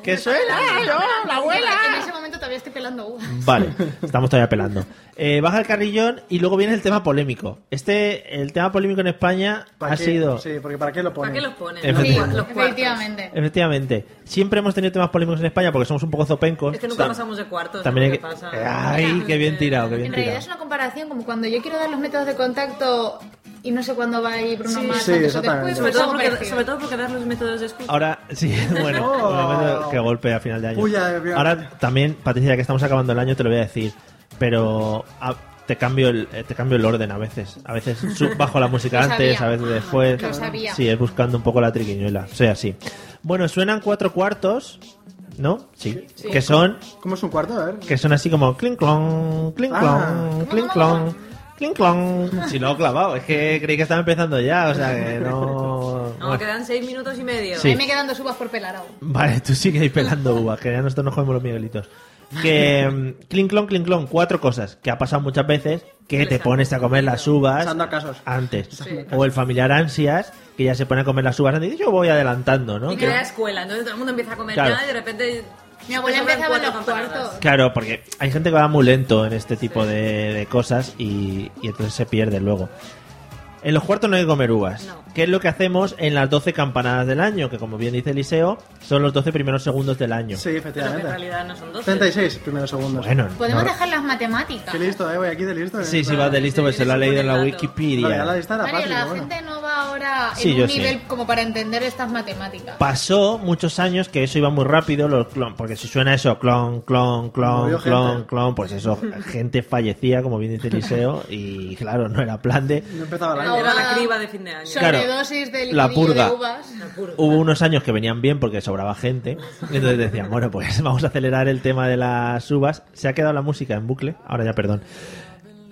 [SPEAKER 3] ¡Que suena! ¡No, la abuela!
[SPEAKER 6] En ese momento todavía estoy pelando uva.
[SPEAKER 3] Vale, estamos todavía pelando. Eh, baja el carrillón y luego viene el tema polémico. Este, el tema polémico en España
[SPEAKER 5] ¿para
[SPEAKER 3] ha
[SPEAKER 5] qué?
[SPEAKER 3] sido...
[SPEAKER 5] Sí, porque ¿para qué lo
[SPEAKER 4] ¿Para
[SPEAKER 5] ponen?
[SPEAKER 4] qué los ponen?
[SPEAKER 3] Efectivamente.
[SPEAKER 4] Los cua- los cuartos.
[SPEAKER 6] Efectivamente.
[SPEAKER 3] Efectivamente. Siempre hemos tenido temas polémicos en España porque somos un poco zopencos.
[SPEAKER 4] Es que nunca
[SPEAKER 3] Tam-
[SPEAKER 4] pasamos de cuartos.
[SPEAKER 3] También
[SPEAKER 4] ¿no?
[SPEAKER 3] hay
[SPEAKER 4] ¿Qué
[SPEAKER 3] que...
[SPEAKER 4] pasa?
[SPEAKER 3] ¡Ay, qué bien tirado, qué bien
[SPEAKER 6] En realidad es
[SPEAKER 3] tirado!
[SPEAKER 6] una comparación como cuando yo quiero dar los métodos de contacto y no sé cuándo va a ir Bruno
[SPEAKER 4] Sí,
[SPEAKER 6] Mars
[SPEAKER 5] sí,
[SPEAKER 6] antes o
[SPEAKER 5] exactamente.
[SPEAKER 6] después.
[SPEAKER 4] Sobre
[SPEAKER 6] pues
[SPEAKER 4] todo,
[SPEAKER 6] algo
[SPEAKER 4] porque,
[SPEAKER 6] parecido.
[SPEAKER 4] sobre todo porque dar los métodos de escucha.
[SPEAKER 3] Ahora, sí, bueno,
[SPEAKER 5] Oh.
[SPEAKER 3] qué golpe a final de año.
[SPEAKER 5] Uy, ya, ya.
[SPEAKER 3] Ahora también, Patricia, ya que estamos acabando el año, te lo voy a decir, pero ah, te cambio el, eh, te cambio el orden a veces. A veces sub- bajo la música
[SPEAKER 6] Lo
[SPEAKER 3] antes,
[SPEAKER 6] sabía.
[SPEAKER 3] a veces después.
[SPEAKER 6] Lo sabía.
[SPEAKER 3] Sí, es buscando un poco la triquiñuela. Soy así. Bueno, suenan cuatro cuartos, ¿no? Sí. Que son,
[SPEAKER 5] ¿Cómo es un cuarto? A ver.
[SPEAKER 3] que son así como clink clon, clink
[SPEAKER 5] Ah.
[SPEAKER 3] clon, clink clon, clink clon. Si lo he clavado, es que creí que estaba empezando ya, o sea que no.
[SPEAKER 4] No,
[SPEAKER 3] bueno.
[SPEAKER 4] quedan seis minutos y medio.
[SPEAKER 3] Sí.
[SPEAKER 6] A mí me quedan dos uvas por pelar aún.
[SPEAKER 3] Vale, tú sigue ahí pelando uvas, que ya nosotros nos comemos los miguelitos. Que mm, clink clon, clink clon, cuatro cosas que ha pasado muchas veces, que te pones a comer las uvas
[SPEAKER 5] Pasando a casos.
[SPEAKER 3] antes. O el familiar ansias, que ya se pone a comer las uvas antes y dice, yo voy adelantando, ¿no?
[SPEAKER 4] Y
[SPEAKER 3] Que-
[SPEAKER 4] crea escuela. Entonces todo el mundo empieza a comer
[SPEAKER 3] Claro.
[SPEAKER 4] ya y de repente.
[SPEAKER 6] Mi abuela
[SPEAKER 4] sobran
[SPEAKER 6] empezaba en
[SPEAKER 4] cuatro
[SPEAKER 6] los
[SPEAKER 4] campanadas.
[SPEAKER 6] cuartos.
[SPEAKER 3] Claro, porque hay gente que va muy lento en este tipo de, de cosas y, y entonces se pierde luego. En los cuartos no hay que comer uvas, que es lo que hacemos en las 12 campanadas del año, que como bien dice Eliseo, son los 12 primeros segundos del año.
[SPEAKER 5] Sí, efectivamente.
[SPEAKER 6] en realidad no son 12.
[SPEAKER 5] 36 primeros segundos.
[SPEAKER 3] Bueno,
[SPEAKER 6] Podemos
[SPEAKER 3] no-
[SPEAKER 6] dejar las matemáticas.
[SPEAKER 5] Qué listo, eh, voy aquí de listo. eh.
[SPEAKER 3] Sí, sí, va de listo, pues se lo ha leído en la
[SPEAKER 5] Vale,
[SPEAKER 3] Wikipedia.
[SPEAKER 5] ya la lista era
[SPEAKER 6] Mario,
[SPEAKER 5] fácil,
[SPEAKER 6] la
[SPEAKER 5] pero bueno.
[SPEAKER 6] gente no va ahora en
[SPEAKER 3] Sí, yo
[SPEAKER 6] un
[SPEAKER 3] sí.
[SPEAKER 6] nivel como para entender estas matemáticas.
[SPEAKER 3] Pasó muchos años que eso iba muy rápido, los clon, porque si suena eso, clon, clon, clon,
[SPEAKER 6] Murió
[SPEAKER 3] clon,
[SPEAKER 6] gente.
[SPEAKER 3] clon, pues eso, gente fallecía, como bien dice Eliseo, y claro, no era plan de...
[SPEAKER 5] No empezaba el año.
[SPEAKER 4] Era la criba de fin de año.
[SPEAKER 3] Claro,
[SPEAKER 6] Sobredosis de
[SPEAKER 3] la
[SPEAKER 6] liquidillo
[SPEAKER 3] purga.
[SPEAKER 6] de uvas.
[SPEAKER 3] Hubo unos años que venían bien porque sobraba gente. Entonces decían, bueno, pues vamos a acelerar el tema de las uvas. Se ha quedado la música en bucle. Ahora ya, perdón.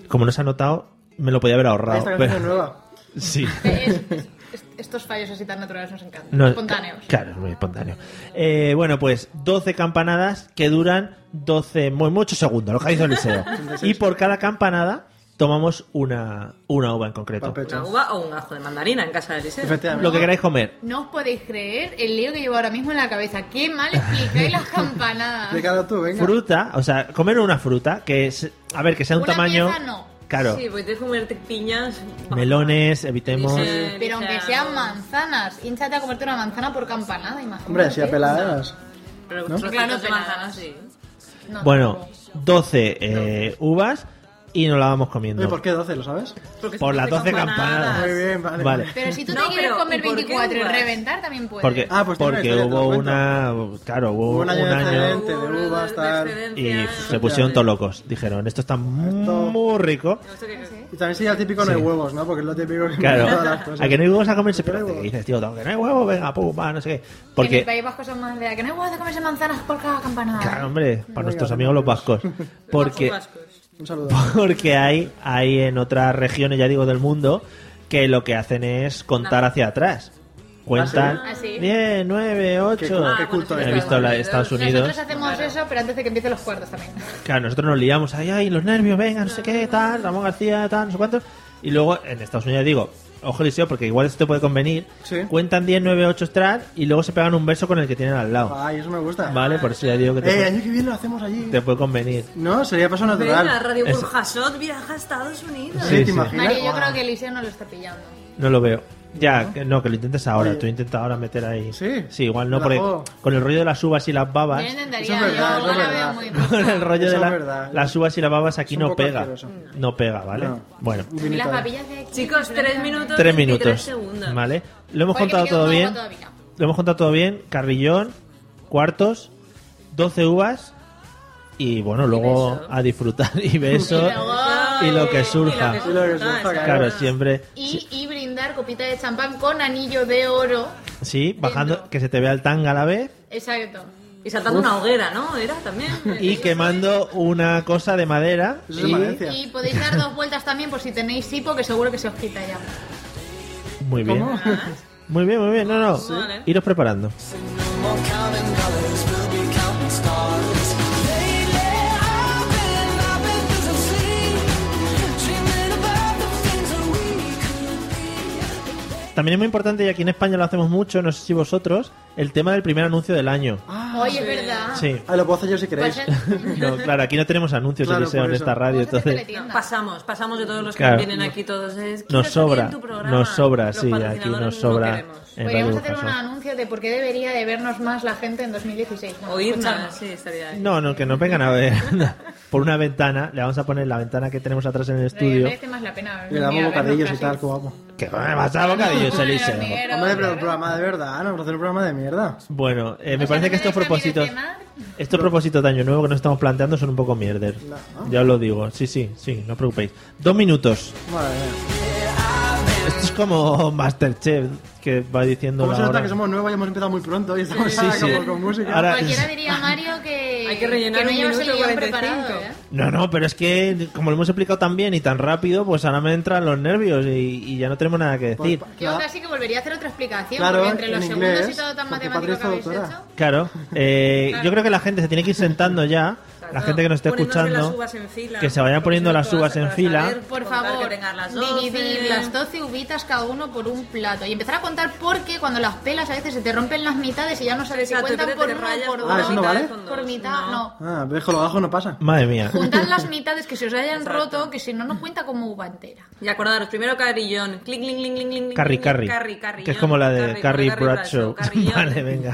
[SPEAKER 3] Como no se ha notado, me lo podía haber ahorrado.
[SPEAKER 6] Esta
[SPEAKER 5] canción
[SPEAKER 3] pero-
[SPEAKER 5] nueva.
[SPEAKER 3] Sí.
[SPEAKER 6] Est- Estos fallos así tan naturales nos encantan.
[SPEAKER 3] No,
[SPEAKER 6] Espontáneos.
[SPEAKER 3] ca- Claro, es muy espontáneo. Eh, bueno, pues 12 campanadas que duran 12, muy muchos segundos, lo que ha dicho Eliseo. Y por cada campanada tomamos una, una uva en concreto.
[SPEAKER 4] Una uva o un ajo de mandarina en casa de Eliseo.
[SPEAKER 3] Lo que queráis comer.
[SPEAKER 6] No os podéis creer el lío que llevo ahora mismo en la cabeza. Qué mal explicáis las campanadas.
[SPEAKER 3] Fruta, o sea, comer una fruta que es, a ver, que sea de un
[SPEAKER 6] Una
[SPEAKER 3] tamaño,
[SPEAKER 6] pieza no.
[SPEAKER 3] claro,
[SPEAKER 4] Sí, pues de comerte piñas.
[SPEAKER 3] melones, evitemos.
[SPEAKER 6] Pero aunque sean manzanas, hinchate a comerte una manzana por campanada, imagínate.
[SPEAKER 5] Hombre, si eh, apeladas.
[SPEAKER 4] Pero
[SPEAKER 5] ¿No?
[SPEAKER 4] claro, de manzanas, sí.
[SPEAKER 6] No,
[SPEAKER 3] Bueno, 12 eh, uvas y nos la vamos comiendo.
[SPEAKER 5] Oye, ¿por qué 12? ¿Lo sabes?
[SPEAKER 4] Porque
[SPEAKER 3] Por las 12
[SPEAKER 6] Ah,
[SPEAKER 3] campanadas.
[SPEAKER 5] Muy bien, vale.
[SPEAKER 3] Vale.
[SPEAKER 6] Pero si tú te
[SPEAKER 4] No,
[SPEAKER 6] quieres
[SPEAKER 4] pero,
[SPEAKER 6] comer
[SPEAKER 4] ¿y por qué
[SPEAKER 6] 24 y
[SPEAKER 4] uvas?
[SPEAKER 6] reventar, también puedes.
[SPEAKER 3] Porque,
[SPEAKER 5] Ah, pues tiene una
[SPEAKER 3] porque
[SPEAKER 5] historia, te lo
[SPEAKER 3] hubo una. Claro, hubo,
[SPEAKER 5] Hubo un año
[SPEAKER 3] un
[SPEAKER 5] de
[SPEAKER 3] año.
[SPEAKER 5] excedente, de uvas, tal.
[SPEAKER 3] Y se pusieron todos locos. Dijeron, esto está muy rico.
[SPEAKER 5] Y también sería el típico no hay
[SPEAKER 3] Sí.
[SPEAKER 5] huevos, ¿no? Porque es lo típico que en todas las
[SPEAKER 3] Claro,
[SPEAKER 5] cosas.
[SPEAKER 3] a que no hay huevos a comerse, pero que dices, tío, que no hay huevos, venga, pum, va, no sé qué.
[SPEAKER 6] En el
[SPEAKER 3] Porque,
[SPEAKER 6] País Vasco son más de que no hay huevos de comerse manzanas por cada campanada.
[SPEAKER 3] claro, hombre, para nuestros amigos los vascos. Porque,
[SPEAKER 5] Un saludo.
[SPEAKER 3] porque hay, hay en otras regiones, ya digo, del mundo, que lo que hacen es contar hacia atrás. Cuentan
[SPEAKER 6] ¿Ah, sí?
[SPEAKER 3] 10, 9, 8.
[SPEAKER 6] qué culto
[SPEAKER 3] He
[SPEAKER 6] es.
[SPEAKER 3] visto la de Estados Unidos.
[SPEAKER 6] Nosotros hacemos eso, pero antes de que empiecen los cuartos también.
[SPEAKER 3] Claro, nosotros nos liamos ahí, ay, los nervios, venga, no sé qué, tal, Ramón García, tal, no sé cuántos. Y luego en Estados Unidos digo, ojo, Eliseo, porque igual esto te puede convenir. Cuentan 10, 9, 8 strat y luego se pegan un verso con el que tienen al lado.
[SPEAKER 5] Ay, eso me
[SPEAKER 6] Ah.
[SPEAKER 5] gusta.
[SPEAKER 3] Vale, por eso ya digo que te,
[SPEAKER 5] Eh,
[SPEAKER 3] puede,
[SPEAKER 5] año que viene lo hacemos allí.
[SPEAKER 3] te puede convenir.
[SPEAKER 5] No, sería paso
[SPEAKER 4] Venga,
[SPEAKER 5] natural.
[SPEAKER 4] Radio
[SPEAKER 3] Eso.
[SPEAKER 4] Burjasot viaja a Estados Unidos.
[SPEAKER 3] Sí, ¿te sí. imaginas?
[SPEAKER 6] Mario, yo creo que Eliseo no lo está pillando.
[SPEAKER 3] No lo veo. Ya, que- no, que lo intentes ahora. Tú intenta ahora meter ahí. Sí. igual no,
[SPEAKER 5] La
[SPEAKER 3] porque
[SPEAKER 5] juego.
[SPEAKER 3] con el rollo de las uvas y las babas.
[SPEAKER 6] Yo
[SPEAKER 5] Eso
[SPEAKER 6] entendería,
[SPEAKER 5] es
[SPEAKER 6] yo
[SPEAKER 5] verdad, eso es
[SPEAKER 6] ahora veo
[SPEAKER 5] verdad.
[SPEAKER 6] muy...
[SPEAKER 3] Con el rollo
[SPEAKER 5] Eso
[SPEAKER 3] de
[SPEAKER 5] es
[SPEAKER 3] la-
[SPEAKER 5] verdad.
[SPEAKER 3] las uvas y las babas aquí
[SPEAKER 5] Es un
[SPEAKER 3] no
[SPEAKER 5] poco
[SPEAKER 3] pega.
[SPEAKER 5] asqueroso.
[SPEAKER 3] No pega, ¿vale?
[SPEAKER 5] No.
[SPEAKER 3] Bueno.
[SPEAKER 6] Y las papillas de...
[SPEAKER 4] Chicos, tres minutos. 23
[SPEAKER 3] Tres minutos.
[SPEAKER 4] segundos.
[SPEAKER 3] Vale. Lo hemos
[SPEAKER 4] Oye, que
[SPEAKER 3] contado
[SPEAKER 4] me queda
[SPEAKER 3] todo
[SPEAKER 4] una
[SPEAKER 3] bien.
[SPEAKER 4] uva todavía.
[SPEAKER 3] Lo hemos contado todo bien. Carrillón, cuartos, 12 uvas. Y bueno, luego a disfrutar y besos. y lo que surja.
[SPEAKER 5] Y lo que surja,
[SPEAKER 3] Claro, siempre.
[SPEAKER 6] Y, y brindar copita de champán con anillo de oro.
[SPEAKER 3] Sí, bajando, que se te vea el tanga a la vez.
[SPEAKER 6] Exacto.
[SPEAKER 4] Y saltando
[SPEAKER 3] Uf.
[SPEAKER 4] una hoguera, ¿no? Era también.
[SPEAKER 3] Y quemando una cosa de madera.
[SPEAKER 5] Eso
[SPEAKER 3] y-
[SPEAKER 6] Y podéis dar dos vueltas también por si tenéis hipo, que seguro que se os quita ya.
[SPEAKER 3] Muy bien.
[SPEAKER 6] ¿Cómo?
[SPEAKER 3] Muy bien, muy bien. No, no.
[SPEAKER 6] Sí.
[SPEAKER 3] Iros preparando. También es muy importante, y aquí en España lo hacemos mucho, no sé si vosotros, el tema del primer anuncio del año.
[SPEAKER 6] Oye, es verdad.
[SPEAKER 3] Ah,
[SPEAKER 6] Pues
[SPEAKER 3] Sí.
[SPEAKER 5] Ah, lo puedo hacer yo si queréis.
[SPEAKER 3] No, claro, aquí no tenemos anuncios
[SPEAKER 5] Claro,
[SPEAKER 3] Eliseo,
[SPEAKER 5] por
[SPEAKER 3] en
[SPEAKER 5] eso.
[SPEAKER 3] esta radio, entonces
[SPEAKER 4] Pasamos, pasamos de todos los que
[SPEAKER 3] Claro.
[SPEAKER 4] vienen aquí todos. Es, quiero salir
[SPEAKER 3] nos
[SPEAKER 4] en
[SPEAKER 3] sobra,
[SPEAKER 4] tu programa.
[SPEAKER 3] nos sobra,
[SPEAKER 4] Los
[SPEAKER 3] sí, aquí
[SPEAKER 4] patrocinadores
[SPEAKER 3] nos
[SPEAKER 4] no
[SPEAKER 3] sobra.
[SPEAKER 4] queremos. Pues
[SPEAKER 3] en Radio
[SPEAKER 6] Podríamos hacer un
[SPEAKER 3] Burjasot.
[SPEAKER 6] anuncio de por qué debería de vernos más la gente en 2016. ¿no?
[SPEAKER 4] Oírnos,
[SPEAKER 6] sí,
[SPEAKER 4] estaría
[SPEAKER 3] No, no, que nos vengan a ver por una ventana. Le vamos a poner la ventana que tenemos atrás en el estudio.
[SPEAKER 6] Merece más la pena.
[SPEAKER 5] Le damos bocadillos y tal, como vamos.
[SPEAKER 3] Que va vas a bocadillos, Eliseo.
[SPEAKER 5] Hombre, pero
[SPEAKER 6] eh,
[SPEAKER 5] un programa de verdad, no vamos a hacer un programa de mierda.
[SPEAKER 3] Bueno, eh, me parece que estos propósitos, estos propósitos de año nuevo que nos estamos planteando son un poco mierder. Ya os lo digo. Sí, sí, sí, no os preocupéis. Dos minutos.
[SPEAKER 5] Madre mía.
[SPEAKER 3] Esto es como Masterchef que va diciendo
[SPEAKER 5] ¿Cómo
[SPEAKER 3] la
[SPEAKER 5] se nota
[SPEAKER 3] hora.
[SPEAKER 5] que somos nuevos y hemos empezado muy pronto y estamos
[SPEAKER 3] Sí,
[SPEAKER 5] ya
[SPEAKER 3] sí.
[SPEAKER 5] como con música?
[SPEAKER 3] Ahora-
[SPEAKER 6] Cualquiera diría Mario que,
[SPEAKER 4] Hay que rellenar
[SPEAKER 6] no
[SPEAKER 4] un
[SPEAKER 6] llevas el
[SPEAKER 4] minuto
[SPEAKER 6] guión
[SPEAKER 4] 45.
[SPEAKER 6] preparado. ¿eh?
[SPEAKER 3] No, no, pero es que como lo hemos explicado tan bien y tan rápido, pues ahora me entran los nervios y, y ya no tenemos nada
[SPEAKER 5] Pues
[SPEAKER 3] que decir.
[SPEAKER 6] Yo casi que volvería a hacer otra explicación,
[SPEAKER 3] Claro,
[SPEAKER 6] porque entre los
[SPEAKER 3] en
[SPEAKER 6] segundos
[SPEAKER 3] inglés,
[SPEAKER 6] y todo tan
[SPEAKER 3] porque
[SPEAKER 6] matemático que
[SPEAKER 3] Patricia
[SPEAKER 6] habéis
[SPEAKER 3] doctora.
[SPEAKER 6] hecho.
[SPEAKER 3] Claro, eh,
[SPEAKER 6] Claro.
[SPEAKER 3] yo creo que la gente se tiene que ir sentando ya la gente que nos esté
[SPEAKER 4] Poniéndose las
[SPEAKER 3] escuchando,
[SPEAKER 4] uvas en fila.
[SPEAKER 3] que se vayan poniendo las uvas en fila.
[SPEAKER 6] Por
[SPEAKER 4] Contar que
[SPEAKER 6] favor,
[SPEAKER 4] tengan las 12.
[SPEAKER 6] dividir las 12 uvitas cada uno por un plato. Y empezar a contar porque cuando las pelas a veces se te rompen las mitades y ya no sabes si
[SPEAKER 4] Exacto,
[SPEAKER 6] cuentan
[SPEAKER 4] que te
[SPEAKER 6] por
[SPEAKER 4] te
[SPEAKER 6] uno,
[SPEAKER 4] rayas
[SPEAKER 6] por
[SPEAKER 4] por
[SPEAKER 6] dos,
[SPEAKER 5] la mitad, Ah, ¿eso no vale?
[SPEAKER 4] con
[SPEAKER 6] por mitad, no.
[SPEAKER 5] Ah, ves, con lo bajo no pasa.
[SPEAKER 3] Madre mía.
[SPEAKER 6] Juntad las mitades que se os hayan roto, que si no, no cuenta como uva entera.
[SPEAKER 4] Y acordaros, primero carrillón. Cling, cling, cling, cling, cling.
[SPEAKER 3] Carrie,
[SPEAKER 4] cling,
[SPEAKER 3] Carrie.
[SPEAKER 4] Carrie,
[SPEAKER 3] Que es como la de
[SPEAKER 4] Carrie,
[SPEAKER 3] Carrie
[SPEAKER 4] Carrie
[SPEAKER 3] Bradshaw.
[SPEAKER 4] Carrillón.
[SPEAKER 3] Vale, venga.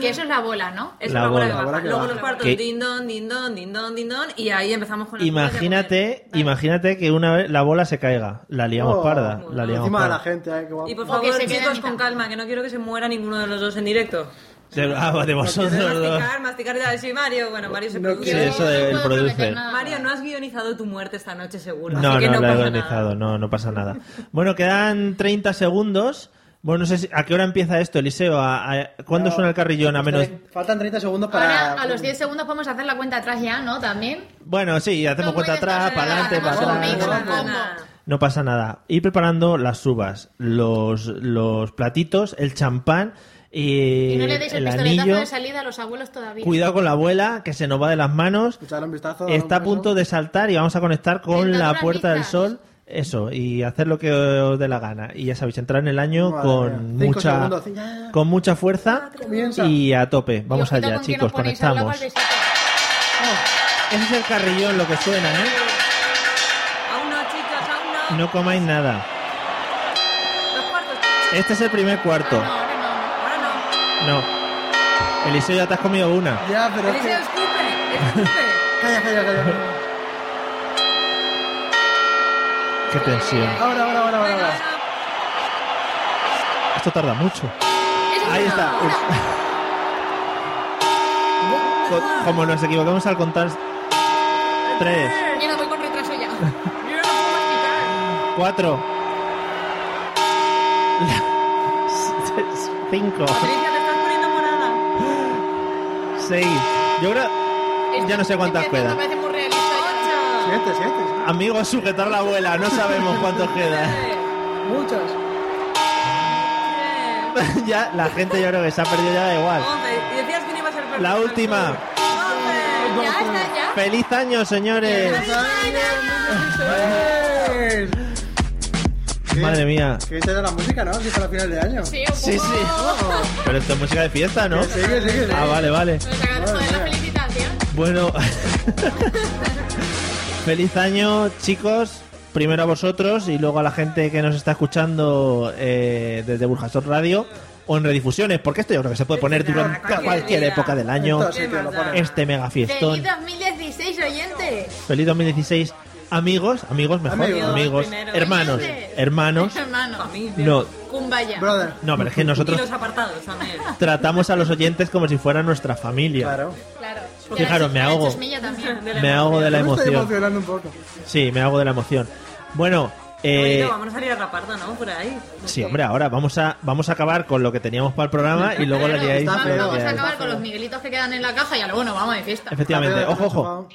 [SPEAKER 6] Que eso es la bola, ¿no?
[SPEAKER 4] Es
[SPEAKER 3] La
[SPEAKER 4] una bola,
[SPEAKER 3] bola.
[SPEAKER 4] de baja.
[SPEAKER 3] La bola que
[SPEAKER 4] Luego
[SPEAKER 3] baja.
[SPEAKER 4] los cuartos,
[SPEAKER 3] Que-
[SPEAKER 4] din don, din don, din don, din don. Y ahí empezamos con los
[SPEAKER 3] Imagínate, imagínate que una vez la bola se caiga. La liamos
[SPEAKER 5] Oh,
[SPEAKER 3] parda. La liamos
[SPEAKER 5] Encima de
[SPEAKER 3] parda.
[SPEAKER 5] la gente, eh, qué guapo.
[SPEAKER 4] Y por
[SPEAKER 6] O que se
[SPEAKER 4] favor,
[SPEAKER 6] quede a
[SPEAKER 4] chicos,
[SPEAKER 6] mitad.
[SPEAKER 4] con calma, que no quiero que se muera ninguno de los dos en directo.
[SPEAKER 3] Se- ah, de vosotros dos.
[SPEAKER 4] Masticar, masticar y tal. Sí, Mario. Bueno, Mario se produce.
[SPEAKER 3] Sí, eso de- el producer.
[SPEAKER 4] Mario, no has guionizado tu muerte esta noche, seguro.
[SPEAKER 3] No,
[SPEAKER 4] así que
[SPEAKER 3] no,
[SPEAKER 4] no,
[SPEAKER 3] la he
[SPEAKER 4] pasa
[SPEAKER 3] organizado, no, no pasa nada. Bueno, quedan 30 segundos. Bueno, no sé si- a qué hora empieza esto, Eliseo. ¿A, a- cuándo suena el carrillón?
[SPEAKER 5] pues
[SPEAKER 3] A menos.
[SPEAKER 5] Faltan 30 segundos para.
[SPEAKER 6] Ahora, a los 10 segundos podemos hacer la cuenta atrás ya, ¿no? También.
[SPEAKER 3] Bueno, sí, hacemos cuenta atrás, para adelante,
[SPEAKER 6] Hacemos
[SPEAKER 3] para
[SPEAKER 6] un mix,
[SPEAKER 3] atrás.
[SPEAKER 6] un combo.
[SPEAKER 3] No pasa nada. Ir preparando las uvas, los, los platitos, el champán, eh,
[SPEAKER 6] Y no le deis el,
[SPEAKER 3] el
[SPEAKER 6] pistoletazo
[SPEAKER 3] anillo.
[SPEAKER 6] de salida a los abuelos todavía.
[SPEAKER 3] Cuidado con la abuela, que se nos va de las manos.
[SPEAKER 5] Echarle un vistazo. dar
[SPEAKER 3] Está a
[SPEAKER 5] un beso.
[SPEAKER 3] punto de saltar y vamos a conectar con
[SPEAKER 6] Dentro de
[SPEAKER 3] la
[SPEAKER 6] unas
[SPEAKER 3] Puerta del
[SPEAKER 6] listas.
[SPEAKER 3] Sol. Eso, y hacer lo que os dé la gana. Y ya sabéis, entrar en el año
[SPEAKER 5] Madre
[SPEAKER 3] con
[SPEAKER 5] mía. Cinco
[SPEAKER 3] mucha
[SPEAKER 5] segundos, sí, ya.
[SPEAKER 3] con mucha fuerza
[SPEAKER 5] Comienza.
[SPEAKER 3] y a tope. Vamos
[SPEAKER 6] Y ojito
[SPEAKER 3] allá,
[SPEAKER 6] con que
[SPEAKER 3] chicos,
[SPEAKER 6] no ponéis al lado
[SPEAKER 3] conectamos.
[SPEAKER 6] al besito.
[SPEAKER 5] Oh.
[SPEAKER 3] Ese es el carrillón lo que suena, ¿eh?
[SPEAKER 4] nada. Aún no, chicos, aún no.
[SPEAKER 3] No comáis nada.
[SPEAKER 4] Los cuartos.
[SPEAKER 3] Este es el primer cuarto.
[SPEAKER 4] Ahora no.
[SPEAKER 3] No. Eliseo, ya te has comido una.
[SPEAKER 5] Ya, pero es que.
[SPEAKER 4] Eliseo, escupe, escupe.
[SPEAKER 5] Calla, calla, calla.
[SPEAKER 3] Qué tensión.
[SPEAKER 5] Ahora, ahora, ahora, ahora. ahora.
[SPEAKER 3] Esto tarda mucho.
[SPEAKER 6] Eso
[SPEAKER 3] Ahí
[SPEAKER 6] es
[SPEAKER 3] está.
[SPEAKER 6] una-
[SPEAKER 3] Co- Como nos equivocamos al contar. 3,
[SPEAKER 6] Mierda, voy con retraso ya.
[SPEAKER 3] 4, 5,
[SPEAKER 4] Patricia, te estás poniendo morada.
[SPEAKER 3] 6. Yo creo. Ya no sé cuántas
[SPEAKER 6] Esto
[SPEAKER 3] quedan.
[SPEAKER 6] Este Me parece muy realista. ¿eh?
[SPEAKER 4] Ocho.
[SPEAKER 5] Siete, siete.
[SPEAKER 3] Amigos, sujetar la abuela. No sabemos cuántos quedan.
[SPEAKER 4] Nueve.
[SPEAKER 5] Muchas.
[SPEAKER 4] Diez.
[SPEAKER 3] ya, la gente yo creo que se ha perdido ya da igual.
[SPEAKER 4] Once. Y decías que no iba a ser perfecto.
[SPEAKER 3] La última.
[SPEAKER 4] Doce.
[SPEAKER 6] Ya está, ya.
[SPEAKER 3] ¡Feliz año, señores!
[SPEAKER 5] ¡Tres!
[SPEAKER 3] Madre mía.
[SPEAKER 5] Qué bien la música, ¿no? Si es para final de año.
[SPEAKER 6] Sí, un poco.
[SPEAKER 3] Sí, sí. Pero esto es música de fiesta, ¿no?
[SPEAKER 5] Sí, que sí, que sí.
[SPEAKER 3] Ah, vale, vale.
[SPEAKER 6] Nos acabamos de la felicitación.
[SPEAKER 3] Bueno. Feliz año, chicos. Primero a vosotros y luego a la gente que nos está escuchando eh, desde Burjasot Radio o en redifusiones, porque esto yo creo que se puede poner durante
[SPEAKER 4] cualquier
[SPEAKER 3] cualquier
[SPEAKER 4] día.
[SPEAKER 3] época del año.
[SPEAKER 5] Esto sí que lo ponen.
[SPEAKER 3] Este mega
[SPEAKER 6] Feliz
[SPEAKER 3] fiestón.
[SPEAKER 6] 2016, oyentes.
[SPEAKER 3] Feliz 2016. Amigos, amigos mejor,
[SPEAKER 5] Amigos,
[SPEAKER 3] amigos,
[SPEAKER 4] primero.
[SPEAKER 3] hermanos, hermanos.
[SPEAKER 6] Hermano.
[SPEAKER 3] No,
[SPEAKER 6] Cumbaya.
[SPEAKER 5] Brother.
[SPEAKER 3] no, pero es que
[SPEAKER 4] Y
[SPEAKER 3] nosotros
[SPEAKER 4] los apartados también.
[SPEAKER 3] tratamos a los oyentes como si fuera nuestra familia.
[SPEAKER 5] Claro.
[SPEAKER 6] Claro.
[SPEAKER 3] Fijaros, me
[SPEAKER 6] La
[SPEAKER 3] ahogo.
[SPEAKER 6] chusmilla también.
[SPEAKER 3] Me hago de la
[SPEAKER 5] Yo me estoy
[SPEAKER 3] emoción.
[SPEAKER 5] emocionando un poco.
[SPEAKER 3] Sí, me hago de la emoción. Bueno, eh,
[SPEAKER 4] Oído, vamos a salir a rapardo, ¿no? Por ahí.
[SPEAKER 3] sí, hombre, ahora vamos a vamos a acabar con lo que teníamos para el programa y luego la
[SPEAKER 6] Claro,
[SPEAKER 3] liáis.
[SPEAKER 5] está
[SPEAKER 3] la
[SPEAKER 5] feo,
[SPEAKER 6] Vamos a
[SPEAKER 3] liáis.
[SPEAKER 6] acabar con los miguelitos que quedan en la caja y a luego nos vamos de fiesta.
[SPEAKER 3] Efectivamente, ojo, ojo.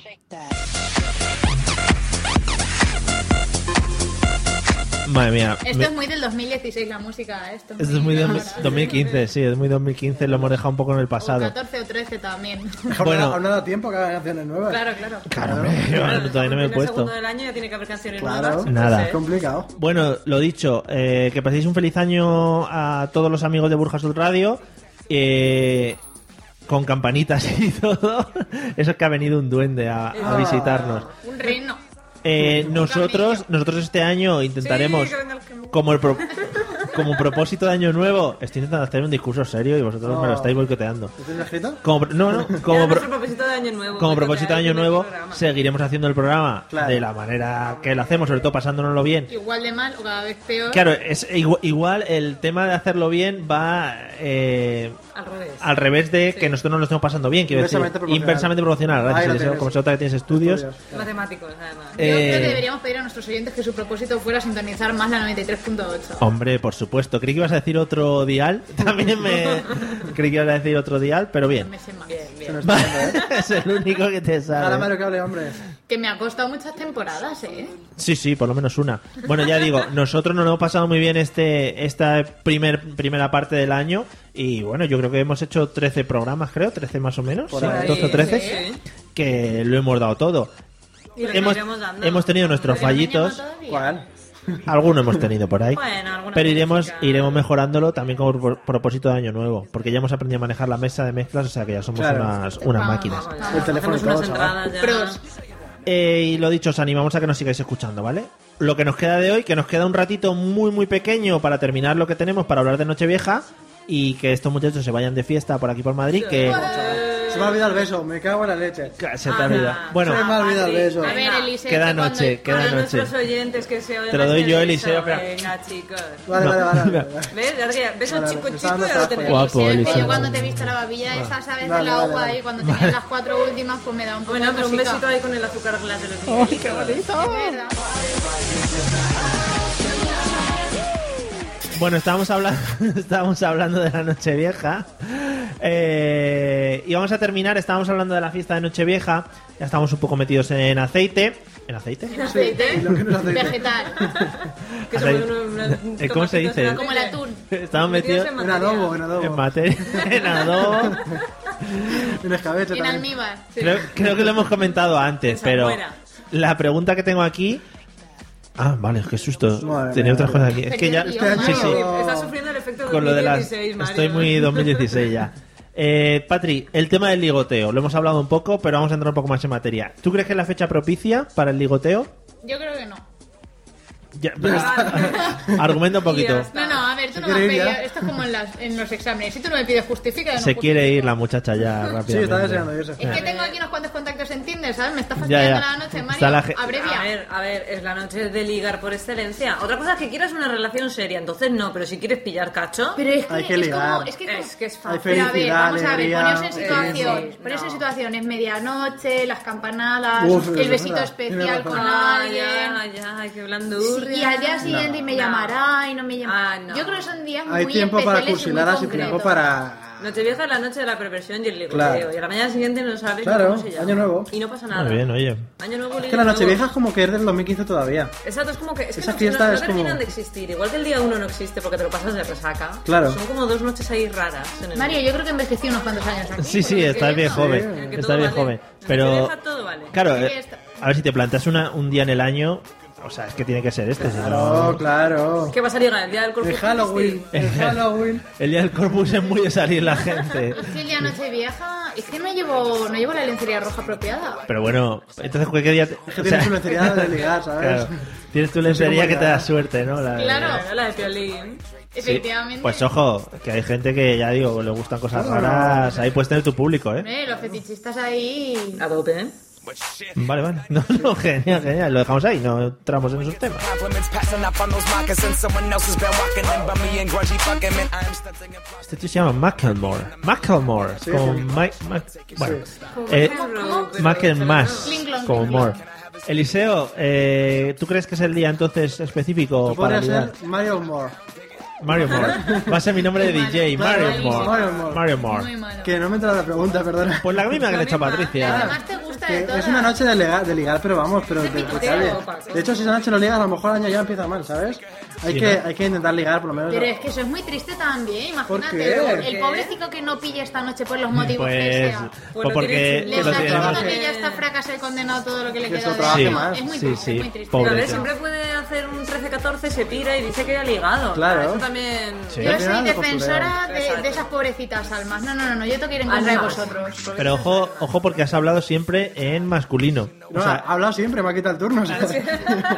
[SPEAKER 3] Madre mía.
[SPEAKER 6] Esto
[SPEAKER 3] me-
[SPEAKER 6] es muy del 2016 la música, ¿eh? esto.
[SPEAKER 3] Esto es muy de-
[SPEAKER 6] ahora.
[SPEAKER 3] 2015, sí, es muy 2015, lo hemos dejado un poco en el
[SPEAKER 6] O
[SPEAKER 3] pasado.
[SPEAKER 6] 14 o 13 también.
[SPEAKER 3] Bueno.
[SPEAKER 5] Bueno. Aún no da tiempo que hagan canciones nuevas.
[SPEAKER 6] Claro, claro.
[SPEAKER 3] Claro, hombre, yo todavía no me he
[SPEAKER 4] El primer
[SPEAKER 3] puesto.
[SPEAKER 4] segundo del año ya tiene que haber canciones
[SPEAKER 5] Claro.
[SPEAKER 4] nuevas.
[SPEAKER 3] Nada.
[SPEAKER 4] Pues,
[SPEAKER 5] Es
[SPEAKER 4] eh,
[SPEAKER 5] complicado.
[SPEAKER 3] Bueno, lo dicho, eh, que paséis un feliz año a todos los amigos de Burjasot Radio, eh, con campanitas y todo. Eso es que ha venido un duende a,
[SPEAKER 6] Ah.
[SPEAKER 3] a visitarnos.
[SPEAKER 6] Un reino.
[SPEAKER 3] Eh, nosotros, nosotros este año intentaremos,
[SPEAKER 4] Sí, que venga el que-
[SPEAKER 3] como, el pro- como propósito de año nuevo, estoy intentando hacer un discurso serio y vosotros me lo estáis boicoteando.
[SPEAKER 5] ¿Lo tienes escrito?
[SPEAKER 3] Como, pro- no, no,
[SPEAKER 4] era
[SPEAKER 3] como, pro-
[SPEAKER 4] nuestro propósito de año nuevo.
[SPEAKER 3] como
[SPEAKER 4] que
[SPEAKER 3] propósito de
[SPEAKER 4] toca el
[SPEAKER 3] año
[SPEAKER 4] primer
[SPEAKER 3] nuevo,
[SPEAKER 4] programa.
[SPEAKER 3] seguiremos haciendo el programa
[SPEAKER 5] Claro.
[SPEAKER 3] de la manera que lo hacemos, sobre todo pasándonoslo bien.
[SPEAKER 6] Igual de mal o cada vez peor.
[SPEAKER 3] Claro, es igu- igual el tema de hacerlo bien va eh,
[SPEAKER 4] Al revés.
[SPEAKER 3] al revés de que nosotros no lo estemos pasando bien, quiero decir,
[SPEAKER 5] Inversamente proporcional.
[SPEAKER 3] inversamente proporcional. gracias,
[SPEAKER 5] Ahí lo
[SPEAKER 3] Eliseo,
[SPEAKER 5] tienes.
[SPEAKER 3] como se nota que tienes estudios.
[SPEAKER 4] Matemáticos, además.
[SPEAKER 6] Yo creo
[SPEAKER 3] Eh,
[SPEAKER 6] que deberíamos pedir a nuestros oyentes que su propósito fuera sintonizar más la 93.8.
[SPEAKER 3] Hombre, por supuesto. Creí que ibas a decir otro dial. También me creí que ibas a decir otro dial, pero bien.
[SPEAKER 6] Me sé más.
[SPEAKER 3] es el único que te
[SPEAKER 5] Nada
[SPEAKER 3] sale.
[SPEAKER 5] malo que hable, hombre.
[SPEAKER 6] Que me ha costado muchas temporadas, ¿eh?
[SPEAKER 3] Sí, sí, por lo menos una. Bueno, ya digo, nosotros nos lo hemos pasado muy bien este esta primer, primera parte del año y bueno, yo creo que hemos hecho 13 programas, creo, 13 más o menos,
[SPEAKER 5] Por
[SPEAKER 3] sí,
[SPEAKER 5] ahí.
[SPEAKER 3] 12 o 13.
[SPEAKER 4] Sí.
[SPEAKER 3] que lo hemos dado todo.
[SPEAKER 4] Y lo
[SPEAKER 3] Hemos,
[SPEAKER 4] seguiremos dando.
[SPEAKER 3] hemos tenido nuestros fallitos.
[SPEAKER 4] Pues,
[SPEAKER 3] Alguno hemos tenido por ahí.
[SPEAKER 4] Bueno, alguna
[SPEAKER 3] pero iremos, iremos mejorándolo también con pro- propósito de año nuevo. Porque ya hemos aprendido a manejar la mesa de mezclas, o sea que ya somos
[SPEAKER 5] Claro.
[SPEAKER 3] unas, unas
[SPEAKER 4] Ah,
[SPEAKER 3] máquinas.
[SPEAKER 5] El teléfono y
[SPEAKER 4] Hacemos
[SPEAKER 5] todo,
[SPEAKER 4] unas
[SPEAKER 5] chaval.
[SPEAKER 4] entradas ya.
[SPEAKER 3] Eh, y lo dicho, os animamos a que nos sigáis escuchando, ¿vale? Lo que nos queda de hoy, que nos queda un ratito muy, muy pequeño para terminar lo que tenemos para hablar de Nochevieja y que estos muchachos se vayan de fiesta por aquí por Madrid, que
[SPEAKER 5] Se me ha olvidado el beso, me cago en la leche.
[SPEAKER 3] se te ha olvidado. Bueno,
[SPEAKER 5] se me ha olvidado el beso.
[SPEAKER 4] A ver, Eliseo,
[SPEAKER 3] Queda
[SPEAKER 4] que cuando-
[SPEAKER 3] noche, queda
[SPEAKER 4] para
[SPEAKER 3] noche.
[SPEAKER 4] nuestros oyentes que se oyen
[SPEAKER 3] Te lo doy
[SPEAKER 4] hacer
[SPEAKER 3] yo,
[SPEAKER 4] eso,
[SPEAKER 3] Eliseo, espera.
[SPEAKER 4] Venga, chicos.
[SPEAKER 5] Vale,
[SPEAKER 3] No.
[SPEAKER 5] vale, vale. vale.
[SPEAKER 4] ¿Ves? Ya que- ¿Ves al
[SPEAKER 5] Vale,
[SPEAKER 4] chico
[SPEAKER 5] vale,
[SPEAKER 4] chico?
[SPEAKER 5] empezando
[SPEAKER 4] Ya lo
[SPEAKER 5] a
[SPEAKER 4] tenemos.
[SPEAKER 6] Guapo,
[SPEAKER 4] Sí,
[SPEAKER 6] Eliseo.
[SPEAKER 4] yo cuando-
[SPEAKER 6] Cuando te he visto la babilla esa, ¿sabes?
[SPEAKER 4] Vale,
[SPEAKER 6] de la
[SPEAKER 4] vale,
[SPEAKER 6] uva
[SPEAKER 4] vale.
[SPEAKER 6] ahí, cuando tenías las cuatro últimas, pues me da un poco
[SPEAKER 4] Bueno,
[SPEAKER 6] de
[SPEAKER 4] pero un
[SPEAKER 6] cosita.
[SPEAKER 4] besito ahí con el azúcar glass de los
[SPEAKER 6] ¡Ay, qué bonito! Es verdad.
[SPEAKER 3] Bueno, estábamos hablando, estábamos hablando de la Nochevieja. Eh, y vamos a terminar, estábamos hablando de la fiesta de Nochevieja. Ya estamos un poco metidos en aceite. ¿En aceite?
[SPEAKER 6] En aceite. Vegetal.
[SPEAKER 4] Que
[SPEAKER 3] Aceite.
[SPEAKER 4] somos unos- unos
[SPEAKER 3] Eh, ¿Cómo se
[SPEAKER 4] tomatitos en
[SPEAKER 3] dice?
[SPEAKER 4] la
[SPEAKER 6] Como el atún.
[SPEAKER 3] Estamos metidos
[SPEAKER 4] Metidos en materia. En adobo,
[SPEAKER 5] en
[SPEAKER 3] materia- en adobo.
[SPEAKER 5] En escabeche
[SPEAKER 6] Y en
[SPEAKER 5] también.
[SPEAKER 6] almíbar. sí.
[SPEAKER 3] Creo, creo que lo hemos comentado antes, pero
[SPEAKER 6] fuera.
[SPEAKER 3] la pregunta que tengo aquí. Ah, vale, qué susto.
[SPEAKER 5] Madre
[SPEAKER 3] Tenía
[SPEAKER 5] mía.
[SPEAKER 3] otras cosas aquí. Es que ya.
[SPEAKER 4] Este
[SPEAKER 3] Sí,
[SPEAKER 4] año-
[SPEAKER 3] sí.
[SPEAKER 4] Está sufriendo el efecto
[SPEAKER 3] Con lo de las.
[SPEAKER 4] 2016, Mario.
[SPEAKER 3] Estoy muy 2016 ya. Eh, Patri, el tema del ligoteo. Lo hemos hablado un poco, pero vamos a entrar un poco más en materia. ¿Tú crees que es la fecha propicia para el ligoteo?
[SPEAKER 6] Yo creo que no.
[SPEAKER 3] Ya- Argumenta un poquito.
[SPEAKER 6] No, no, a ver, tú
[SPEAKER 5] Se
[SPEAKER 6] no me has
[SPEAKER 5] quiere ir
[SPEAKER 6] pedido.
[SPEAKER 5] ya.
[SPEAKER 6] Esto es como en, las- en los exámenes. Si tú no me pides justifica, yo no
[SPEAKER 3] Se quiere
[SPEAKER 6] justifico.
[SPEAKER 3] ir la muchacha ya rápidamente.
[SPEAKER 5] Sí, está deseando irse.
[SPEAKER 6] Es que tengo aquí unos cuantos contactos en Tinder, ¿sabes? Me está
[SPEAKER 3] Ya,
[SPEAKER 6] fastidiando
[SPEAKER 3] ya.
[SPEAKER 6] la noche,
[SPEAKER 3] Está
[SPEAKER 6] Mario.
[SPEAKER 3] la ge-
[SPEAKER 6] Abrevia.
[SPEAKER 4] A ver, a ver, es la noche de ligar por excelencia. Otra cosa es que quieras una relación seria, entonces no, pero si quieres pillar cacho.
[SPEAKER 6] Pero es que,
[SPEAKER 5] Hay que
[SPEAKER 6] es
[SPEAKER 5] ligar.
[SPEAKER 6] como, es que es,
[SPEAKER 4] Es que es
[SPEAKER 6] fácil.
[SPEAKER 5] Hay
[SPEAKER 6] Pero a ver,
[SPEAKER 5] felicidad,
[SPEAKER 6] vamos a ver,
[SPEAKER 5] alegría,
[SPEAKER 6] poneros en
[SPEAKER 5] sí,
[SPEAKER 6] situación.
[SPEAKER 4] sí,
[SPEAKER 6] poneros en
[SPEAKER 4] no.
[SPEAKER 6] situación, es medianoche, las campanadas,
[SPEAKER 5] Uf,
[SPEAKER 6] el
[SPEAKER 5] es
[SPEAKER 6] besito
[SPEAKER 5] verdad, tienes
[SPEAKER 6] especial
[SPEAKER 5] razón.
[SPEAKER 6] con
[SPEAKER 4] Ah,
[SPEAKER 6] alguien.
[SPEAKER 4] ya, ya, ay, qué
[SPEAKER 6] Sí,
[SPEAKER 4] blandurria.
[SPEAKER 6] y al día siguiente y me
[SPEAKER 4] No.
[SPEAKER 6] llamará y no me llamará.
[SPEAKER 4] Ah, no.
[SPEAKER 6] Yo creo que son días
[SPEAKER 5] Hay
[SPEAKER 6] muy
[SPEAKER 5] tiempo para
[SPEAKER 6] especiales y muy
[SPEAKER 5] cursiladas y tiempo
[SPEAKER 6] concretos.
[SPEAKER 5] para.
[SPEAKER 4] Nochevieja es la noche de la perversión y el ligoteo.
[SPEAKER 5] Claro.
[SPEAKER 4] Y a la mañana siguiente no sabes ni
[SPEAKER 5] Claro,
[SPEAKER 4] cómo se llama.
[SPEAKER 5] año nuevo.
[SPEAKER 4] Y no pasa nada.
[SPEAKER 3] Muy bien, oye.
[SPEAKER 4] Año nuevo,
[SPEAKER 5] Es
[SPEAKER 4] ligue
[SPEAKER 5] que la noche
[SPEAKER 4] nuevo.
[SPEAKER 5] vieja es como que es del 2015 todavía.
[SPEAKER 4] Exacto, es como que. Es que
[SPEAKER 5] Esa
[SPEAKER 4] no-
[SPEAKER 5] fiesta
[SPEAKER 4] no, no
[SPEAKER 5] es
[SPEAKER 4] terminan
[SPEAKER 5] como-
[SPEAKER 4] de existir. Igual que el día uno no existe porque te lo pasas de resaca.
[SPEAKER 5] Claro.
[SPEAKER 4] Son como dos noches ahí raras. En el
[SPEAKER 6] Mario, yo creo que envejecí unos cuantos años aquí.
[SPEAKER 3] Sí, sí, estás bien joven.
[SPEAKER 4] que
[SPEAKER 3] Estás
[SPEAKER 4] todo
[SPEAKER 3] bien
[SPEAKER 4] vale.
[SPEAKER 3] joven.
[SPEAKER 4] Si te
[SPEAKER 3] Pero,
[SPEAKER 4] deja, todo vale.
[SPEAKER 3] claro,
[SPEAKER 6] Sí,
[SPEAKER 3] eh,
[SPEAKER 6] está-
[SPEAKER 3] a ver si te plantas una, un día en el año. O sea, es que tiene que ser este. si
[SPEAKER 5] Claro,
[SPEAKER 3] no-
[SPEAKER 5] claro.
[SPEAKER 4] ¿Qué vas a ligar? El día del
[SPEAKER 5] El
[SPEAKER 4] corpus.
[SPEAKER 5] Halloween. El Halloween.
[SPEAKER 3] El día del Corpus es muy de salir la gente.
[SPEAKER 6] Es que el día noche vieja, es que no llevo, no llevo la lencería roja apropiada.
[SPEAKER 3] Pero bueno, entonces, ¿qué día? te-
[SPEAKER 5] Es que
[SPEAKER 3] o
[SPEAKER 5] tienes
[SPEAKER 3] sea,
[SPEAKER 5] una necesidad de ligar, ¿sabes?
[SPEAKER 3] claro, tienes tu lencería que te da
[SPEAKER 5] complicado.
[SPEAKER 3] suerte, ¿no? La-
[SPEAKER 6] Claro,
[SPEAKER 4] Claro, La de Piolín.
[SPEAKER 3] sí.
[SPEAKER 6] efectivamente.
[SPEAKER 3] Pues ojo, que hay gente que ya digo, le gustan cosas raras. Ahí puedes tener tu público, ¿eh?
[SPEAKER 6] Eh, los fetichistas ahí.
[SPEAKER 4] A tope, ¿eh?
[SPEAKER 3] Vale, vale. No, no, genial, genial. Lo dejamos ahí, no entramos en esos temas.
[SPEAKER 13] Compliments passing up on those moccasins. Someone else has been walking in by me and grungy fucking men. I am stunting and
[SPEAKER 3] Este tío se llama Macklemore. Macklemore.
[SPEAKER 5] Sí,
[SPEAKER 3] Como
[SPEAKER 5] sí.
[SPEAKER 3] Mike. Mac- bueno.
[SPEAKER 4] Como
[SPEAKER 3] Eh,
[SPEAKER 4] Macklemore, pero-
[SPEAKER 3] Macklemore más.
[SPEAKER 6] pero no.
[SPEAKER 3] Como More. Eliseo, eh, ¿tú crees que es el día entonces específico para
[SPEAKER 5] Podría
[SPEAKER 3] ligar?
[SPEAKER 5] ser Mario Moore.
[SPEAKER 3] Mario More. Va a ser mi nombre de DJ.
[SPEAKER 5] Claro,
[SPEAKER 3] Mario More.
[SPEAKER 5] Mario Moore.
[SPEAKER 3] Mario
[SPEAKER 6] Muy
[SPEAKER 3] More.
[SPEAKER 6] malo.
[SPEAKER 5] Que no me entra la pregunta, perdona.
[SPEAKER 3] Pues la misma que le ha hecho a Patricia.
[SPEAKER 6] Además te gusta
[SPEAKER 5] Que
[SPEAKER 6] de todas.
[SPEAKER 5] Ah. es una noche de ligar, de ligar pero vamos, pero de, de-
[SPEAKER 4] picoteo,
[SPEAKER 5] de-
[SPEAKER 4] Paco.
[SPEAKER 5] de hecho, si esa noche no ligas, a lo mejor el año ya empieza mal, ¿sabes? Hay,
[SPEAKER 3] Sí,
[SPEAKER 5] que,
[SPEAKER 3] ¿no?
[SPEAKER 5] hay que intentar ligar, por lo menos.
[SPEAKER 6] Pero es que eso es muy triste también,
[SPEAKER 5] ¿Por
[SPEAKER 6] imagínate.
[SPEAKER 5] qué?
[SPEAKER 6] luego
[SPEAKER 5] ¿Por
[SPEAKER 6] El
[SPEAKER 5] qué?
[SPEAKER 6] pobrecito que no pille esta noche por los motivos que
[SPEAKER 3] Pues,
[SPEAKER 6] sea.
[SPEAKER 3] pues
[SPEAKER 4] Bueno,
[SPEAKER 3] porque
[SPEAKER 4] tiene
[SPEAKER 6] Le
[SPEAKER 4] que
[SPEAKER 3] lo
[SPEAKER 6] está
[SPEAKER 4] tiene
[SPEAKER 3] tenemos
[SPEAKER 6] todo
[SPEAKER 4] más
[SPEAKER 6] que
[SPEAKER 4] que-
[SPEAKER 6] ya está fracasado y condenado todo lo que le
[SPEAKER 5] Que
[SPEAKER 6] queda
[SPEAKER 5] eso
[SPEAKER 6] de vida.
[SPEAKER 5] trabaje
[SPEAKER 3] más.
[SPEAKER 6] Es muy
[SPEAKER 3] Sí,
[SPEAKER 6] triste,
[SPEAKER 3] sí,
[SPEAKER 6] es muy triste.
[SPEAKER 3] pobre.
[SPEAKER 4] Pero a ver,
[SPEAKER 3] Pobrecito.
[SPEAKER 4] siempre puede hacer un 13-14, se pira y dice que ha ligado.
[SPEAKER 5] Claro.
[SPEAKER 4] Eso también.
[SPEAKER 3] Sí.
[SPEAKER 6] Yo
[SPEAKER 5] Al
[SPEAKER 6] soy
[SPEAKER 5] final lo
[SPEAKER 6] defensora de,
[SPEAKER 4] Exacto.
[SPEAKER 6] de esas pobrecitas almas. No, no, no, no, yo tengo que ir en contra de
[SPEAKER 4] Almas.
[SPEAKER 6] vosotros. porque-
[SPEAKER 3] Pero ojo, ojo porque has hablado siempre en masculino.
[SPEAKER 5] No,
[SPEAKER 3] O sea,
[SPEAKER 5] ha hablado siempre, me ha quitado el turno. ¿sabes?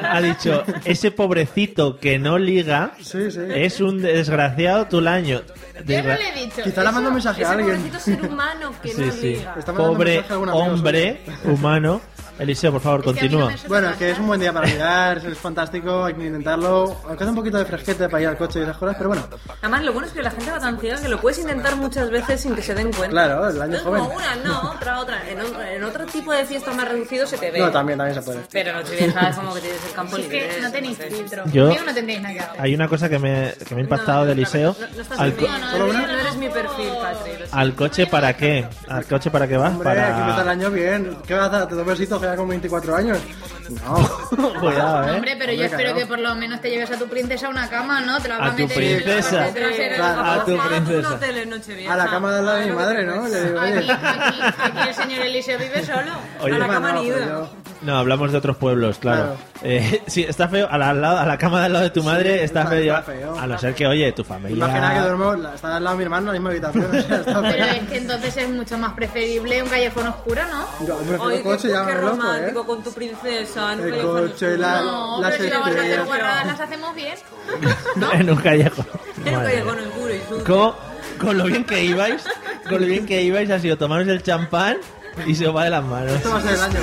[SPEAKER 3] ha dicho, ese pobrecito que no liga
[SPEAKER 5] Sí, sí.
[SPEAKER 3] es un desgraciado tulaño.
[SPEAKER 6] Yo no
[SPEAKER 3] Desgra-
[SPEAKER 6] le he dicho.
[SPEAKER 5] Quizá le mando un mensaje
[SPEAKER 4] Ese
[SPEAKER 5] a alguien.
[SPEAKER 4] pobrecito ser humano que
[SPEAKER 3] Sí,
[SPEAKER 4] no
[SPEAKER 3] sí.
[SPEAKER 4] liga.
[SPEAKER 5] Está mandando
[SPEAKER 3] Pobre
[SPEAKER 5] mensaje a algún amigo
[SPEAKER 3] hombre humano. Eliseo, por favor,
[SPEAKER 6] Es que a mí no
[SPEAKER 3] continúa.
[SPEAKER 6] me suele
[SPEAKER 5] Bueno,
[SPEAKER 6] pasar.
[SPEAKER 5] que es un buen día para ligar, es fantástico, hay que intentarlo. Aunque hace un poquito de fresquete para ir al coche y esas cosas, pero bueno.
[SPEAKER 4] Además, lo bueno es que la gente va tan ciega que lo puedes intentar muchas veces sin que se den cuenta.
[SPEAKER 5] Claro, el año
[SPEAKER 4] Es como
[SPEAKER 5] joven.
[SPEAKER 4] una, no, otra, otra. En, o- en otro tipo de fiesta más reducido se te ve.
[SPEAKER 5] No, también, también se puede.
[SPEAKER 4] Pero no te dejas como que tienes el campo
[SPEAKER 6] Es
[SPEAKER 4] libre.
[SPEAKER 6] que no tenéis
[SPEAKER 4] sé.
[SPEAKER 6] filtro.
[SPEAKER 3] Yo-
[SPEAKER 6] Conmigo no tendréis nada que hacer.
[SPEAKER 3] Hay una cosa que me, que me ha impactado de Eliseo.
[SPEAKER 4] No, no estás
[SPEAKER 3] Al, co-
[SPEAKER 4] conmigo, no,
[SPEAKER 5] ¿Solo
[SPEAKER 4] eres-
[SPEAKER 5] una?
[SPEAKER 4] no eres mi perfil, Patri. lo siento.
[SPEAKER 3] al coche para qué? ¿Al coche para qué vas?
[SPEAKER 5] Hombre, hay que empezar el
[SPEAKER 3] Para...
[SPEAKER 5] año bien. ¿Qué vas a hacer? ¿Te doy un besito? hace ya como 24 años. No.
[SPEAKER 3] Cuidado, ¿eh?
[SPEAKER 6] Hombre, pero
[SPEAKER 5] Hombre,
[SPEAKER 6] yo espero
[SPEAKER 5] claro.
[SPEAKER 6] que por lo menos te lleves a tu princesa a una cama, ¿no? Te la va
[SPEAKER 3] A tu
[SPEAKER 6] meter en la
[SPEAKER 3] princesa.
[SPEAKER 6] parte trasera.
[SPEAKER 5] Claro, a tu princesa. A la cama de al lado de mi
[SPEAKER 6] Claro
[SPEAKER 5] madre,
[SPEAKER 6] que
[SPEAKER 5] ¿no?
[SPEAKER 6] sí.
[SPEAKER 5] Le digo,
[SPEAKER 6] Aquí,
[SPEAKER 5] oye.
[SPEAKER 6] aquí, aquí el señor Eliseo vive solo.
[SPEAKER 3] Oye.
[SPEAKER 6] a la
[SPEAKER 3] Bueno,
[SPEAKER 6] cama
[SPEAKER 5] no,
[SPEAKER 6] ni
[SPEAKER 5] pero
[SPEAKER 6] idea.
[SPEAKER 3] No, hablamos de otros pueblos, claro. Eh, sí, está feo. A la, al lado- a la cama del lado de tu madre está,
[SPEAKER 5] está-
[SPEAKER 3] feo,
[SPEAKER 5] está feo.
[SPEAKER 3] A no ser que, oye, tu
[SPEAKER 5] Imagina que
[SPEAKER 3] familia.
[SPEAKER 5] duermo, la- está al lado de mi hermano en la misma habitación. o sea, está
[SPEAKER 6] Pero es que entonces es mucho más preferible un callejón oscuro, ¿no?
[SPEAKER 5] Yo, hombre,
[SPEAKER 6] Ay,
[SPEAKER 5] el coche
[SPEAKER 6] qué-
[SPEAKER 5] ya me
[SPEAKER 6] qué
[SPEAKER 5] loco,
[SPEAKER 6] romántico.
[SPEAKER 5] ¿eh?
[SPEAKER 4] con tu princesa.
[SPEAKER 5] El coche, la,
[SPEAKER 6] No,
[SPEAKER 5] las
[SPEAKER 6] pero si la vas a hacer
[SPEAKER 5] estrellas.
[SPEAKER 6] guarradas, las hacemos bien.
[SPEAKER 3] en un callejón.
[SPEAKER 6] un
[SPEAKER 3] Madre
[SPEAKER 6] callejón oscuro y sucio.
[SPEAKER 3] ¿Cómo? Con lo bien que ibais, con lo bien que ibais ha sido tomaros el champán y se os va de las manos.
[SPEAKER 5] Esto va a ser el año.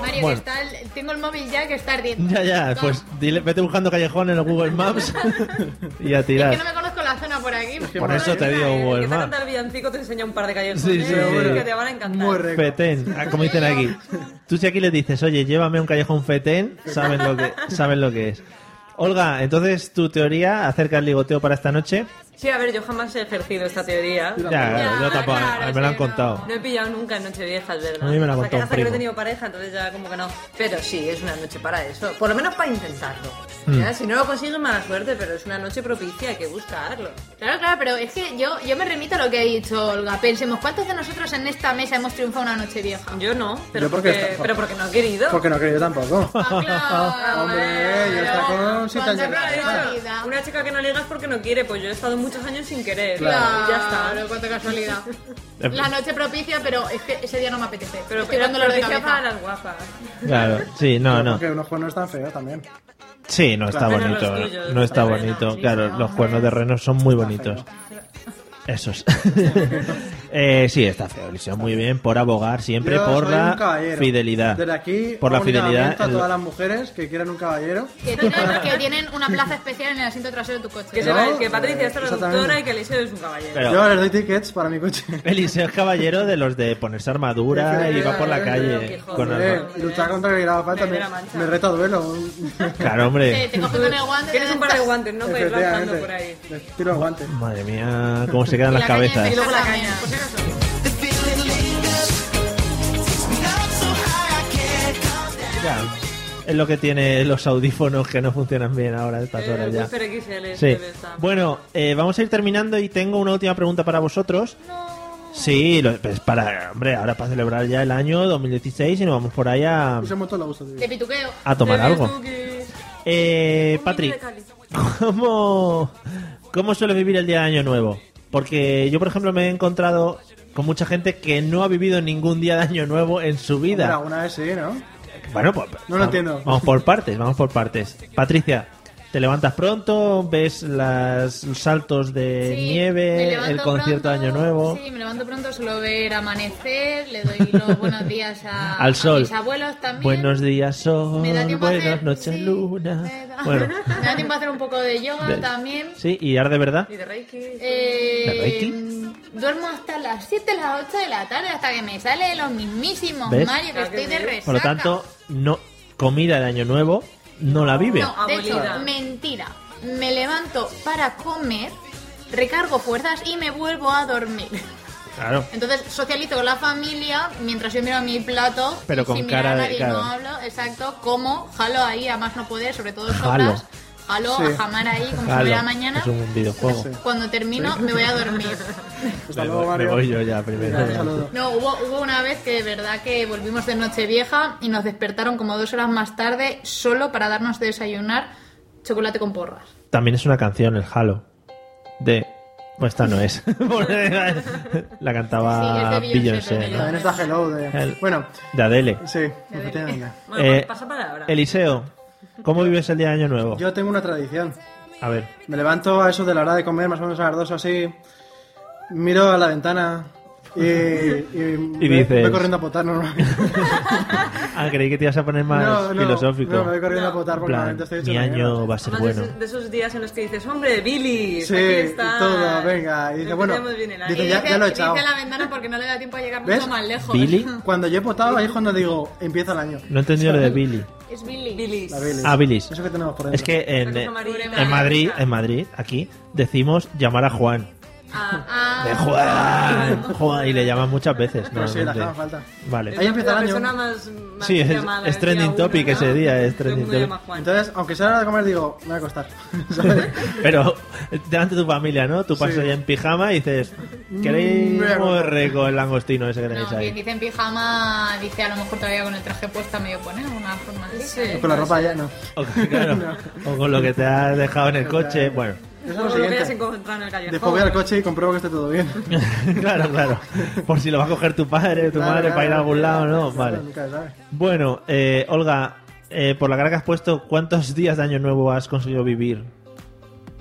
[SPEAKER 6] Mario,
[SPEAKER 3] Bueno.
[SPEAKER 6] que está el- tengo el móvil ya que está ardiendo.
[SPEAKER 3] Ya, ya,
[SPEAKER 6] No,
[SPEAKER 3] pues dile, vete buscando callejón en el Google Maps y a
[SPEAKER 6] Es
[SPEAKER 3] tirar.
[SPEAKER 6] que no me conozco la zona por aquí.
[SPEAKER 3] Por eso te digo
[SPEAKER 6] eh,
[SPEAKER 3] Google
[SPEAKER 4] Te
[SPEAKER 3] Maps.
[SPEAKER 4] canta el villancico, te enseña un par de calles ¿eh?
[SPEAKER 3] Sí, sí, sí.
[SPEAKER 4] que te van a encantar.
[SPEAKER 3] Fetén, ah, como dicen aquí. Tú si aquí les dices, oye, llévame a un callejón fetén, saben lo que, saben lo que es. Olga, entonces tu teoría acerca del ligoteo para esta noche.
[SPEAKER 4] Sí, a ver, yo jamás he ejercido esta teoría.
[SPEAKER 3] Ya, yo tampoco, me la han contado.
[SPEAKER 4] No he pillado nunca en Nochevieja, es verdad.
[SPEAKER 3] A mí me la ha
[SPEAKER 4] Hasta
[SPEAKER 3] contado
[SPEAKER 4] que- hasta que
[SPEAKER 3] un
[SPEAKER 4] no he
[SPEAKER 3] primo.
[SPEAKER 4] tenido pareja, entonces ya como que no. Pero sí, es una noche para eso. Por lo menos para intentarlo.
[SPEAKER 3] Hmm.
[SPEAKER 6] Mm.
[SPEAKER 4] Ya, Si no lo consigues, mala suerte, pero es una noche propicia, hay que buscarlo.
[SPEAKER 6] Claro, claro, pero es que yo, yo me remito a lo que ha dicho Olga. Pensemos, ¿cuántos de nosotros en esta mesa hemos triunfado una noche vieja?
[SPEAKER 4] Yo no,
[SPEAKER 5] pero Yo porque porque- está- pero
[SPEAKER 4] porque no he querido.
[SPEAKER 5] Porque no creo yo tampoco.
[SPEAKER 4] Hombre,
[SPEAKER 5] yo está con citas de
[SPEAKER 4] Una chica que no liga es porque no quiere, pues yo he estado muchos años sin querer.
[SPEAKER 6] Claro.
[SPEAKER 4] Y ya está.
[SPEAKER 6] Claro, cuánta casualidad.
[SPEAKER 3] Eh,
[SPEAKER 6] La noche propicia, pero es que ese día no me apetece. Pero estoy
[SPEAKER 4] pero
[SPEAKER 6] dando lo de
[SPEAKER 4] propicia
[SPEAKER 6] cabeza.
[SPEAKER 4] para las guapas.
[SPEAKER 3] Claro, sí, no, no.
[SPEAKER 5] Porque unos cuernos están feos también.
[SPEAKER 3] Sí, no está
[SPEAKER 5] Claro.
[SPEAKER 3] bonito.
[SPEAKER 5] Menos los tuyos,
[SPEAKER 3] No está
[SPEAKER 5] los de
[SPEAKER 3] bonito.
[SPEAKER 5] reno,
[SPEAKER 3] Claro, los cuernos de reno son muy bonitos. Esos. Eh, sí, está feo, Eliseo. Muy bien, por abogar siempre
[SPEAKER 5] Yo
[SPEAKER 3] por
[SPEAKER 5] soy un
[SPEAKER 3] la
[SPEAKER 5] caballero.
[SPEAKER 3] fidelidad.
[SPEAKER 5] Desde aquí,
[SPEAKER 3] Por la
[SPEAKER 5] un
[SPEAKER 3] fidelidad.
[SPEAKER 5] llamamiento a
[SPEAKER 3] en-
[SPEAKER 5] todas las mujeres que quieran un caballero.
[SPEAKER 6] Que tienen, que tienen una plaza especial en el asiento trasero de tu coche.
[SPEAKER 4] Que, se va- que Patricia es traductora y que Eliseo es un caballero.
[SPEAKER 3] Pero-
[SPEAKER 5] Yo les doy tickets para mi coche.
[SPEAKER 3] Eliseo es caballero de los de ponerse armadura y va por la calle. con
[SPEAKER 5] Hombre,
[SPEAKER 3] arma-
[SPEAKER 5] luchar contra el grado falta me, me reta duelo.
[SPEAKER 3] Claro, hombre.
[SPEAKER 6] Te coges con el guante.
[SPEAKER 4] Tienes un par de guantes, ¿no? Para ir
[SPEAKER 5] Efectivamente.
[SPEAKER 4] lanzando por ahí.
[SPEAKER 5] Tiro el guante.
[SPEAKER 3] Madre mía, cómo se quedan las cabezas.
[SPEAKER 4] Y luego la caña.
[SPEAKER 6] Pues
[SPEAKER 4] Por si acaso.
[SPEAKER 3] Ya. Es lo que tiene los audífonos que no funcionan bien ahora a estas horas ya.
[SPEAKER 4] Pero XL, este
[SPEAKER 3] Sí.
[SPEAKER 4] está.
[SPEAKER 3] Bueno, eh, vamos a ir terminando y tengo una última pregunta para vosotros. Sí, lo- pues para, hombre, ahora para celebrar ya el año 2016 y nos vamos por ahí a,
[SPEAKER 4] Pues,
[SPEAKER 5] Se montó la uso, tío.
[SPEAKER 6] De pituqueo.
[SPEAKER 3] a tomar algo. Eh,
[SPEAKER 6] Patrick.
[SPEAKER 3] Patrick, ¿cómo, ¿cómo sueles vivir el día de Año Nuevo? Porque yo, por ejemplo, me he encontrado con mucha gente que no ha vivido ningún día de Año Nuevo en su
[SPEAKER 5] Hombre,
[SPEAKER 3] vida.
[SPEAKER 5] alguna vez sí, ¿no?
[SPEAKER 3] Bueno, pues,
[SPEAKER 5] No lo
[SPEAKER 3] vamos-
[SPEAKER 5] entiendo.
[SPEAKER 3] Vamos por partes, vamos por partes. Patricia, ¿te levantas pronto? ¿Ves las, los saltos de
[SPEAKER 6] Sí, me
[SPEAKER 3] nieve?
[SPEAKER 6] levanto
[SPEAKER 3] ¿El concierto de Año Nuevo?
[SPEAKER 6] Sí, me levanto pronto, suelo ver amanecer, le doy los buenos días a,
[SPEAKER 3] Al sol.
[SPEAKER 6] a mis abuelos también.
[SPEAKER 3] Buenos días, sol.
[SPEAKER 6] Me da tiempo a
[SPEAKER 3] Buenas
[SPEAKER 6] hacer-
[SPEAKER 3] noches,
[SPEAKER 6] sí,
[SPEAKER 3] luna.
[SPEAKER 6] me da-
[SPEAKER 3] Bueno,
[SPEAKER 6] Me da tiempo a hacer un poco de yoga
[SPEAKER 3] De-
[SPEAKER 6] también.
[SPEAKER 3] sí, y ahora de verdad.
[SPEAKER 6] Y de Reiki.
[SPEAKER 3] ¿De Reiki?
[SPEAKER 6] Eh, Duermo hasta las 7, las 8 de la tarde, hasta que me sale los mismísimos
[SPEAKER 3] ¿Ves?
[SPEAKER 6] Mario, que estoy de resaca.
[SPEAKER 3] Por lo tanto, no comida de Año Nuevo no la vive.
[SPEAKER 6] No, de hecho, mentira. Me levanto para comer, recargo fuerzas y me vuelvo a dormir.
[SPEAKER 3] Claro.
[SPEAKER 6] Entonces socializo con la familia mientras yo miro mi plato.
[SPEAKER 3] Pero
[SPEAKER 6] y
[SPEAKER 3] con
[SPEAKER 6] sin mirar
[SPEAKER 3] cara
[SPEAKER 6] a
[SPEAKER 3] de-
[SPEAKER 6] nadie,
[SPEAKER 3] claro.
[SPEAKER 6] No hablo, exacto. Como jalo ahí, a más no poder, sobre todo
[SPEAKER 3] Jalo.
[SPEAKER 6] sopas. Jalo
[SPEAKER 3] Sí.
[SPEAKER 6] a jamar ahí como si
[SPEAKER 3] Jalo.
[SPEAKER 6] fuera mañana.
[SPEAKER 3] Es un videojuego. Sí.
[SPEAKER 6] Cuando termino, me voy a dormir.
[SPEAKER 3] me, voy- me voy yo ya primero.
[SPEAKER 6] No, hubo, hubo una vez que de verdad que volvimos de Nochevieja y nos despertaron como dos horas más tarde solo para darnos de desayunar chocolate con porras.
[SPEAKER 3] También es una canción, el Halo. De. Pues esta no es. la cantaba
[SPEAKER 5] Sí, es de Beyoncé,
[SPEAKER 3] Beyoncé. ¿no?
[SPEAKER 5] También está Hello de...
[SPEAKER 3] El-
[SPEAKER 5] Bueno,
[SPEAKER 3] De Adele.
[SPEAKER 5] sí, efectivamente.
[SPEAKER 4] pues
[SPEAKER 3] Eh, Eliseo, ¿cómo vives el día de Año Nuevo?
[SPEAKER 5] Yo tengo una tradición.
[SPEAKER 3] A ver.
[SPEAKER 5] Me levanto a eso de la hora de comer, más o menos a las dos o así. Miro a la ventana y, y,
[SPEAKER 3] Y
[SPEAKER 5] me-
[SPEAKER 3] dices-
[SPEAKER 5] voy corriendo a potar normalmente.
[SPEAKER 3] Ah, creí que te ibas a poner más
[SPEAKER 5] No, no,
[SPEAKER 3] filosófico.
[SPEAKER 5] no, me voy corriendo a potar
[SPEAKER 3] En
[SPEAKER 5] porque
[SPEAKER 3] plan,
[SPEAKER 5] normalmente estoy hecho
[SPEAKER 3] Mi
[SPEAKER 5] una
[SPEAKER 3] año
[SPEAKER 5] mierda.
[SPEAKER 3] va a ser
[SPEAKER 4] Además,
[SPEAKER 3] bueno.
[SPEAKER 4] es de esos días en los que dices, hombre, Billy,
[SPEAKER 5] Sí,
[SPEAKER 4] aquí
[SPEAKER 5] y
[SPEAKER 4] está.
[SPEAKER 5] todo, venga. Y dice, bueno,
[SPEAKER 4] Empecemos bien el año.
[SPEAKER 5] dice, ya, ya lo he echado.
[SPEAKER 6] Dice la ventana porque no le da tiempo a llegar
[SPEAKER 5] ¿Ves?
[SPEAKER 6] mucho más lejos.
[SPEAKER 5] Cuando yo he potado, ahí es cuando digo, empieza el año.
[SPEAKER 3] No he entendido lo de Billy.
[SPEAKER 6] Es Billy.
[SPEAKER 5] La bilis.
[SPEAKER 3] Ah, bilis.
[SPEAKER 5] Eso que tenemos por dentro.
[SPEAKER 3] Es que en,
[SPEAKER 5] La
[SPEAKER 3] en
[SPEAKER 5] cosa amarilla.
[SPEAKER 3] Madrid, en Madrid, aquí, decimos llamar a Juan. De Juan. Juan. Y le llaman muchas veces.
[SPEAKER 5] Pero sí, la
[SPEAKER 3] normalmente.
[SPEAKER 5] dejaba falta.
[SPEAKER 3] Vale.
[SPEAKER 5] Ahí empieza el
[SPEAKER 4] la
[SPEAKER 5] año.
[SPEAKER 4] persona más, más
[SPEAKER 3] Sí, es,
[SPEAKER 4] llamada
[SPEAKER 3] es
[SPEAKER 4] el día
[SPEAKER 3] trending
[SPEAKER 4] uno,
[SPEAKER 3] topic
[SPEAKER 4] ¿no?
[SPEAKER 3] ese día, es
[SPEAKER 4] Todo el
[SPEAKER 3] trending
[SPEAKER 4] mundo
[SPEAKER 3] topic.
[SPEAKER 4] llama Juan.
[SPEAKER 5] Entonces, aunque sea hora de comer, digo, me voy a acostar. ¿sabes?
[SPEAKER 3] Pero delante de tu familia, ¿no? Tú pasas
[SPEAKER 5] Sí.
[SPEAKER 3] ahí en pijama y dices,
[SPEAKER 5] Mm,
[SPEAKER 3] queréis
[SPEAKER 5] me
[SPEAKER 3] muy
[SPEAKER 5] acuerdo.
[SPEAKER 3] rico el langostino ese que tenéis
[SPEAKER 6] No, quien
[SPEAKER 3] ahí.
[SPEAKER 6] dice en pijama dice a lo mejor todavía con el traje puesta medio pone una forma así. ¿sabes?
[SPEAKER 5] O con la ropa ya, no.
[SPEAKER 3] O, claro, o con lo que te has dejado en el coche. Bueno,
[SPEAKER 5] Eso es
[SPEAKER 4] Luego lo
[SPEAKER 5] lo
[SPEAKER 4] que hayas
[SPEAKER 5] siguiente.
[SPEAKER 4] encontrado en el callejón.
[SPEAKER 5] Después voy al coche y compruebo que esté todo bien.
[SPEAKER 3] claro, claro. Por si lo va a coger tu padre, tu
[SPEAKER 5] Claro,
[SPEAKER 3] madre, para ir a
[SPEAKER 5] claro,
[SPEAKER 3] algún lado, ¿no?
[SPEAKER 5] claro,
[SPEAKER 3] Vale.
[SPEAKER 5] nunca se sabe.
[SPEAKER 3] Bueno, eh, Olga, eh, por la cara que has puesto, ¿cuántos días de Año Nuevo has conseguido vivir?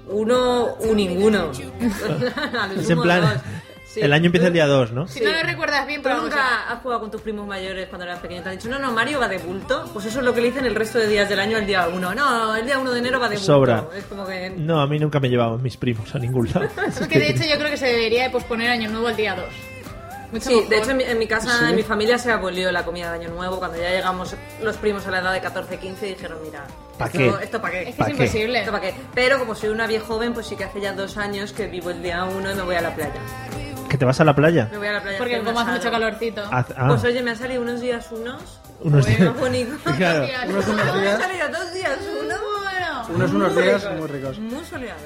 [SPEAKER 4] Uno, un ninguno. A lo
[SPEAKER 3] Es en
[SPEAKER 4] sumo
[SPEAKER 3] plan, eh,
[SPEAKER 4] dos. Sí.
[SPEAKER 3] el año empieza el día 2, ¿no?
[SPEAKER 4] Sí.
[SPEAKER 6] Si no lo recuerdas bien,
[SPEAKER 4] Pero
[SPEAKER 6] pero
[SPEAKER 4] nunca has jugado con tus primos mayores cuando eras pequeño. Te han dicho, no, no, Mario va de bulto. Pues eso es lo que le dicen el resto de días del año al día 1. No, el día 1 de enero va de bulto.
[SPEAKER 3] Sobra. Mm.
[SPEAKER 4] Es como que.
[SPEAKER 3] No, a mí nunca me llevaban mis primos a ningún lado.
[SPEAKER 6] Es que de hecho yo creo que se debería de posponer Año Nuevo al día 2. Mucho
[SPEAKER 4] Sí,
[SPEAKER 6] mejor.
[SPEAKER 4] de hecho en mi, en mi casa,
[SPEAKER 6] Sí.
[SPEAKER 4] en mi familia se abolió la comida de Año Nuevo. Cuando ya llegamos los primos a la edad de 14, 15 dijeron, mira,
[SPEAKER 3] ¿Pa
[SPEAKER 4] esto,
[SPEAKER 3] qué?
[SPEAKER 4] esto para qué.
[SPEAKER 6] Es que es ¿Pa qué? imposible.
[SPEAKER 4] Esto pa' qué. Pero como soy una vieja joven, pues sí que hace ya dos años que vivo el día 1 y me voy a la playa.
[SPEAKER 3] ¿Que te vas a la playa?
[SPEAKER 4] Me voy a la playa. a
[SPEAKER 6] Porque
[SPEAKER 4] hacer un
[SPEAKER 6] como hace
[SPEAKER 4] asado.
[SPEAKER 6] mucho calorcito.
[SPEAKER 3] Ah, ah.
[SPEAKER 4] Pues oye, me ha salido unos días unos.
[SPEAKER 3] Unos
[SPEAKER 4] Bueno,
[SPEAKER 3] días.
[SPEAKER 4] bonito.
[SPEAKER 3] Claro.
[SPEAKER 5] Unos unos
[SPEAKER 4] Me han
[SPEAKER 5] días,
[SPEAKER 4] salido dos días uno. Bueno.
[SPEAKER 5] unos unos días muy ricos.
[SPEAKER 4] Muy soleados.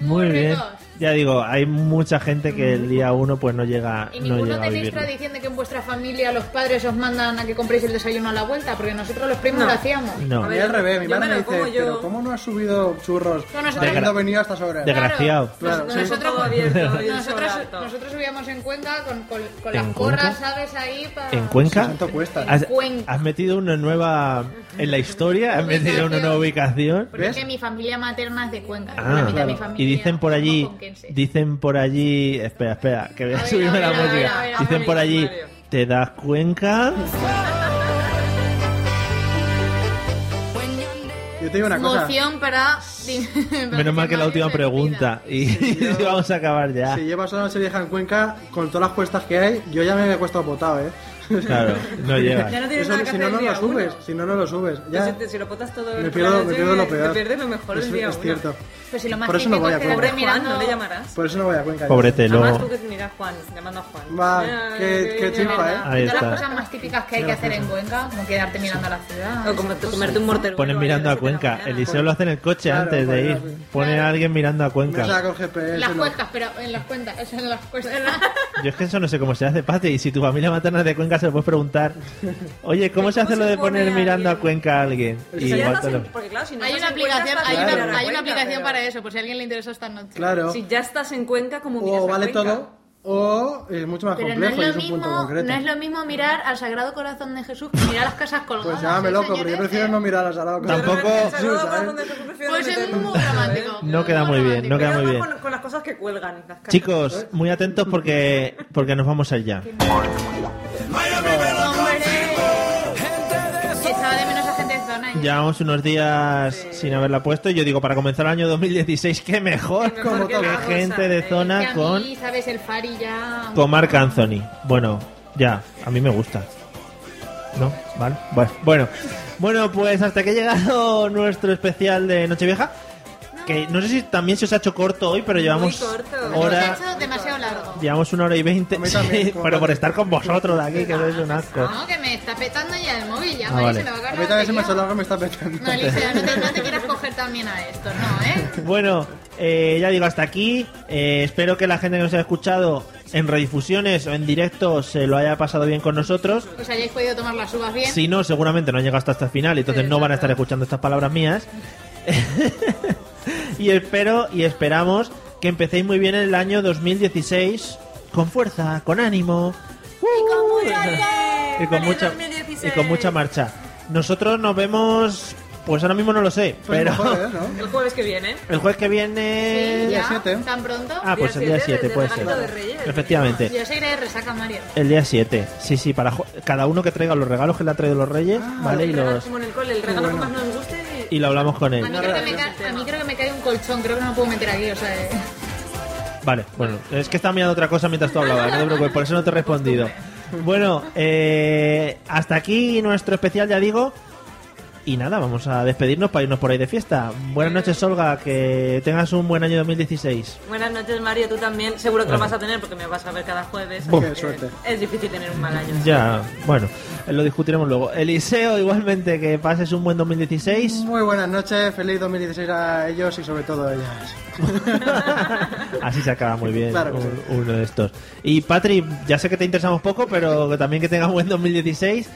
[SPEAKER 3] Muy bien.
[SPEAKER 6] ricos.
[SPEAKER 3] Ya digo, hay mucha gente que el día 1 pues no llega,
[SPEAKER 6] Y
[SPEAKER 3] no
[SPEAKER 6] ninguno
[SPEAKER 3] llega a
[SPEAKER 6] tenéis
[SPEAKER 3] vivirlo.
[SPEAKER 6] tradición de que en vuestra familia los padres os mandan a que compréis el desayuno a la vuelta, porque nosotros los primos lo hacíamos.
[SPEAKER 3] No.
[SPEAKER 5] A mí al revés, mi
[SPEAKER 6] yo
[SPEAKER 5] madre
[SPEAKER 6] me
[SPEAKER 5] me
[SPEAKER 6] lo como
[SPEAKER 5] dice,
[SPEAKER 6] yo.
[SPEAKER 5] pero ¿cómo no has subido churros?
[SPEAKER 6] No, nosotros-
[SPEAKER 5] habiendo
[SPEAKER 3] Degra-
[SPEAKER 5] venido a estas horas.
[SPEAKER 3] Desgraciado.
[SPEAKER 5] Claro, sí.
[SPEAKER 6] Nosotros,
[SPEAKER 4] Todo abierto, y
[SPEAKER 6] nosotros,
[SPEAKER 4] sobrado.
[SPEAKER 6] nosotros subíamos en Cuenca con, con- con
[SPEAKER 3] ¿En
[SPEAKER 6] las gorras,
[SPEAKER 3] Cuenca?
[SPEAKER 6] ¿sabes? Ahí para...
[SPEAKER 3] ¿En Cuenca?
[SPEAKER 5] Santo cuesta.
[SPEAKER 3] ¿Has,
[SPEAKER 6] Cuenca.
[SPEAKER 3] has metido una nueva en la historia, has metido una nueva ubicación.
[SPEAKER 6] Porque es que mi familia materna es de Cuenca.
[SPEAKER 3] Ah,
[SPEAKER 6] la mitad de mi
[SPEAKER 3] claro.
[SPEAKER 6] familia.
[SPEAKER 3] y dicen por allí,
[SPEAKER 6] conquense.
[SPEAKER 3] dicen por allí, espera, espera, que voy a, subirme
[SPEAKER 6] a
[SPEAKER 3] la
[SPEAKER 6] ver, a ver,
[SPEAKER 3] música.
[SPEAKER 6] a ver, a ver,
[SPEAKER 3] dicen por allí, te das cuenca.
[SPEAKER 5] Yo te digo una cosa.
[SPEAKER 6] Moción para...
[SPEAKER 3] Menos mal que la última pregunta y vamos a acabar ya.
[SPEAKER 5] Si llevas una noche vieja en Cuenca, con todas las cuestas que hay, yo ya me he puesto botado, ¿eh?
[SPEAKER 3] Claro, no llegas.
[SPEAKER 4] Ya no tienes
[SPEAKER 5] Eso
[SPEAKER 4] nada
[SPEAKER 5] que
[SPEAKER 4] que
[SPEAKER 5] si
[SPEAKER 4] hacer
[SPEAKER 5] no,
[SPEAKER 4] el
[SPEAKER 5] no
[SPEAKER 4] día
[SPEAKER 5] lo subes. Si no, no lo subes. Ya.
[SPEAKER 4] Entonces, Pues si lo potas todo
[SPEAKER 5] Me
[SPEAKER 4] el
[SPEAKER 5] pierdo,
[SPEAKER 4] rato,
[SPEAKER 5] me pierdo lo
[SPEAKER 4] te-
[SPEAKER 5] peor.
[SPEAKER 4] Te pierdes lo mejor
[SPEAKER 5] Es-
[SPEAKER 4] el día
[SPEAKER 5] es
[SPEAKER 4] uno.
[SPEAKER 5] cierto.
[SPEAKER 6] Pues si lo más
[SPEAKER 5] Por eso no
[SPEAKER 6] típico
[SPEAKER 5] voy a
[SPEAKER 6] es quedarte
[SPEAKER 5] Cuenca.
[SPEAKER 4] Juan,
[SPEAKER 6] mirando...
[SPEAKER 4] no le llamarás.
[SPEAKER 5] Por eso no voy a Cuenca.
[SPEAKER 3] Pobrete,
[SPEAKER 4] Además,
[SPEAKER 3] luego.
[SPEAKER 4] tú que miras Juan, llamando a Juan.
[SPEAKER 5] Va,
[SPEAKER 4] Ah,
[SPEAKER 5] qué, qué
[SPEAKER 4] bien,
[SPEAKER 5] chimpa,
[SPEAKER 4] bien.
[SPEAKER 5] ¿eh?
[SPEAKER 3] Ahí
[SPEAKER 6] Todas las
[SPEAKER 3] está.
[SPEAKER 6] cosas más típicas que hay que hacer en Cuenca, como quedarte mirando a la ciudad.
[SPEAKER 4] O como tú comerte un mortero.
[SPEAKER 3] Ponen mirando a Cuenca. Eliseo lo hace en el coche
[SPEAKER 5] Claro,
[SPEAKER 3] antes de
[SPEAKER 5] ponen
[SPEAKER 3] ir.
[SPEAKER 5] así.
[SPEAKER 3] Pone a alguien mirando a
[SPEAKER 5] No se la
[SPEAKER 3] Cuenca.
[SPEAKER 5] coge GPS.
[SPEAKER 6] Las
[SPEAKER 5] no.
[SPEAKER 6] cuencas, pero en las cuentas, es en las cuentas.
[SPEAKER 3] Yo es que eso no sé cómo se hace, Pati. Y si tu familia materna es de Cuenca, se lo puedes preguntar. Oye, ¿cómo se hace lo de poner mirando a Cuenca a alguien?
[SPEAKER 4] Y
[SPEAKER 3] Y igual te lo-
[SPEAKER 4] Porque claro, si no
[SPEAKER 6] Hay una
[SPEAKER 4] estás en Cuenca,
[SPEAKER 6] aplicación,
[SPEAKER 4] estás
[SPEAKER 6] hay
[SPEAKER 4] fuera de
[SPEAKER 6] una,
[SPEAKER 4] la
[SPEAKER 6] hay una
[SPEAKER 4] Cuenca,
[SPEAKER 6] aplicación
[SPEAKER 4] pero
[SPEAKER 6] para eso, por si a alguien le interesó esta noche.
[SPEAKER 5] Claro.
[SPEAKER 4] Si ya estás en Cuenca, como miras
[SPEAKER 5] O
[SPEAKER 4] a
[SPEAKER 5] vale
[SPEAKER 4] Cuenca?
[SPEAKER 5] todo, o es mucho más
[SPEAKER 6] Pero no es,
[SPEAKER 5] complejo y
[SPEAKER 6] lo
[SPEAKER 5] es un
[SPEAKER 6] mismo,
[SPEAKER 5] punto concreto.
[SPEAKER 6] no es lo mismo mirar al Sagrado Corazón de Jesús que mirar las casas colgadas.
[SPEAKER 5] Pues llámame
[SPEAKER 6] ¿eh,
[SPEAKER 5] loco, pero yo
[SPEAKER 6] señores?
[SPEAKER 5] prefiero no mirar a Salado.
[SPEAKER 3] Tampoco-
[SPEAKER 4] Saludos, Juan, donde te prefiero
[SPEAKER 6] Pues es
[SPEAKER 4] meterme.
[SPEAKER 6] muy dramático.
[SPEAKER 3] No queda muy bien, no
[SPEAKER 4] Pero
[SPEAKER 3] queda muy
[SPEAKER 4] vamos
[SPEAKER 3] bien.
[SPEAKER 4] Con, con las cosas que cuelgan. las cajas.
[SPEAKER 3] Chicos, muy atentos porque, porque nos vamos allá.
[SPEAKER 6] Y echaba de menos a gente de zona. ¿eh?
[SPEAKER 3] Llevamos unos días sin haberla puesto. y Yo digo, para comenzar el año 2016, qué mejor
[SPEAKER 5] Como
[SPEAKER 3] que
[SPEAKER 5] todo.
[SPEAKER 3] la gente de
[SPEAKER 6] Que
[SPEAKER 3] zona
[SPEAKER 6] a
[SPEAKER 3] con,
[SPEAKER 6] mí, ¿sabes? El Fari ya...
[SPEAKER 3] con Marc Anthony. Bueno, ya, a mí me gusta. ¿No? ¿Vale? Bueno, bueno, bueno pues hasta que ha llegado nuestro especial de Nochevieja. Que no sé si también se os ha hecho corto hoy, pero llevamos
[SPEAKER 4] corto.
[SPEAKER 6] Se ha
[SPEAKER 3] hora,
[SPEAKER 6] hecho demasiado largo.
[SPEAKER 3] llevamos una hora y veinte.
[SPEAKER 5] A mí también,
[SPEAKER 3] Sí,
[SPEAKER 5] como
[SPEAKER 3] pero por
[SPEAKER 5] cuando-
[SPEAKER 3] estar con vosotros de aquí, que sois un asco.
[SPEAKER 6] No, Ah, que me está petando ya el móvil, ya,
[SPEAKER 3] Ah,
[SPEAKER 6] Mari,
[SPEAKER 3] vale.
[SPEAKER 6] se me va a
[SPEAKER 5] A
[SPEAKER 6] cargar.
[SPEAKER 5] mí también se me ha
[SPEAKER 6] la
[SPEAKER 5] hecho largo y me está petando.
[SPEAKER 6] batería. No, Eliseo, no te, no te quieras coger también a esto, no, ¿eh?
[SPEAKER 3] Bueno, eh, ya digo, hasta aquí. Eh, espero que la gente que nos haya escuchado en redifusiones o en directo se lo haya pasado bien con nosotros.
[SPEAKER 6] Os hayáis podido tomar las uvas bien.
[SPEAKER 3] Si no, seguramente no han llegado hasta esta final, entonces no van a estar escuchando estas palabras mías. y espero y esperamos que empecéis muy bien el año 2016 con fuerza, con ánimo y con mucha y con mucha marcha. Nosotros nos vemos, pues ahora mismo no lo sé,
[SPEAKER 5] Pues
[SPEAKER 3] pero
[SPEAKER 5] mejor, ¿eh? ¿No?
[SPEAKER 4] El jueves que viene.
[SPEAKER 3] el jueves que viene
[SPEAKER 6] Sí,
[SPEAKER 5] día
[SPEAKER 6] ya,
[SPEAKER 5] siete.
[SPEAKER 6] ¿Tan pronto?
[SPEAKER 3] Ah, pues el día 7
[SPEAKER 4] de
[SPEAKER 3] puede ser.
[SPEAKER 4] regalito de Reyes.
[SPEAKER 3] Efectivamente.
[SPEAKER 6] Yo seguiré de resaca, Mario.
[SPEAKER 3] El día 7. Sí, sí, para jo- cada uno que traiga los regalos que le ha traído los reyes, ¿vale? Y,
[SPEAKER 4] El regalo
[SPEAKER 3] los...
[SPEAKER 4] Como en el cole, el regalo que
[SPEAKER 5] bueno.
[SPEAKER 4] más nos guste. y-
[SPEAKER 3] y lo hablamos con
[SPEAKER 6] A mí,
[SPEAKER 3] él.
[SPEAKER 6] creo que me ca- a mí creo que me cae un colchón, creo que no lo puedo meter aquí, o sea... eh.
[SPEAKER 3] Vale, bueno, es que estaba mirando otra cosa mientras tú hablabas, no te preocupes, por eso no te he respondido. Bueno, eh, hasta aquí nuestro especial, ya digo. Y nada, vamos a despedirnos para irnos por ahí de fiesta. Buenas noches, Olga, que tengas un buen año 2016.
[SPEAKER 4] Buenas noches, Mario. Tú también. Seguro que lo vas a tener porque me vas a ver cada jueves. así
[SPEAKER 3] Buah.
[SPEAKER 4] que
[SPEAKER 3] Qué suerte.
[SPEAKER 4] Es difícil tener un mal año.
[SPEAKER 3] Ya, bueno, eh, lo discutiremos luego. Eliseo, igualmente, que pases un buen 2016.
[SPEAKER 5] Muy buenas noches, feliz 2016 a ellos y sobre todo a ellas.
[SPEAKER 3] Así se acaba muy bien
[SPEAKER 5] Claro que
[SPEAKER 3] un- uno de estos. Y Patri, ya sé que te interesamos poco, pero que también que tengas buen 2016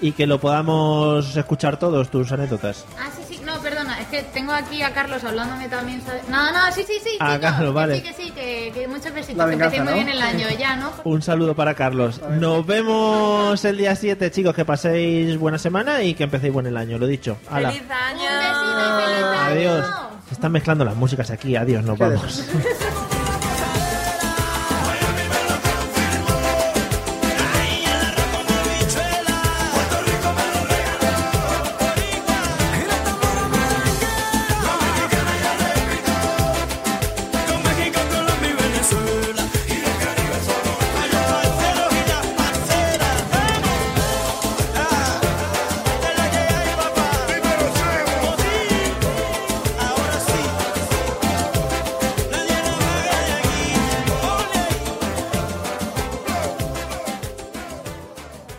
[SPEAKER 3] y que lo podamos escuchar todos, tus anécdotas.
[SPEAKER 14] Ah, sí, sí, no, perdona, es que tengo aquí a Carlos hablándome también, ¿sabes? No, no, sí, sí, sí, sí,
[SPEAKER 3] Ah,
[SPEAKER 14] no,
[SPEAKER 3] Carlos,
[SPEAKER 14] que
[SPEAKER 3] vale.
[SPEAKER 14] sí, que sí, que, que muchos besitos,
[SPEAKER 3] La
[SPEAKER 14] que
[SPEAKER 3] venganza,
[SPEAKER 14] empecé muy
[SPEAKER 3] ¿no?
[SPEAKER 14] bien el año ya, ¿no?
[SPEAKER 3] Un saludo para Carlos. Nos vemos el día 7, chicos. Que paséis buena semana y que empecéis buen el año, lo dicho. Hala.
[SPEAKER 4] ¡Feliz año!
[SPEAKER 3] Adiós. Se están mezclando las músicas aquí. Adiós, nos vamos.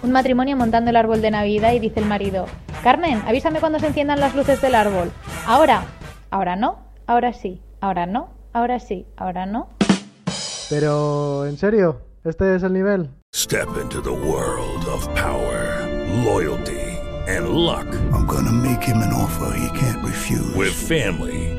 [SPEAKER 6] Un matrimonio montando el árbol de Navidad y dice el marido, Carmen, avísame cuando se enciendan las luces del árbol. Ahora, ahora no, ahora sí, ahora no, ahora sí, ahora no.
[SPEAKER 5] Pero, ¿en serio? ¿Este es el nivel?
[SPEAKER 7] Step into the world of power, loyalty, and luck. I'm going to make him an offer he can't refuse. With family,